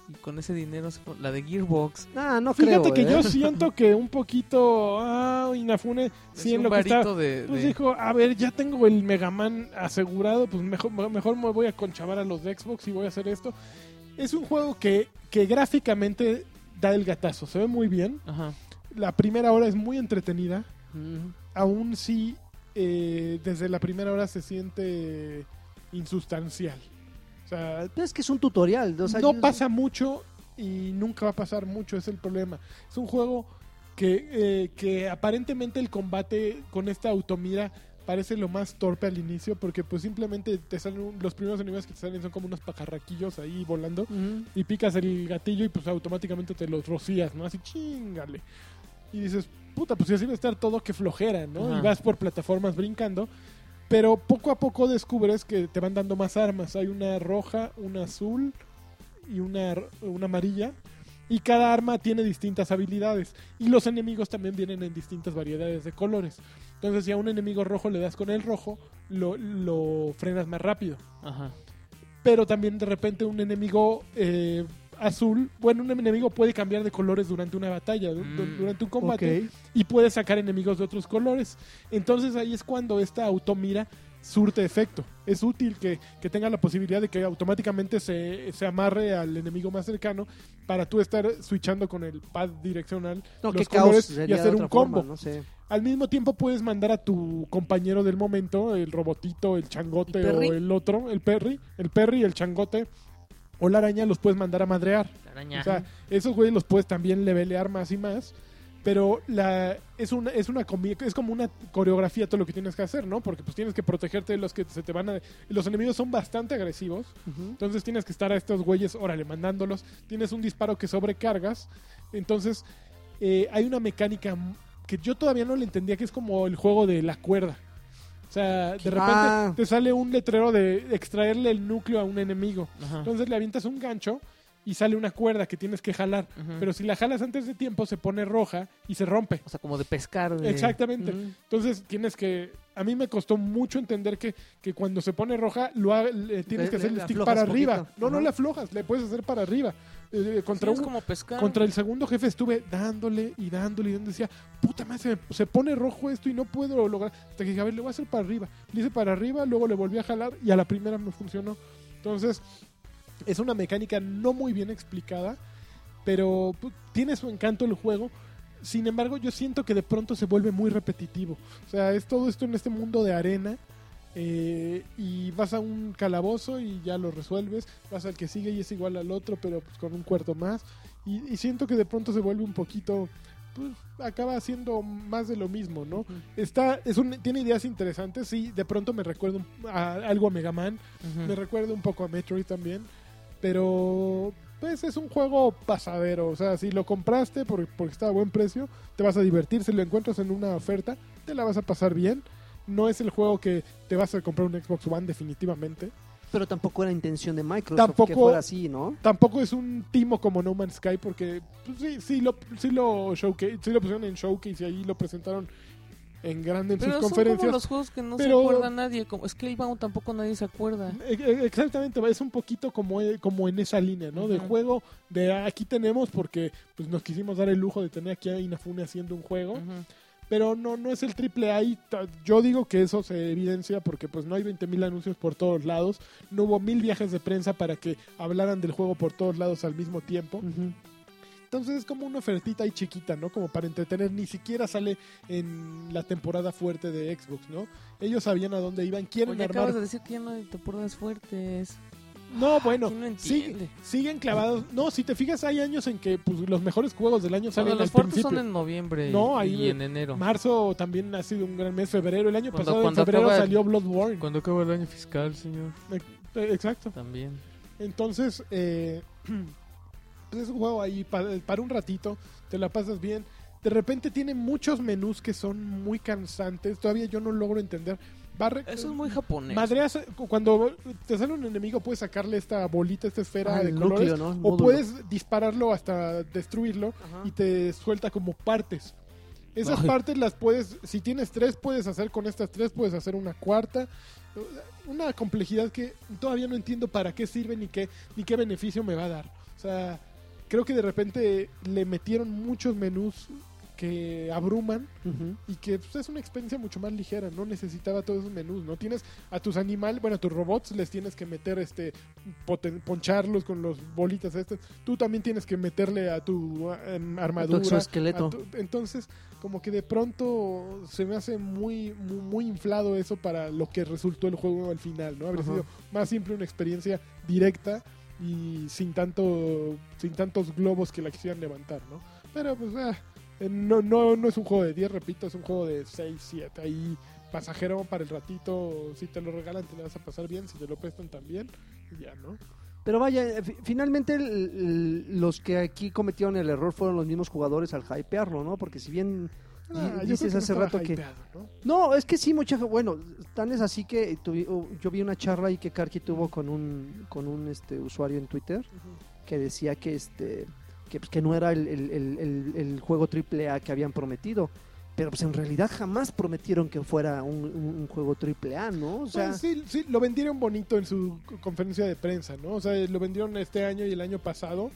Y con ese dinero. se pon- La de Gearbox.
Ah, no
Fíjate
creo.
que
¿eh?
yo siento que un poquito ah, Inafune, sí,
Es
en
un
lo que está,
varito de,
Pues
de-
dijo, a ver, ya tengo el Mega Man asegurado, pues mejor, mejor me voy a conchavar a los de Xbox y voy a hacer esto. Es un juego que, que gráficamente da el gatazo, se ve muy bien.
Ajá.
La primera hora es muy entretenida,
Ujú.
aún si eh, desde la primera hora se siente insustancial. O sea,
Es que es un tutorial. o sea,
no
yo-
pasa mucho y nunca va a pasar mucho, es el problema. Es un juego que, eh, que aparentemente el combate con esta automira parece lo más torpe al inicio porque pues simplemente te salen un- los primeros enemigos que te salen son como unos pajarraquillos ahí volando y picas el gatillo y pues automáticamente te los rocías, ¿no? Así chingale. Y dices, puta, pues si así va a estar todo que flojera, ¿no?
Ajá.
Y vas por plataformas brincando. Pero poco a poco descubres que te van dando más armas. Hay una roja, una azul y una, r- una amarilla. Y cada arma tiene distintas habilidades. Y los enemigos también vienen en distintas variedades de colores. Entonces, si a un enemigo rojo le das con el rojo, lo- lo frenas más rápido
Ajá.
pero también de repente un enemigo eh, azul, bueno, un enemigo puede cambiar de colores durante una batalla, du- du-
Mm,
durante un combate,
Ok.
y puede sacar enemigos de otros colores. Entonces ahí es cuando esta automira surte efecto. Es útil que, que tenga la posibilidad de que automáticamente se, se amarre al enemigo más cercano para tú estar switchando con el pad direccional
No, qué
los
caos
colores
sería
y hacer
de
un
otra
combo.
forma, no sé.
Al mismo tiempo puedes mandar a tu compañero del momento, el robotito, el changote
¿El Perry?
o el otro, el perry, el perry, el changote o la araña los puedes mandar a madrear.
La araña.
O sea, esos güeyes los puedes también levelear más y más. Pero la, es, una, es, una, comi- es como una coreografía todo lo que tienes que hacer, ¿no? Porque pues tienes que protegerte de los que se te van a... Los enemigos son bastante agresivos.
Ujú.
Entonces tienes que estar a estos güeyes, órale, mandándolos. Tienes un disparo que sobrecargas. Entonces eh, hay una mecánica m- que yo todavía no le entendía, que es como el juego de la cuerda. O sea, de repente
Ah.
te sale un letrero de extraerle el núcleo a un enemigo.
Ajá.
Entonces le avientas un gancho y sale una cuerda que tienes que jalar.
Ujú.
Pero si la jalas antes de tiempo se pone roja y se rompe.
o sea, como de pescar. de-
Exactamente.
Mm.
Entonces tienes que... A mí me costó mucho entender que, que cuando se pone roja lo ha- le tienes
Le-
que hacer
le
el stick
aflojas
para
poquito.
arriba. No, no
Ajá.
le aflojas, le puedes hacer para arriba. Eh,
Sí,
contra,
es
un-
como pescar.
contra el segundo jefe estuve dándole y dándole y dándole. Decía, puta madre, se, me- se pone rojo esto y no puedo lograr. Hasta que dije, a ver, le voy a hacer para arriba. Le hice para arriba, luego le volví a jalar y a la primera me funcionó. Entonces, es una mecánica no muy bien explicada, pero pu- tiene su encanto el juego. Sin embargo, yo siento que de pronto se vuelve muy repetitivo. O sea, es todo esto en este mundo de arena. eh, y vas a un calabozo y ya lo resuelves. Vas al que sigue y es igual al otro, pero pues, con un cuarto más. Y, y siento que de pronto se vuelve un poquito. Pues acaba siendo más de lo mismo, ¿no?
Ujú.
Está, es un, tiene ideas interesantes. Sí, de pronto me recuerda un- a- algo a Mega Man.
Ujú.
Me recuerda un poco a Metroid también. Pero pues es un juego pasadero. O sea, si lo compraste por- porque está a buen precio, te vas a divertir. Si lo encuentras en una oferta, te la vas a pasar bien. No es el juego que te vas a comprar un Xbox One definitivamente.
Pero tampoco era intención de Microsoft que
Tampoco-
fuera así, ¿no?
Tampoco es un timo como No Man's Sky porque pues, sí, sí lo, sí, lo showcase, sí lo pusieron en showcase y ahí lo presentaron en grande en
Pero
sus
son como
conferencias.
los juegos que no
pero-
se acuerda nadie. Como Scalebound tampoco nadie se acuerda.
E- e- Exactamente, es un poquito como, e- como en esa línea, ¿no? De
Ujú.
juego, de ah, aquí tenemos porque pues, nos quisimos dar el lujo de tener aquí a Inafune haciendo un juego,
Ujú.
pero no, no es el triple A. y ta- Yo digo que eso se evidencia porque pues no hay 20.000 anuncios por todos lados, no hubo mil viajes de prensa para que hablaran del juego por todos lados al mismo tiempo.
Ujú.
Entonces es como una ofertita ahí chiquita, ¿no? Como para entretener, ni siquiera sale en la temporada fuerte de Xbox, ¿no? Ellos sabían a dónde iban, quieren
Oye,
armar
acabas de decir que ya no hay temporadas fuertes.
No, bueno,
¿Quién no
sig-
entiende?
siguen clavados. No, si te fijas, hay años en que pues, los mejores juegos del año
Bueno,
salen
los
al
fuertes son
principio.
en noviembre y-
No, ahí-
y en enero.
Marzo también ha sido un gran mes, febrero. El año
Cuando-
pasado,
cuando
en febrero,
acaba el-
salió Bloodborne.
Cuando acaba el año fiscal, señor.
Eh, Exacto.
También.
Entonces, eh, pues, es un juego ahí pa- para, un ratito, te la pasas bien. De repente tiene muchos menús que son muy cansantes. Todavía yo no logro entender. Va re-
Eso es muy japonés.
Madreas, eh, cuando te sale un enemigo puedes sacarle esta bolita, esta esfera
Ah,
de
el
colores
núcleo, ¿no? El
o
módulo.
puedes dispararlo hasta destruirlo
Ajá.
y te suelta como partes. Esas
Ay.
partes las puedes, si tienes tres, puedes hacer con estas tres, puedes hacer una cuarta. Una complejidad que todavía no entiendo para qué sirve ni qué, ni qué beneficio me va a dar. O sea, creo que de repente le metieron muchos menús que abruman
Ujú.
y que pues, es una experiencia mucho más ligera, no necesitaba todos esos menús, no tienes a tus animales, bueno, a tus robots les tienes que meter este poten- poncharlos con los bolitas estas, tú también tienes que meterle a tu ah, em, armadura,
exoesqueleto.
a tu- entonces como que de pronto se me hace muy muy, muy inflado eso para lo que resultó el juego al final, ¿no? Habría
Ajá.
sido más simple una experiencia directa y sin tanto sin tantos globos que la quisieran levantar, ¿no? Pero pues ah, eh, no, no, no es un juego de 10, repito, es un juego de 6, 7, ahí pasajero para el ratito, si te lo regalan te lo vas a pasar bien, si te lo prestan también, y ya, ¿no?
Pero vaya, eh, fi- finalmente el- el- los que aquí cometieron el error fueron los mismos jugadores al hypearlo, ¿no? Porque si bien... Y-
Ah, yo creo
dices
que no
hace
estaba
rato que-
hypeado, ¿no?
No, es que sí, muchacho. Bueno, tan es así que tuvi- oh, yo vi una charla ahí que Karki tuvo con un, con un este, usuario en Twitter que decía que este que, pues, que no era el, el- el- el- el juego triple A que habían prometido. Pero pues en realidad jamás prometieron que fuera un, un- un juego triple A, ¿no? O sea,
Pues sí, sí, lo vendieron bonito en su c- conferencia de prensa, ¿no? O sea, lo vendieron este año y el año pasado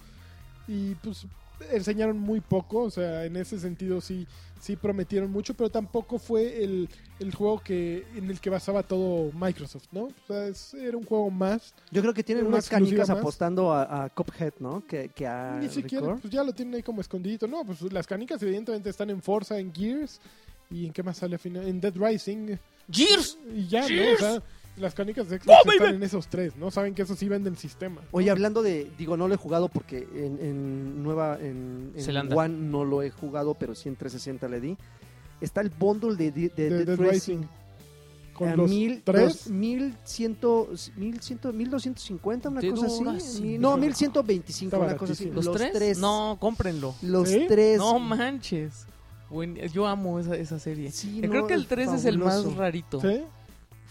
y pues enseñaron muy poco, o sea, en ese sentido sí, sí prometieron mucho, pero tampoco fue el, el juego que en el que basaba todo Microsoft, ¿no? O sea, es- era un juego más,
yo creo que tienen
una
unas
exclusiva
canicas
más.
apostando a, a Cuphead, ¿no? Que, que a
ni siquiera,
Ah, Record.
pues ya lo tienen ahí como escondidito, ¿no? Pues las canicas evidentemente están en Forza, en Gears y en qué más sale al final, en Dead Rising.
¡Gears!
Y ya, ¿no? O
Cheers.
sea, las canicas de Xbox
Oh,
están
baby.
en esos tres, ¿no? Saben que esos sí venden sistema.
Oye, hablando de, digo, no lo he jugado porque en, en Nueva, en, en
Zelanda.
One no lo he jugado, pero sí en 360 le di. Está el bundle de, de,
De
de
Dead
Dead Rising.
Rising. Con
a
los
mil,
tres.
dos- mil ciento, mil ciento, mil doscientos cincuenta, una
Te
cosa
dura
así.
sin-
Mil- no, mil ciento veinticinco,
Está
una cosa así.
baratísimo.
¿Los, tres? No, cómprenlo.
Los
¿Sí?
tres.
No manches. Buen- yo amo esa, esa serie.
Sí,
Eh,
no,
Creo que el 3 es el
fabuloso.
más rarito.
¿Sí?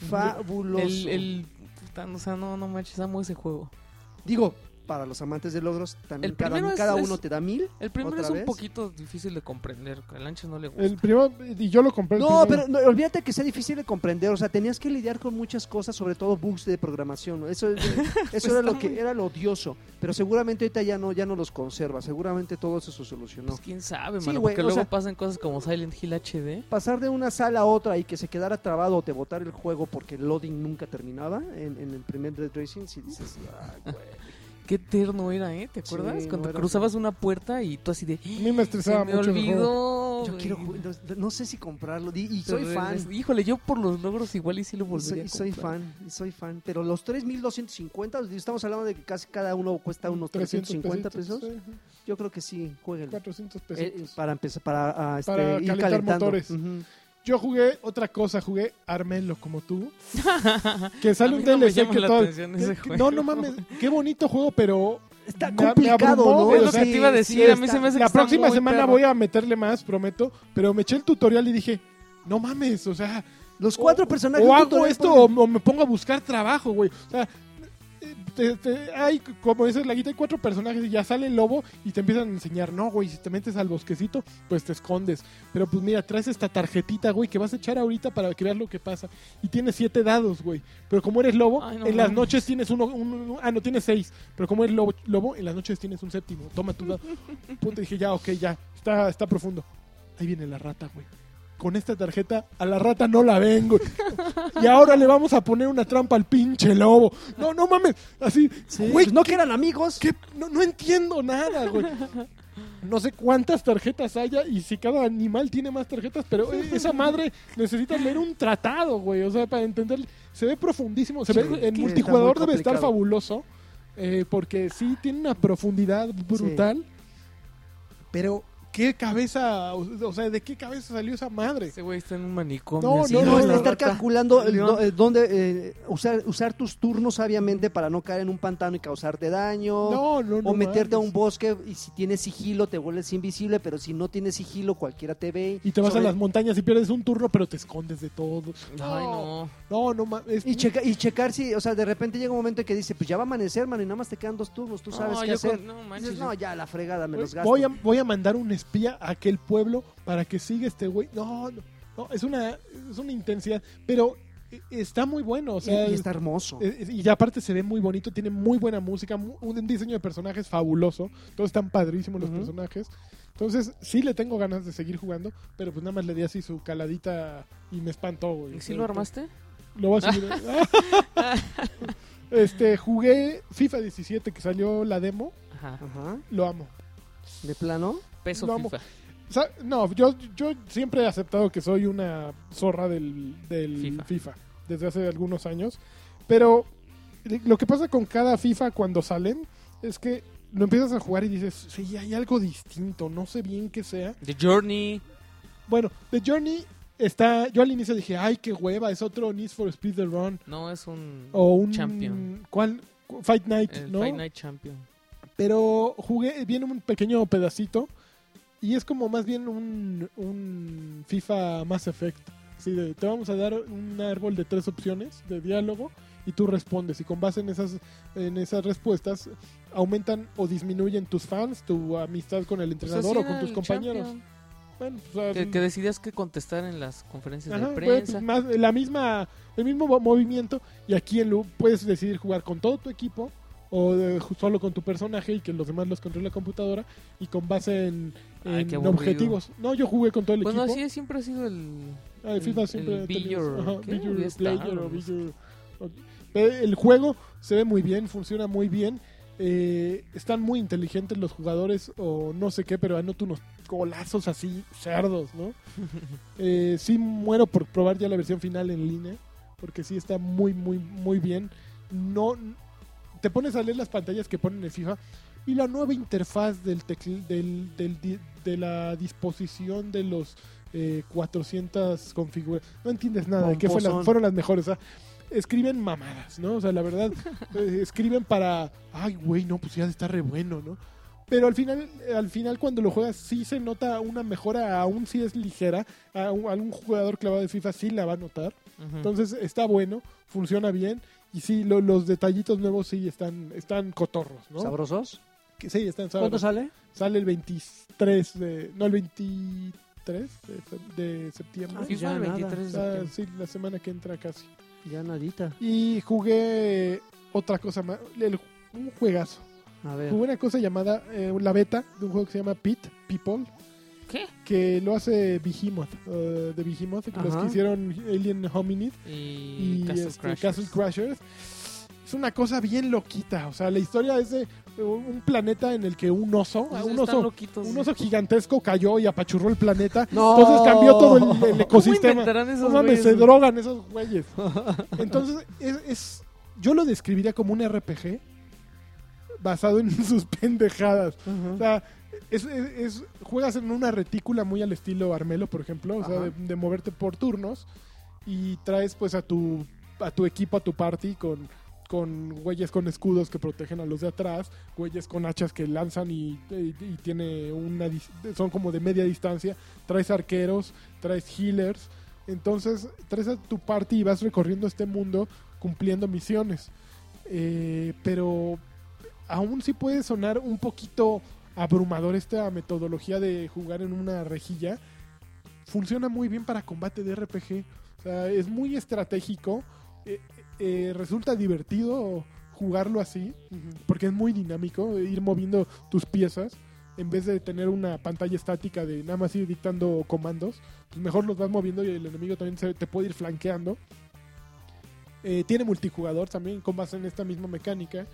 Fabuloso.
El, el, puta, o sea, no, no manches, amo ese juego.
Digo, para los amantes de logros, también
El
cada,
primero es-
cada
es-
uno te da mil.
El primero
¿Otra
es un
vez?
poquito difícil de comprender. que A Lanchas no le gusta.
El primero, y yo lo compré. el
No, pero
primero.
no, olvídate que sea difícil de comprender, o sea, tenías que lidiar con muchas cosas, sobre todo bugs de programación, ¿no? eso, eso era
Pues está
lo que
muy-
era lo odioso, pero seguramente ahorita ya no ya no los conserva, seguramente todo eso se solucionó.
Pues quién sabe,
Sí,
mano.
güey,
porque
o
luego
sea-
pasan cosas como Silent Hill HD.
Pasar de una sala a otra y que se quedara trabado o te botar el juego porque el loading nunca terminaba en, en el primer Dead Racing, si dices, "Ah, "Ay, güey".
Qué terno era, ¿eh? ¿Te
Sí,
acuerdas?
no
Cuando
era-
cruzabas una puerta y tú así de. "Ah,
A mí me
Se
estresaba
me
mucho. el juego.
olvidó.
yo
güey".
quiero, ju- no, no sé si comprarlo, di- y
Te
soy fan.
regresas. Híjole, yo por los logros igual y sí lo
Y
volvería
soy,
a
y soy
comprar.
fan, y soy fan. Pero los 3250, estamos hablando de que casi cada uno cuesta unos 350 pesos.
sí,
Yo creo que sí, jueguen.
400
Eh,
pesitos.
para empezar, para, ah, este,
Para
ir
calentar
calentando.
motores.
Ujú.
Yo jugué otra cosa, jugué Armelo como tú. Que sale
A
un
mí no me
DLC
llama
que
la
todo-
atención ese
que-
juego.
No, no mames, qué bonito juego, pero
Está
Me- me
complicado,
abrumó,
¿no?
güey,
Es
o
lo
sea,
que te iba a
sí,
decir. A mí
está-
se me hace que
la
está
próxima
muy
semana
perro.
voy a meterle más, prometo, pero me eché el tutorial y dije, no mames, o sea,
Los cuatro
O-
personajes.
O
tú
hago
todavía
esto o,
pones-
o me pongo a buscar trabajo, güey. O sea, eh, te- te- hay, como dices, la guita hay cuatro personajes y ya sale el lobo y te empiezan a enseñar. No, güey, si te metes al bosquecito, pues te escondes. Pero pues mira, traes esta tarjetita, güey, que vas a echar ahorita para que veas lo que pasa. Y tienes siete dados, güey. Pero como eres lobo,
Ay, no
en las
mames.
noches tienes uno, un- un- ah, no, tienes seis. Pero como eres lobo, lobo, en las noches tienes un séptimo. Toma tu dado. Punto, dije, ya, ok, ya, está, está profundo. Ahí viene la rata, güey con esta tarjeta a la rata no la vengo. Y ahora le vamos a poner una trampa al pinche lobo. No, no mames. Así,
Sí,
güey,
pues no que eran amigos.
¿qué? No, no entiendo nada, güey. No sé cuántas tarjetas haya y si cada animal tiene más tarjetas, pero eh, esa madre necesita leer un tratado, güey. O sea, para entender, se ve profundísimo. Se
Sí,
ve, en
sí,
multijugador
está muy
debe estar
complicado.
fabuloso, eh, porque sí tiene una profundidad brutal. Pero, ¿qué cabeza, o- o sea, de qué cabeza salió esa madre?
Ese güey está en un manicomio.
No,
así,
no,
No,
no,
la
es
no,
estar
rata.
calculando el
León.
do- eh, dónde eh, usar, usar tus turnos sabiamente para no caer en un pantano y causarte daño.
No, no, no.
o meterte a
mames.
un bosque y si tienes sigilo te vuelves invisible, pero si no tienes sigilo cualquiera te ve.
Y te vas
Sobre-
a las montañas y pierdes un turno, pero te escondes de todo.
Ay, no.
No, no mames.
Y, checa- y checar si, o sea, de repente llega un momento en que dice, pues ya va a amanecer, mano, y nada más te quedan dos turnos, tú sabes
No,
qué
yo
hacer.
con- No,
Dices,
manches.
no,
yo-
ya la fregada, me los gasto.
voy, a, voy a mandar un espía a aquel pueblo para que siga este güey. No, no, no, es una, es una intensidad. Pero eh, está muy bueno. O
Y-
sea,
y, está hermoso.
eh, eh, y aparte se ve muy bonito, tiene muy buena música, mu- un diseño de personajes fabuloso. Todos están padrísimos los
Ujú.
personajes. Entonces, sí le tengo ganas de seguir jugando, pero pues nada más le di así su caladita y me espantó, güey.
¿Y si lo armaste?
Lo voy a subir. este, jugué FIFA 17 que salió la demo.
Ajá.
Ajá,
Lo amo.
de plano.
Peso
Lo amo.
FIFA.
O sea, no, yo, yo siempre he aceptado que soy una zorra del, del FIFA.
FIFA.
desde hace algunos años. Pero lo que pasa con cada FIFA cuando salen es que lo empiezas a jugar y dices, sí, hay algo distinto, no sé bien qué sea.
The Journey.
Bueno, The Journey está. Yo al inicio dije, ay, qué hueva, es otro Need for Speed The Run.
No, es un
O un.
Champion.
¿Cuál? Cu- Fight Night,
el
Oh, ¿no?
Fight Night Champion.
Pero jugué, viene un pequeño pedacito y es como más bien un, un FIFA Mass Effect. Así de, te vamos a dar un árbol de tres opciones de diálogo y tú respondes. Y con base en esas, en esas respuestas aumentan o disminuyen tus fans, tu amistad con el
Pues
entrenador
así
o con
era
tus
el
compañeros.
Champion,
Bueno, pues,
Que,
ah,
que decidías que contestar en las conferencias
Ajá,
de
pues,
prensa.
más- la misma, el mismo mo- movimiento y aquí en Lu puedes decidir jugar con todo tu equipo o eh, ju- solo con tu personaje y que los demás los controle la computadora y con base en,
Ay,
en
Ah, qué aburrido. Pues
objetivos. No, yo jugué con todo el
Bueno,
equipo.
así siempre ha sido el.
Ah, el
el-
FIFA
el
siempre ha tenido
Billor,
eso. Ajá,
¿qué?
Billor
Ya está,
Player o
no sé.
Billor- ok. Pero eh, El juego se ve muy bien, funciona muy bien. eh, están muy inteligentes los jugadores o no sé qué, pero anotan unos golazos así cerdos, ¿no? Eh, sí muero por probar ya la versión final en línea, porque sí está muy, muy, muy bien. No, te pones a leer las pantallas que ponen en FIFA y la nueva interfaz del tecl- del, del di- de la disposición de los eh, 400 configuraciones. No entiendes nada de qué fue la-
Pomposón.
fueron las mejores. o sea, escriben mamadas, ¿no? O sea, la verdad, eh, escriben para, ay, güey, no, pues ya está re bueno, ¿no? Pero al final, al final cuando lo juegas sí se nota una mejora, aún si es ligera, a un- algún jugador clavado de FIFA sí la va a notar.
Ujú.
Entonces está bueno, funciona bien y sí, lo- los detallitos nuevos sí están, están cotorros, ¿no?
¿Sabrosos?
Que sí, están
¿Cuánto
sabrosos.
sale?
Sale el 23 de... No, el 23 de, fe- de septiembre.
Ah,
FIFA el
ya nada.
23 de
Ah,
septiembre.
sí, la semana que entra casi.
Ya nadita.
Y jugué otra cosa más, el- un juegazo.
A ver.
Hubo una cosa llamada eh, la beta de un juego que se llama Pit People
¿Qué?
que lo hace Behemoth eh, de Behemoth que los
Ajá.
que hicieron Alien Hominid
Y,
y
Castle
este,
Crashers.
Castle Crashers es una cosa bien loquita o sea la historia es de un planeta en el que un oso
Pues
un
están
oso
loquitos.
un oso gigantesco cayó y apachurró el planeta
No.
entonces cambió todo el, el
Oh. ¿Cómo
ecosistema
inventarán esos
no mames,
güeyes?
se drogan esos güeyes. Entonces, es, es- yo lo describiría como un RPG basado en sus pendejadas. O sea, es, es- es- juegas en una retícula muy al estilo Armelo, por ejemplo, o sea,
Ajá.
de, de moverte por turnos y traes pues a tu, a tu equipo, a tu party con con güeyes con escudos que protegen a los de atrás, güeyes con hachas que lanzan y, y- y tiene una dis- son como de media distancia, traes arqueros, traes healers, entonces traes a tu party y vas recorriendo este mundo cumpliendo misiones. Eh, pero aún sí puede sonar un poquito abrumador esta metodología de jugar en una rejilla. Funciona muy bien para combate de RPG. O sea, es muy estratégico. Eh, eh, resulta divertido jugarlo así, porque es muy dinámico, eh, ir moviendo tus piezas. En vez de tener una pantalla estática de nada más ir dictando comandos, pues mejor los vas moviendo y el enemigo también se- te puede ir flanqueando. Eh, tiene multijugador también con base en esta misma mecánica.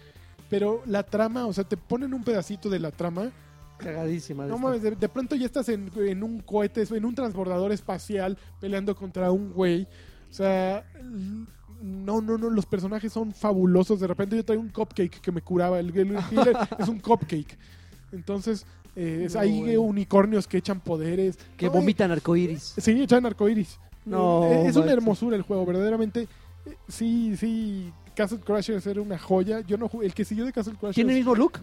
Pero la trama, o sea, te ponen un pedacito de la trama
Cagadísima. de
no
esta.
mames, de, de pronto ya estás en, en un cohete, en un transbordador espacial peleando contra un güey. O sea, l- no, no, no, los personajes son fabulosos. De repente yo traigo un cupcake que me curaba. El, el healer es un cupcake. Entonces, eh, es-
No,
hay
bueno.
unicornios que echan poderes.
Que
No, eh,
vomitan arcoíris.
Sí, echan arcoiris.
No,
Eh, es una
manches.
hermosura el juego, verdaderamente. eh, Sí, sí, Castle Crashers era una joya. Yo no jugué- el que siguió de Castle Crashers
¿Tiene el
tiene,
mismo look?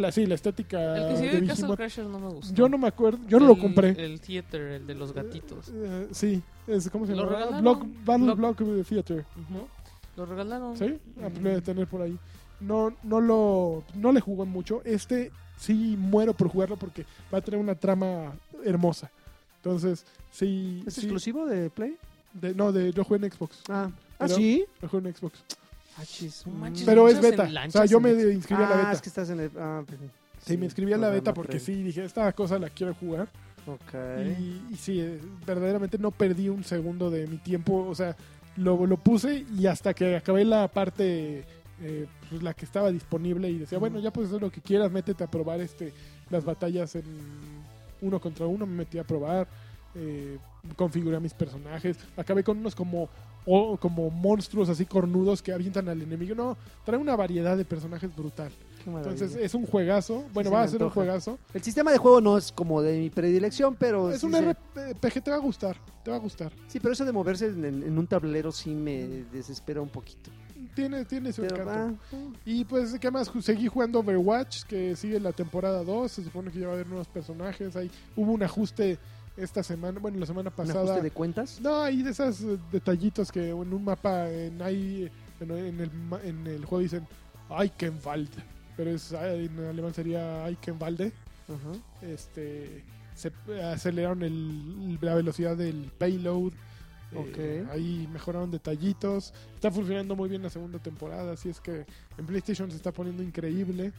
la sí, la estética
El que
de
siguió de Castle
Behemoth.
Crashers Pues no eh, me gustó.
Yo no me acuerdo, yo no lo
El-
compré.
El theater, el de los gatitos.
Eh, sí, es, ¿cómo se
Lo
llama?
regalaron.
Block, Battle Block,
Block.
Theater.
Ujú. Lo regalaron.
¿Sí? Ah, pues lo debe
Mm.
tener por ahí. No, no lo. No le jugó mucho. Este sí muero por jugarlo porque va a tener una trama hermosa. Entonces, sí.
¿Es
sí,
exclusivo de Play?
de- no, de, yo jugué en Xbox.
Ah,
Pero-
sí.
Yo jugué en Xbox.
Ah, chis,
No manches,
mm.
Pero es
lanchas en-
beta. O sea,
lanchas
yo
en
me
Xbox.
inscribí a la
Ah,
beta.
es que estás en el. Ah, pues,
Sí, me inscribí a la beta
programa
porque
previo.
sí, dije, esta cosa la quiero jugar.
Ok.
Y, y sí, eh, verdaderamente no perdí un segundo de mi tiempo. O sea, lo, lo puse y hasta que acabé la parte, eh, pues, la que estaba disponible y decía, bueno, ya puedes hacer lo que quieras, métete a probar este las batallas en uno contra uno, me metí a probar, eh, configuré a mis personajes, acabé con unos como o como monstruos así cornudos que avientan al enemigo. No, trae una variedad de personajes brutal.
Qué maravilla.
Entonces es un juegazo. Bueno,
se
va
me
a ser un
antoja.
juegazo.
eh, El sistema de juego no es como de mi predilección,
Oh,
pero.
Es
sí
un
se-
RPG, te va a gustar, te va a gustar.
Sí, pero eso de moverse en, en- en un tablero sí me desespera un poquito.
Tiene, tiene su
Pero,
encanto.
ah,
Y pues, ¿qué más? Ju- Seguí jugando Overwatch, que sigue la temporada 2. Se supone que ya va a haber nuevos personajes. Ahí hubo un ajuste esta semana, bueno, la semana
un
pasada.
ajuste de cuentas.
No, hay de esos detallitos que en un mapa, en, ahí, en, en el, ma- en el juego dicen Eichenwald. Pero es, ah, en alemán sería Eichenwalde.
Ajá.
Este, se aceleraron el- la velocidad del payload. Eh,
Ok.
ahí mejoraron detallitos. Está funcionando muy bien la segunda temporada. Así es que en PlayStation se está poniendo increíble.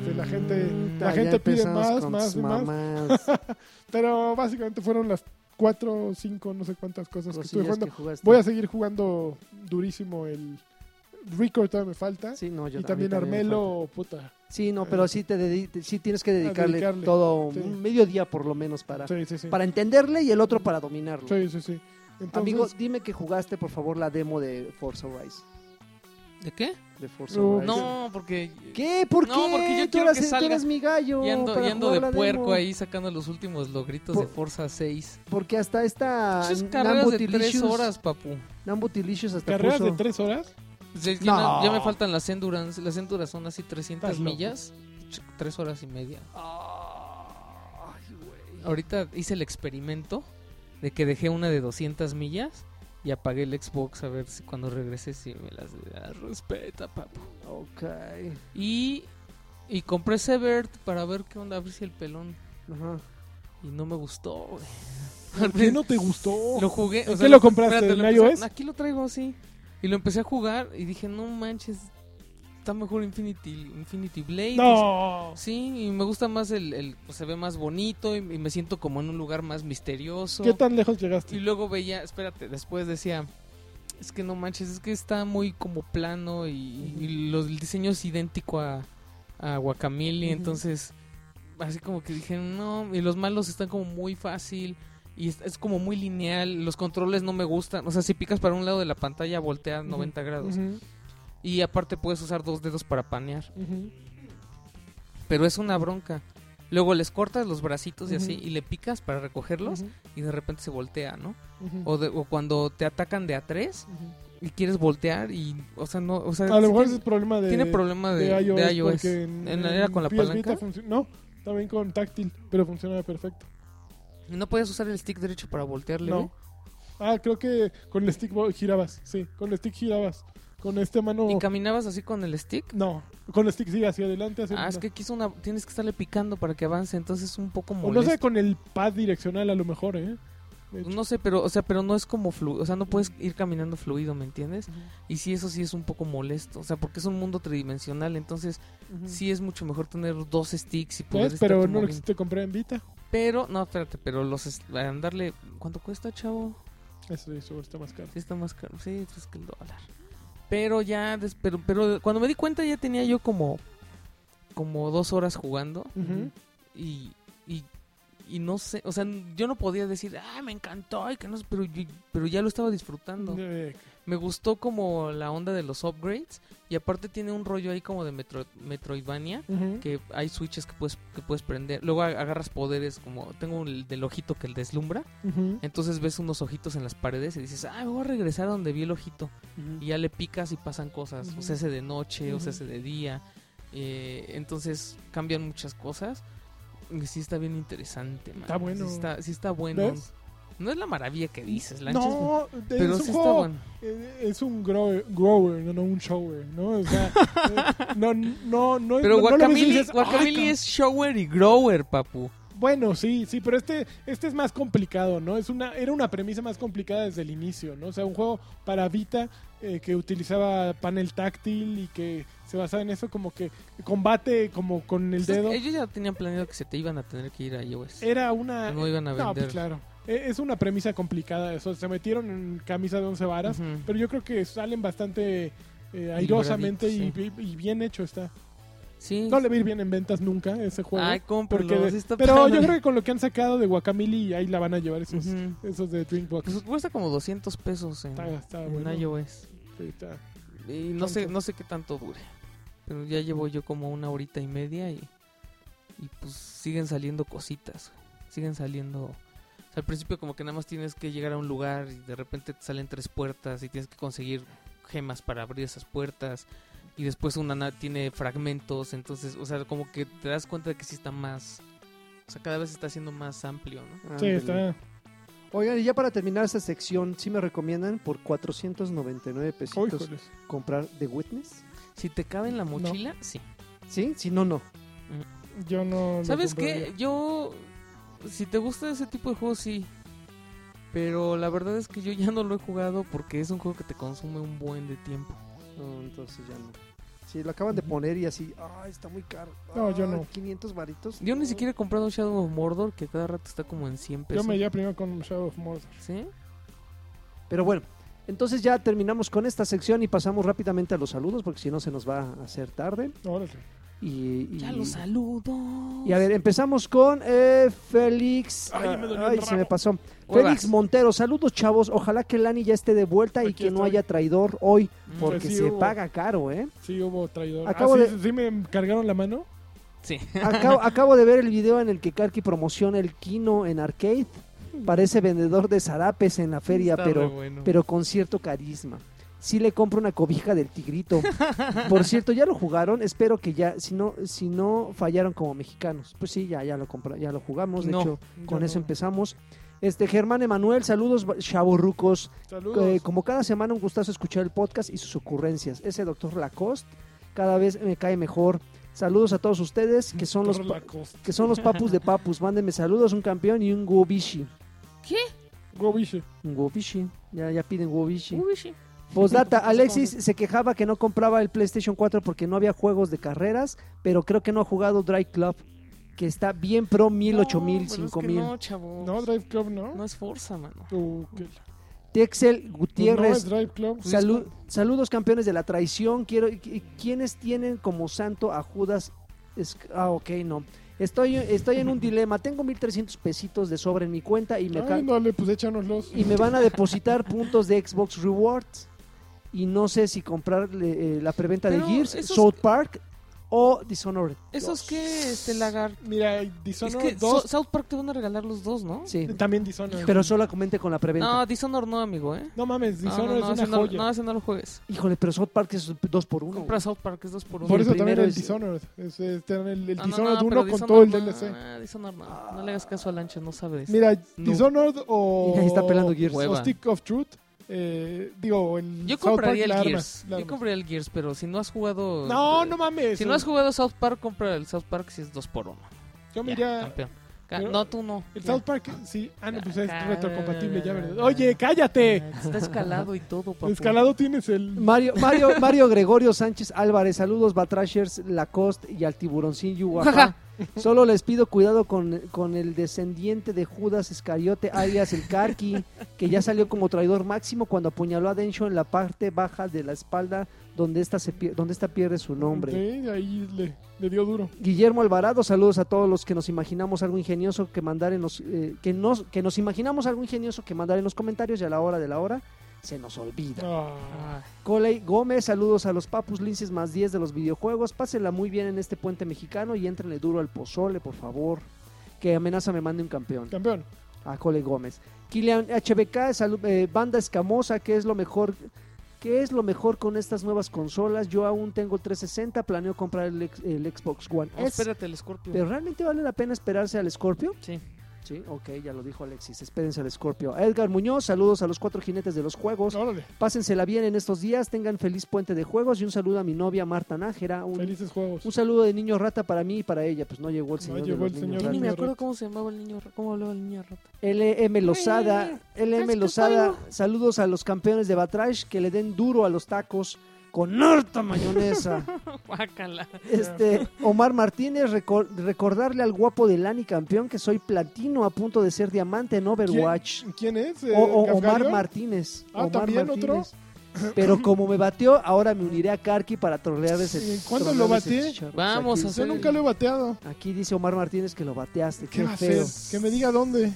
Este, la gente-
Mm,
la
ya
gente pide
empezamos
más,
con
más
tus
y más.
mamás,
Pero básicamente fueron las cuatro, cinco, no sé cuántas cosas que estuve
cosillas
jugando.
que jugaste.
Voy a seguir jugando durísimo el Record, todavía me falta.
Sí, no, yo- a
y
mí
también
me falta.
Armelo, puta.
Sí, no, pero sí, te dedi- te- sí tienes que dedicarle,
dedicarle,
todo
sí.
un medio día por lo menos para,
Sí, sí, sí.
para entenderle y el otro para dominarlo.
Sí, sí, sí. Entonces,
Amigo, dime que jugaste por favor la demo de Forza Horizon.
¿De qué?
De Forza
No.
Horizon.
No, porque.
¿Qué? ¿Por
No,
qué?
porque yo
Tú
quiero
eras-
que
tú
salga.
eras mi gallo.
Y ando,
para
y ando
jugar
de
la
puerco
demo.
ahí sacando los últimos logritos
Por-
de Forza 6.
Porque hasta esta.
Muchas carreras de
Nambutilicious
tres horas, papu.
Nambutilicious hasta
carreras
puso-
de tres horas.
Pues es que
No.
na- Ya me faltan las Endurance. Las Endurance son así 300
Estás loco.
millas. Ch- Tres horas y media.
Ay, güey.
Ahorita hice el experimento de que dejé una de 200 millas y apagué el Xbox a ver si cuando regrese si me las ah, respeta, papu.
Ok.
Y, y compré Severt para ver qué onda, a ver si el pelón.
Ajá.
Y no me gustó, güey.
¿Por qué no te gustó?
Lo jugué.
¿En qué lo
comp-
compraste, en
empecé-
iOS?
aquí lo traigo así. Y lo empecé a jugar y dije, no manches, está mejor Infinity, Infinity Blade.
No.
Sí, y me gusta más el, el- pues, se ve más bonito y, y me siento como en un lugar más misterioso.
¿Qué tan lejos
Y
llegaste?
luego veía, espérate, después decía, es que no manches, es que está muy como plano y, y los- el diseño es idéntico a, a Guacamole,
Ujú.
entonces así como que dije, no, y los malos están como muy fácil y es, es como muy lineal, los controles no me gustan, o sea, si picas para un lado de la pantalla voltea 90 grados
Ujú,
y aparte puedes usar dos dedos para panear
ujú.
pero es una bronca. Luego les cortas los bracitos y así
Ujú.
y le picas para recogerlos
Ujú,
y de repente se voltea, ¿no?
ujú,
O, de- o cuando te atacan de a tres
ujú.
y quieres voltear y, o sea, no, o sea,
A
sí
lo mejor ese
tiene,
es problema de,
tiene problema de, de iOS,
porque
en, la era con la
PS Vita
palanca.
func- No, también con táctil, pero funcionaba perfecto.
Y no podías usar el stick derecho para voltearle.
No.
güey.
Ah, creo que con el stick bo- girabas. Sí, con el stick girabas. Con este mano.
Y caminabas así con el stick.
No, con el stick sí, hacia adelante. Hacia
Ah, es
atrás.
que aquí es una, tienes que estarle picando para que avance, entonces es un poco
O no
molesto.
sé, con el pad direccional a lo mejor, ¿eh? De hecho.
No sé, pero, o sea, pero no es como fluido, o sea, no puedes ir caminando fluido, ¿me entiendes? Y sí, eso sí es un poco molesto, o sea, porque es un mundo tridimensional, entonces
Ujú.
sí es mucho mejor tener dos sticks y poder
¿Ves?
estar
Pero
tú
no lo
moviendo.
quisiste comprar en Vita.
Pero, no, espérate, pero los es- eh, andarle, ¿cuánto cuesta, chavo?
Eso, eso está más caro.
Sí está más caro, sí, pues que el dólar. Pero ya, des- pero, pero cuando me di cuenta ya tenía yo como, como dos horas jugando
Ujú.
y, y, y no sé, o sea, yo no podía decir, ah, me encantó, y que no, sé", pero, yo- pero ya lo estaba disfrutando.
Eh,
Me gustó como la onda de los upgrades. Y aparte tiene un rollo ahí como de Metro, Metroidvania.
ujú.
Que hay switches que puedes, que puedes prender. Luego ag- agarras poderes como... Tengo el del ojito que el deslumbra.
Ujú.
Entonces ves unos ojitos en las paredes y dices... Ah, me voy a regresar a donde vi el ojito. Y ya le picas y pasan cosas.
Ujú.
O se hace de noche, o
Ujú.
se hace de día. Eh, entonces cambian muchas cosas. Y sí está bien interesante, man.
Está bueno.
Sí está, sí está bueno.
¿Ves?
No es la maravilla que dices, Lanchas.
No, es
pero
un
sí está
juego-
bueno.
eh, Es un grower, grower, no, no un shower, ¿no? O sea, eh, no, no, no.
Pero
no, no lo ves y
Guacamole,
dices, "Ay, cabrón".
es shower y grower, papu.
Bueno, sí, sí, pero este, este es más complicado, ¿no? Es una, era una premisa más complicada desde el inicio, ¿no? O sea, un juego para Vita eh, que utilizaba panel táctil y que se basaba en eso como que combate como con el
Entonces,
dedo.
ellos ya tenían planeado que se te iban a tener que ir a iOS.
Era una...
que no iban a
No, pues
vender.
claro. E- Es una premisa complicada eso. Se metieron en camisa de once varas,
Ujú.
pero yo creo que salen bastante eh, airosamente y,
Libraditos,
y- y bien hecho está.
Sí.
No le va a ir bien en ventas nunca ese juego.
Ay, pues cómpralo.
porque de-
sí está
pero
padre.
yo creo que con lo que han sacado de Guacamili, ahí la van a llevar esos,
Ujú.
esos de Drinkbox.
Pues cuesta como 200 pesos en,
Está, está
en
Ah, bueno.
iOS.
Sí, está.
Y no sé,
¿Cuánto?
no sé qué tanto dure. Pero ya llevo yo como una horita y media y, y pues siguen saliendo cositas. güey. Siguen saliendo... o sea, al principio como que nada más tienes que llegar a un lugar y de repente te salen tres puertas y tienes que conseguir gemas para abrir esas puertas. Y después una na- tiene fragmentos, entonces, o sea, como que te das cuenta de que sí está más... O sea, cada vez está siendo más amplio, ¿no?
Sí,
Ándale.
está.
Oigan, y ya para terminar esta sección, ¿sí me recomiendan por 499
Oh,
pesitos
híjoles.
comprar The Witness?
Si te cabe en la mochila, sí.
¿Sí? Si no, no.
Yo no. lo
¿Sabes qué?
compraría.
Yo, si te gusta ese tipo de juegos, sí. Pero la verdad es que yo ya no lo he jugado porque es un juego que te consume un buen de tiempo.
No, entonces ya no. Sí, lo acaban de poner y así, ay, está muy caro.
No, yo
Ay,
no.
500 varitos.
Yo ni
no.
siquiera he comprado Shadow of Mordor, que cada rato está como en 100
Yo
pesos.
me iría primero con Shadow of Mordor.
¿Sí?
Pero bueno, entonces ya terminamos con esta sección y pasamos rápidamente a los saludos porque si no se nos va a hacer tarde.
Órale.
Y, y-
Ya lo saludo.
Y a ver, empezamos con eh, Félix.
Ay, me dolió el
Ay, se me
rabo.
pasó.
Huevas.
Félix Montero, saludos chavos. Ojalá que Lani ya esté de vuelta y
Aquí
que no
estoy.
haya traidor hoy,
Mm,
porque
Pues sí
se
hubo.
paga caro, ¿eh?
Sí, hubo traidor.
Acabo
ah, sí,
de-
sí, me cargaron la mano.
Sí.
Acabo, acabo de ver el video en el que Karki promociona el Kino en arcade. Parece vendedor de zarapes en la feria,
Está
pero,
re bueno.
pero con cierto carisma. Sí le compro una cobija del tigrito. Por cierto, ya lo jugaron. Espero que ya, si no, si no fallaron como mexicanos. Pues sí, ya, ya lo compra, ya lo jugamos. De
No.
hecho, con
Yo
eso
no.
empezamos. Este Germán Emanuel, saludos chavorrucos.
Saludos.
Eh, como cada semana un gustazo escuchar el podcast y sus ocurrencias. Ese doctor Lacoste cada vez me cae mejor. Saludos a todos ustedes que son los
Por
pa-
la costa.
que son los papus de papus. Mándenme saludos, un campeón y un gobishi.
Gobiche.
Un gobishi. Ya, ya piden gobishi.
Uy, sí.
Posdata,
¿Cómo
Alexis
se-
se quejaba que no compraba el PlayStation 4 porque no había juegos de carreras, pero creo que no ha jugado Dry Club, que está bien pro 1000,
No,
8000,
pero es que
5000.
No, chavo.
pues No,
No,
Drive Club, ¿no?
es Forza, mano.
Uh, qué- pues
Texel
no
Gutiérrez,
es Drive Club.
Salud- saludos campeones de la traición. Quiero qui- quienes tienen como santo a Judas. Isc- ah, ok, no. Estoy, estoy en un dilema. Tengo 1300 pesitos de sobre en mi cuenta y me, ca-
Ay, dale, pues échanoslos.
y me van a depositar puntos de Xbox Rewards. Y no sé si comprar la preventa de
Pero
Gears,
esos-
South Park o Dishonored.
¿Esos
Dos.
que este lagar?
Mira,
es
Dishonored
que
2.
So- South Park te van a regalar los dos, ¿no?
Sí,
También Dishonored.
pero solo comente con la preventa.
No, Dishonor no, amigo, ¿eh?
No mames,
No, no,
Dishonored
no,
es
ese
una
no,
joya.
no, ese no lo juegues.
Híjole, pero South Park es dos por uno.
Compra South Park, es dos Uh. por uno.
Por eso
el
también
primero
el
es-
Dishonored. Es, es, tener el, el
No, no,
Dishonored
no,
1
pero
con
Dishonored
todo el
no,
DLC.
ah, Dishonored no. No le hagas caso a Lancho, no sabes.
Mira,
No.
Dishonored o.
Y ahí está pelando Gears.
o
Hueva.
Stick of Truth. Eh, digo, el.
Yo
South Park,
compraría
la
el
armas,
Gears.
la
Yo
armas.
compraría el Gears, pero si no has jugado. eh,
No, no mames.
Si no has jugado South Park, compra el South Park si es dos por uno.
Yo me
Ya,
iría-
campeón. Ca-
Pero-
No, tú no.
El
Ya.
South Park, sí. Ah, no, pues es
Ca-
retrocompatible, ya, ¿verdad? Oye, cállate.
Ah, Está escalado y todo, papu.
Escalado tienes el.
Mario, Mario, Mario Gregorio Sánchez Álvarez, saludos Batrashers, Lacoste y al tiburoncín Yuhuajá. Solo les pido cuidado con, con el descendiente de Judas Iscariote, alias el Karki, que ya salió como traidor máximo cuando apuñaló a Densho en la parte baja de la espalda donde esta, se pier- donde esta pierde su nombre.
Sí, ahí le, le dio duro.
Guillermo Alvarado, saludos a todos los que nos imaginamos algo ingenioso que mandar en los eh, que nos que nos imaginamos algo ingenioso que mandar en los comentarios y a la hora de la hora se nos olvida.
Ah.
Ah,
Coley Gómez, saludos a los papus linces más 10 de los videojuegos. Pásenla muy bien en este puente mexicano y éntrenle duro al pozole, por favor. Que amenaza me mande un campeón.
Campeón.
A Coley Gómez. Kilian HBK, salu- eh, banda escamosa, que es lo mejor. ¿Qué es lo mejor con estas nuevas consolas? Yo aún tengo el 360, planeo comprar el, ex- el Xbox One
no,
S.
espérate, el Scorpio.
Pero realmente vale la pena esperarse al Scorpio.
Sí.
Sí, ok, ya lo dijo Alexis. Espérense al Scorpio. Edgar Muñoz, saludos a los cuatro jinetes de los juegos.
Pues Órale.
Pásensela bien en estos días, tengan feliz puente de juegos y un saludo a mi novia Marta Nájera. Un,
Felices juegos.
un saludo de niño rata para mí y para ella, pues no llegó
No
el señor.
llegó
de los
el señor
niños
Yo
Hola,
ni me
ratas.
niño
acuerdo
rata.
cómo se llamaba el niño ra- cómo hablaba el niño rata.
LM
Eh,
Lozada, LM
es que
Lozada,
puedo.
saludos a los campeones de Batrash que le den duro a los tacos con harta mayonesa.
Guácala.
Este, Omar Martínez, recor- recordarle al guapo de Lani campeón que soy platino a punto de ser diamante en Overwatch.
¿Quién, quién es? eh,
O- o- Omar
Gafgario?
Martínez.
Ah,
Omar
¿también otro?
Martínez. Pero como me bateó, ahora me uniré a Karki para trolear ese.
Sí, ¿cuándo
trolear
lo
ese
bateé?
chicharro.
Vamos
Aquí-
a
Pues Yo
hacer-
nunca lo he bateado.
Aquí dice Omar Martínez que lo bateaste.
¿Qué
Qué,
va a
feo.
hacer? Que me diga dónde.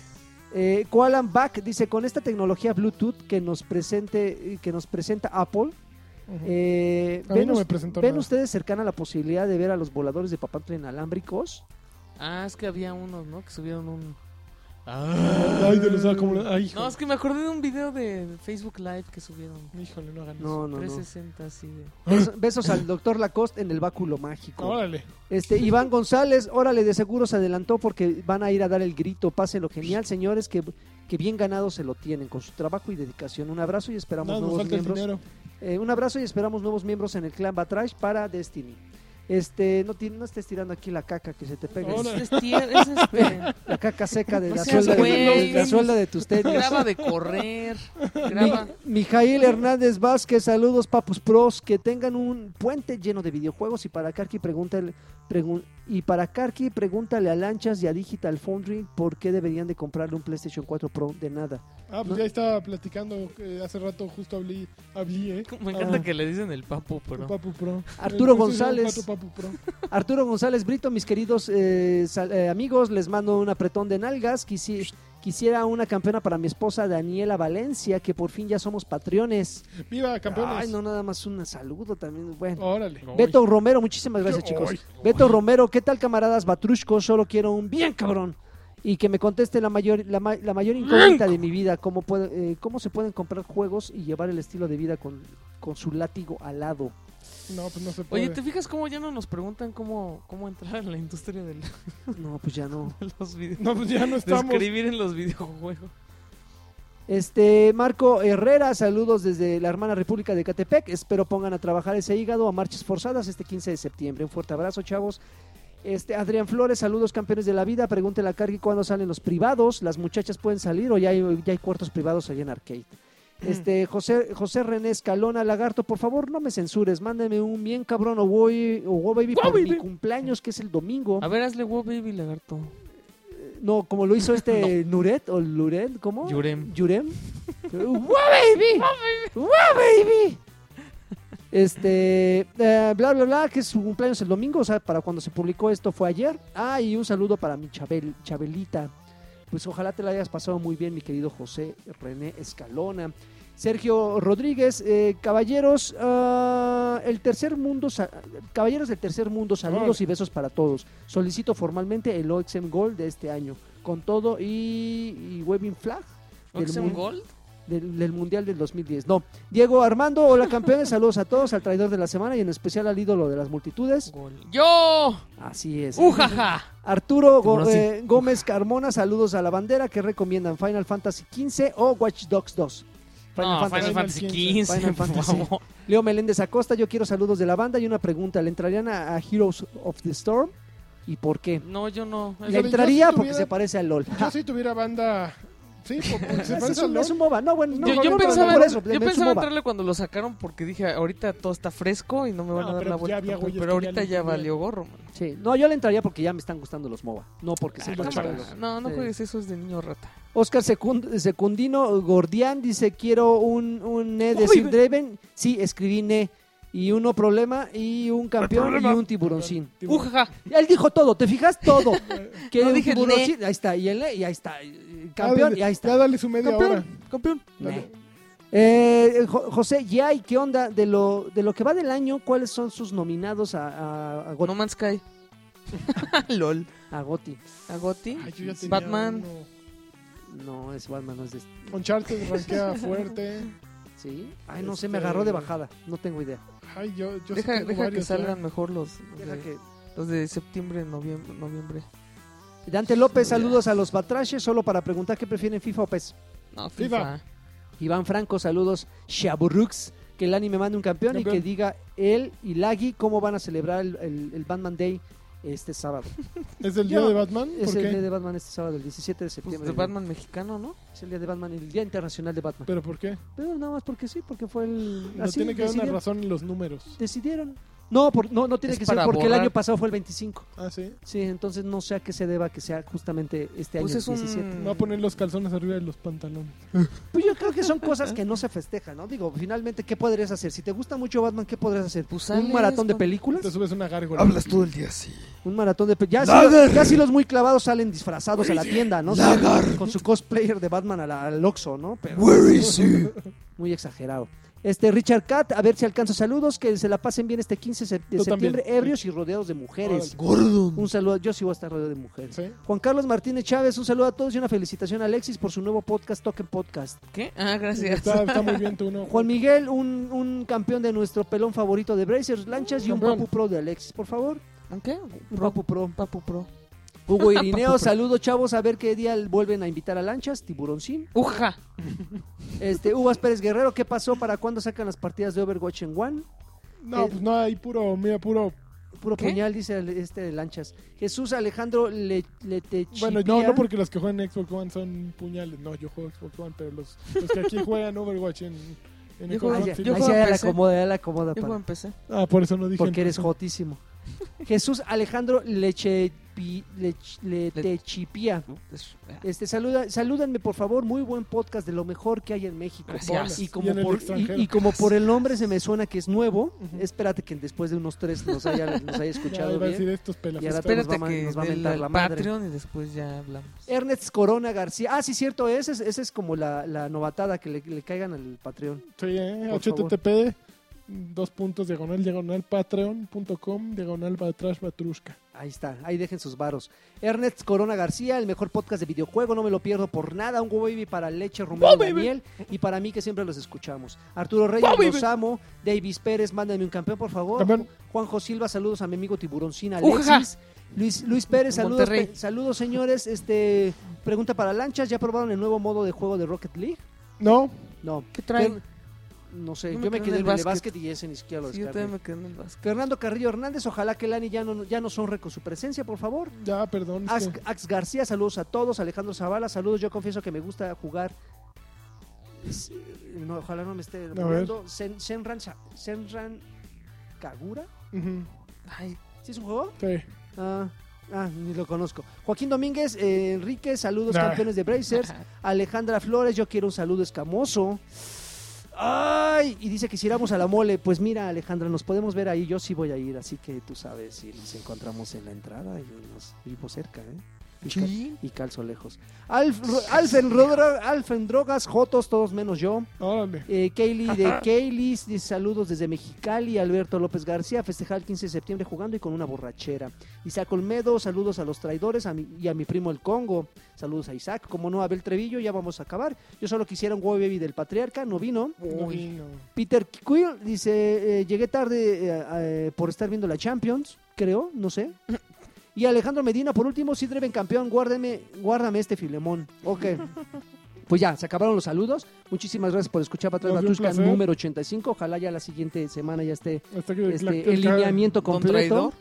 Eh, Koalan Back dice, con esta tecnología Bluetooth que nos presente, que nos presenta Apple,
Ujú.
eh,
A mí
¿ven,
no me
us-
presentó
ven
nada.
ustedes cercana la posibilidad de ver a los voladores de papantla inalámbricos?
Ah, es que había unos, ¿no? Que subieron un... Ah.
Ay, de los acumulados. Ay,
No,
híjole.
es que me acordé de un video de Facebook Live que subieron.
Híjole, no hagan eso.
No, no, no.
360 así de...
Besos, besos al doctor Lacoste en el báculo mágico.
Órale.
Este, Iván González, órale, de seguro se adelantó porque van a ir a dar el grito. Pásenlo genial, señores, que, que bien ganado se lo tienen con su trabajo y dedicación. Un abrazo y
No,
esperamos
nos
nuevos
falta el
miembros.
dinero.
Eh, un abrazo y esperamos nuevos miembros en el clan Batrash para Destiny. Este, no, ti- no estés tirando aquí la caca que se te pega.
Hola. Pues
Es, es tie- es este,
La caca seca de
No
la,
seas
suelda, de,
güey.
la suelda de tus tenis.
graba de correr, graba...
Mi- Mijail Hernández Vázquez, saludos Papus Pros, que tengan un puente lleno de videojuegos y para Karki pregúntale pregun- y para Karki pregúntale a Lanchas y a Digital Foundry por qué deberían de comprarle un PlayStation 4 Pro de nada.
Ah, pues
No.
ya estaba platicando eh, hace rato, justo hablé, hablé ¿eh?
Me encanta
Ah,
que le dicen el papo,
tu
pero...
Papu Pro.
Arturo
El PlayStation
González.
4 Papu Pro.
Arturo González Brito, mis queridos eh, sal- eh, amigos, les mando un apretón de nalgas. Quisi- quisiera una campeona para mi esposa Daniela Valencia, que por fin ya somos patriones.
Viva, campeones.
Ay, no, nada más un saludo también. Bueno.
Órale.
Beto Romero, muchísimas gracias,
Yo-
chicos.
Ay.
Beto Romero, ¿qué tal, camaradas Batrushko? Solo quiero un bien cabrón. Y que me conteste la mayor, la, ma- la mayor incógnita de mi vida. ¿Cómo, puede- eh, ¿Cómo se pueden comprar juegos y llevar el estilo de vida con, con su látigo alado?
No, pues no se puede.
Oye, ¿te fijas cómo ya no nos preguntan cómo, cómo entrar en la industria del-
No, pues ya no.
de los videos?
No, pues ya no
De
estamos.
escribir en los videojuegos.
Este, Marco Herrera, saludos desde la hermana República de Catepec. Espero pongan a trabajar ese hígado a marchas forzadas este 15 de septiembre. Un fuerte abrazo, chavos. Este, Adrián Flores, saludos campeones de la vida. Pregúntele a Cargui cuándo salen los privados. Las muchachas pueden salir o ya hay, ya hay cuartos privados allá en Arcade. Este, José, José René Escalona, Lagarto, por favor, no me censures. Mándame un bien cabrón o voy, o wow, baby, por
Wow,
mi
baby.
cumpleaños, que es el domingo.
A ver, hazle wow baby lagarto.
No, como lo hizo este Nuret o Luret, ¿cómo?
Yurem.
Yurem. ¡Wow, baby! ¡Wow, baby! Este, eh, bla, bla, bla, que es su cumpleaños el domingo, o sea, para cuando se publicó esto fue ayer. Ah, y un saludo para mi Chabel, Chabelita. Pues ojalá te la hayas pasado muy bien, mi querido José René Escalona. Sergio Rodríguez, eh, caballeros, ah, el tercer mundo, sa- caballeros del tercer mundo, saludos
Órale.
y besos para todos. Solicito formalmente el OXM Gold de este año, con todo y, y Waving Flag del,
¿Oxen
mun-
Gold?
del- del Mundial del 2010. No, Diego Armando, hola campeones, saludos a todos, al traidor de la semana y en especial al ídolo de las multitudes.
Gol. ¡Yo!
Así es.
¡Ujaja!
Arturo Go-
Ahora sí.
eh, Gómez Carmona, saludos a la bandera que recomiendan Final Fantasy XV o Watch Dogs 2.
No, Final Fantasy XV,
Final
por
Fantasy.
favor.
Leo Meléndez Acosta, yo quiero saludos de la banda y una pregunta. ¿Le entrarían a, a Heroes of the Storm? ¿Y por qué?
No, yo no.
Pues Yo Híjole,
Eso-
Le
si
entraría porque
tuviera-
se parece al LOL.
Yo si tuviera banda. Sí, por- porque se
Ese es,
parece al
un, es
LOL.
un MOBA. No, bueno, no,
yo, yo
no, no,
pensaba,
por eso,
yo
es un
pensaba
MOBA.
entrarle cuando lo sacaron porque dije, ahorita todo está fresco y no me van
No,
a dar
pero
la
ya
vuelta.
había
tanto".
güeyes que
pero
ya
ahorita
le
ya
entendían.
valió gorro, man.
Sí. No, yo le entraría porque ya me están gustando los MOBA. No porque
Ah,
sean
cámara.
chingados.
No, no
Sí.
juegues eso, es de niño rata.
Oscar Secund- Secundino Gordián dice: Quiero un, un Ne de
Uy,
Sid
ve-
Draven. Sí, escribí Ne. Y uno problema, y un campeón, y
problema.
un tiburoncín.
Tiburón.
¡Ujaja!
Él dijo todo, ¿te fijas? Todo. Quiere
No
un
dije el
tiburoncín. Ahí está, y el Ne, y ahí está. y- y Campeón,
Dale-
y ahí está.
Ya dale su media
¡Campeón!
hora.
¡Campeón!
Dale.
Eh, Jo- José Yay, ¿qué onda? De lo, de lo que va del año, ¿cuáles son sus nominados a, a, a Got-
No Man's Sky. LOL.
a Gotti?
¿A Gotti?
Ay, yo ya tenía
Batman.
uno.
No, es Batman, no es de este.
Uncharted rankea fuerte.
¿Sí? Ay, no sé,
Este-
me agarró de bajada. No tengo idea.
Ay, yo, yo sí
Deja,
tengo
deja que
varios, ¿eh?
salgan mejor los, los
Deja
de,
que-
los de septiembre, noviembre. noviembre.
Dante López, saludos a los Batrashes, solo para preguntar qué prefieren FIFA o PES.
No,
FIFA.
FIFA. Pues,
Iván Franco, saludos. Shaburux, que el anime mande un campeón, y
Campeón.
que diga él y Laggy cómo van a celebrar el, el- el Batman Day este sábado.
¿Es el
Yo
día
no-
de Batman?
Es
¿Por
el
qué?
día de Batman este sábado, el 17 de
Pues,
septiembre.
de Batman mexicano, ¿no?
Es el día de Batman, el día internacional de Batman.
¿Pero por qué?
Pero nada más porque sí, porque fue el...
No
así
tiene que haber una
decidieron-
razón en los números.
Decidieron. No, por- no, no tiene
Es
que ser
para
porque el
borrar.
año pasado fue el 25.
Ah, sí.
Sí, entonces no sé a qué se deba que sea justamente este
Pues
año
es
el
un-
17.
Me voy Mm. a poner los calzones arriba de los pantalones.
Pues yo creo que son cosas que no se festejan, ¿no? Digo, finalmente, ¿qué podrías hacer? Si te gusta mucho Batman, ¿qué podrías hacer?
Pues
¿Un
sales
maratón de
con-
películas?
Te subes una gárgola.
Hablas todo el día así.
Un maratón de películas. Ya, si
Lager.
los- ya si los muy clavados salen disfrazados a la tienda, ¿no? Salen
Lagar.
Con su cosplayer de Batman a la- al Oxxo, ¿no? Pero
Where is he?
muy exagerado. Este, Richard Cat, a ver si alcanzo saludos, que se la pasen bien este 15 sep- de
Tú
septiembre,
también.
ebrios y rodeados de mujeres.
Gordon.
Un saludo, yo sí voy a estar rodeado de mujeres.
Sí.
Juan Carlos Martínez Chávez, un saludo a todos y una felicitación a Alexis por su nuevo podcast, Token Podcast.
¿Qué? Ah, gracias.
Está, está muy bien tú, ¿no?
Juan Miguel, un, un campeón de nuestro pelón favorito de Brazers, Lanchas y un
Campeón.
Papu Pro de Alexis, por favor.
¿Un ¿Qué?
Un
Pro,
Papu Pro.
Papu Pro.
Hugo
Papu Pro.
Irineo, saludos chavos, a ver qué día vuelven a invitar a Lanchas, Tiburoncín.
Uja.
Este, Uvas Pérez Guerrero, ¿qué pasó? ¿Para cuándo sacan las partidas de Overwatch en One? eh,
No, pues no, hay puro, mira, puro.
Puro
¿Qué?
puñal, dice el- este de Lanchas. Jesús Alejandro le, Letechipía.
Bueno, no, no porque los que juegan Xbox One son puñales. No, yo juego Xbox One, pero los, los que aquí juegan Overwatch en, en
Yo
Xbox
juego-
Ah,
One,
ya,
sí.
yo
ahí
juego
sí, ya la
PC.
acomoda, ya la acomoda.
Yo
pa-
juego en PC.
Ah, por eso no dije.
porque eres
entonces.
jotísimo. Jesús Alejandro Lechepi- Lech- Letechipía.
Es-
Este, saluda, salúdanme por favor, muy buen podcast de lo mejor que hay en México.
Gracias.
Y
Y
como,
en el
por,
extranjero.
y- y como por el nombre se me suena que es nuevo,
Ujú.
espérate que después de unos tres nos haya, nos haya
Ya, iba
escuchado
a
bien.
decir estos pelafustas.
Y ahora te-
Espérate
va a-
que
nos va a
dé
mentar
el
la madre.
Patreon y después ya hablamos.
Ernest Corona García. Ah, sí, cierto, ese es, ese es como la, la novatada que le, le caigan al Patreon.
Sí, eh,
Por
http dos puntos diagonal diagonal patreon.com diagonal batrash batrushka.
Ahí está, ahí dejen sus varos. Ernest Corona García, el mejor podcast de videojuego, no me lo pierdo por nada. Un Go Baby para Leche, Romero
Go Baby.
Daniel y para mí que siempre los escuchamos. Arturo Reyes,
Go Baby.
los amo. Davis Pérez, mándame un campeón, por favor.
Campeón.
Juanjo Silva, saludos a mi amigo Tiburoncina
Ujaja.
Alexis. Luis, Luis Pérez, saludos,
Monterrey.
pe- saludos señores. Este, pregunta para lanchas, ¿ya probaron el nuevo modo de juego de Rocket League?
No,
No,
¿Qué traen?
Ven, no sé,
Yo me
yo me,
quedé
quedé
en el
en el de
básquet.
básquet y ese ni siquiera lo
Sí, yo
descargué.
también me quedé en el básquet.
Fernando Carrillo Hernández, ojalá que Lani ya no, ya no sonre con su presencia, por favor.
ya, perdón. es
Ax,
que-
Ax García, saludos a todos. Alejandro Zavala, saludos. Yo confieso que me gusta jugar. S- No, ojalá no me esté muriendo. Sen- Senran, Sa- Senran Kagura.
Ujú,
Ay,
¿Sí es un juego?
sí.
Ah, ah, ni lo conozco. Joaquín Domínguez, eh, Enrique, saludos,
Nah.
campeones de Brazers. Alejandra Flores, yo quiero un saludo escamoso. ¡Ay! Y dice que si íbamos a la mole, pues mira, Alejandra, nos podemos ver ahí. Yo sí voy a ir, así que tú sabes si nos encontramos en la entrada y nos vimos cerca, ¿eh? Y ca-
Sí.
Y calzo lejos. Alf, Ro- Alfen, Rodra- Alfen Drogas, Jotos, todos menos yo.
Órale.
Eh, Kaylee de Kaylee's, dice, saludos desde Mexicali. Alberto López García, festejar el 15 de septiembre jugando y con una borrachera. Isaac Olmedo, saludos a los traidores a mi- y a mi primo el Congo. Saludos a Isaac. Como no, Abel Trevillo, ya vamos a acabar. Yo solo quisiera un Wow Baby del Patriarca, no vino.
No
uy.
vino.
Peter Quill dice, eh, llegué tarde eh, eh, por estar viendo la Champions, creo, no sé. Y Alejandro Medina, por último, si Dreven campeón, guárdeme, guárdame este filemón. Ok. Pues ya, se acabaron los saludos. Muchísimas gracias por escuchar Patrón
Nos dio un
Batusca
placer.
número 85. Ojalá ya la siguiente semana ya esté
Hasta que la-
este, el lineamiento
¿Con
completo.
traidor?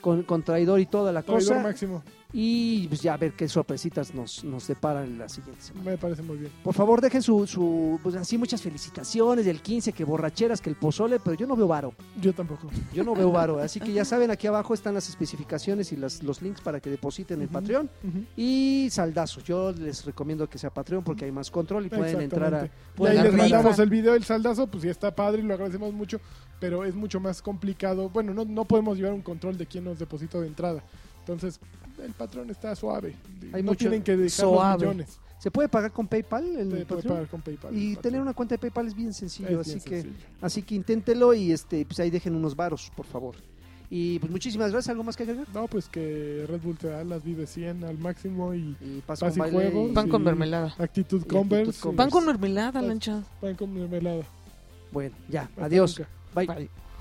Con, con traidor y toda la
traidor
cosa.
máximo.
Y pues ya a ver qué sorpresitas nos, nos deparan la siguiente semana.
Me parece muy bien.
Por favor, dejen su, su- pues así muchas felicitaciones del 15, que borracheras, que el pozole, pero yo no veo varo.
Yo tampoco.
Yo no veo varo. Así que ya saben, aquí abajo están las especificaciones y las, los links para que depositen en
Ujú.
Patreon.
Ujú.
Y saldazos. Yo les recomiendo que sea Patreon porque hay más control y pueden entrar a.
Exactamente. Y
pueden
ahí
dar
les
rifa.
clic.
mandamos el video del saldazo, pues ya está padre y lo agradecemos mucho, pero es mucho más complicado. Bueno, no, no podemos llevar un control de quién nos depositó de entrada. Entonces, el patrón está suave.
Hay
no
mucho
tienen que dejar los
suave.
millones.
Se puede pagar con PayPal. el
Te puedes
Patreon?
pagar con PayPal.
Y
Patrón.
tener una cuenta de PayPal es bien
Es
sencillo,
bien
así que
sencillo.
así que inténtelo y este pues ahí dejen unos varos, por favor. Y pues muchísimas gracias, algo más que agregar.
No, pues que Red Bull te da las vive 100 al máximo y
Y paz,
Paz y
con baile
juego.
y-
Pan con
Sí.
mermelada.
actitud
actitud
Converse.
Converse.
y
Pan con mermelada, lancha.
pan con mermelada.
Bueno, ya,
Hasta
adiós.
nunca.
Bye.
Bye.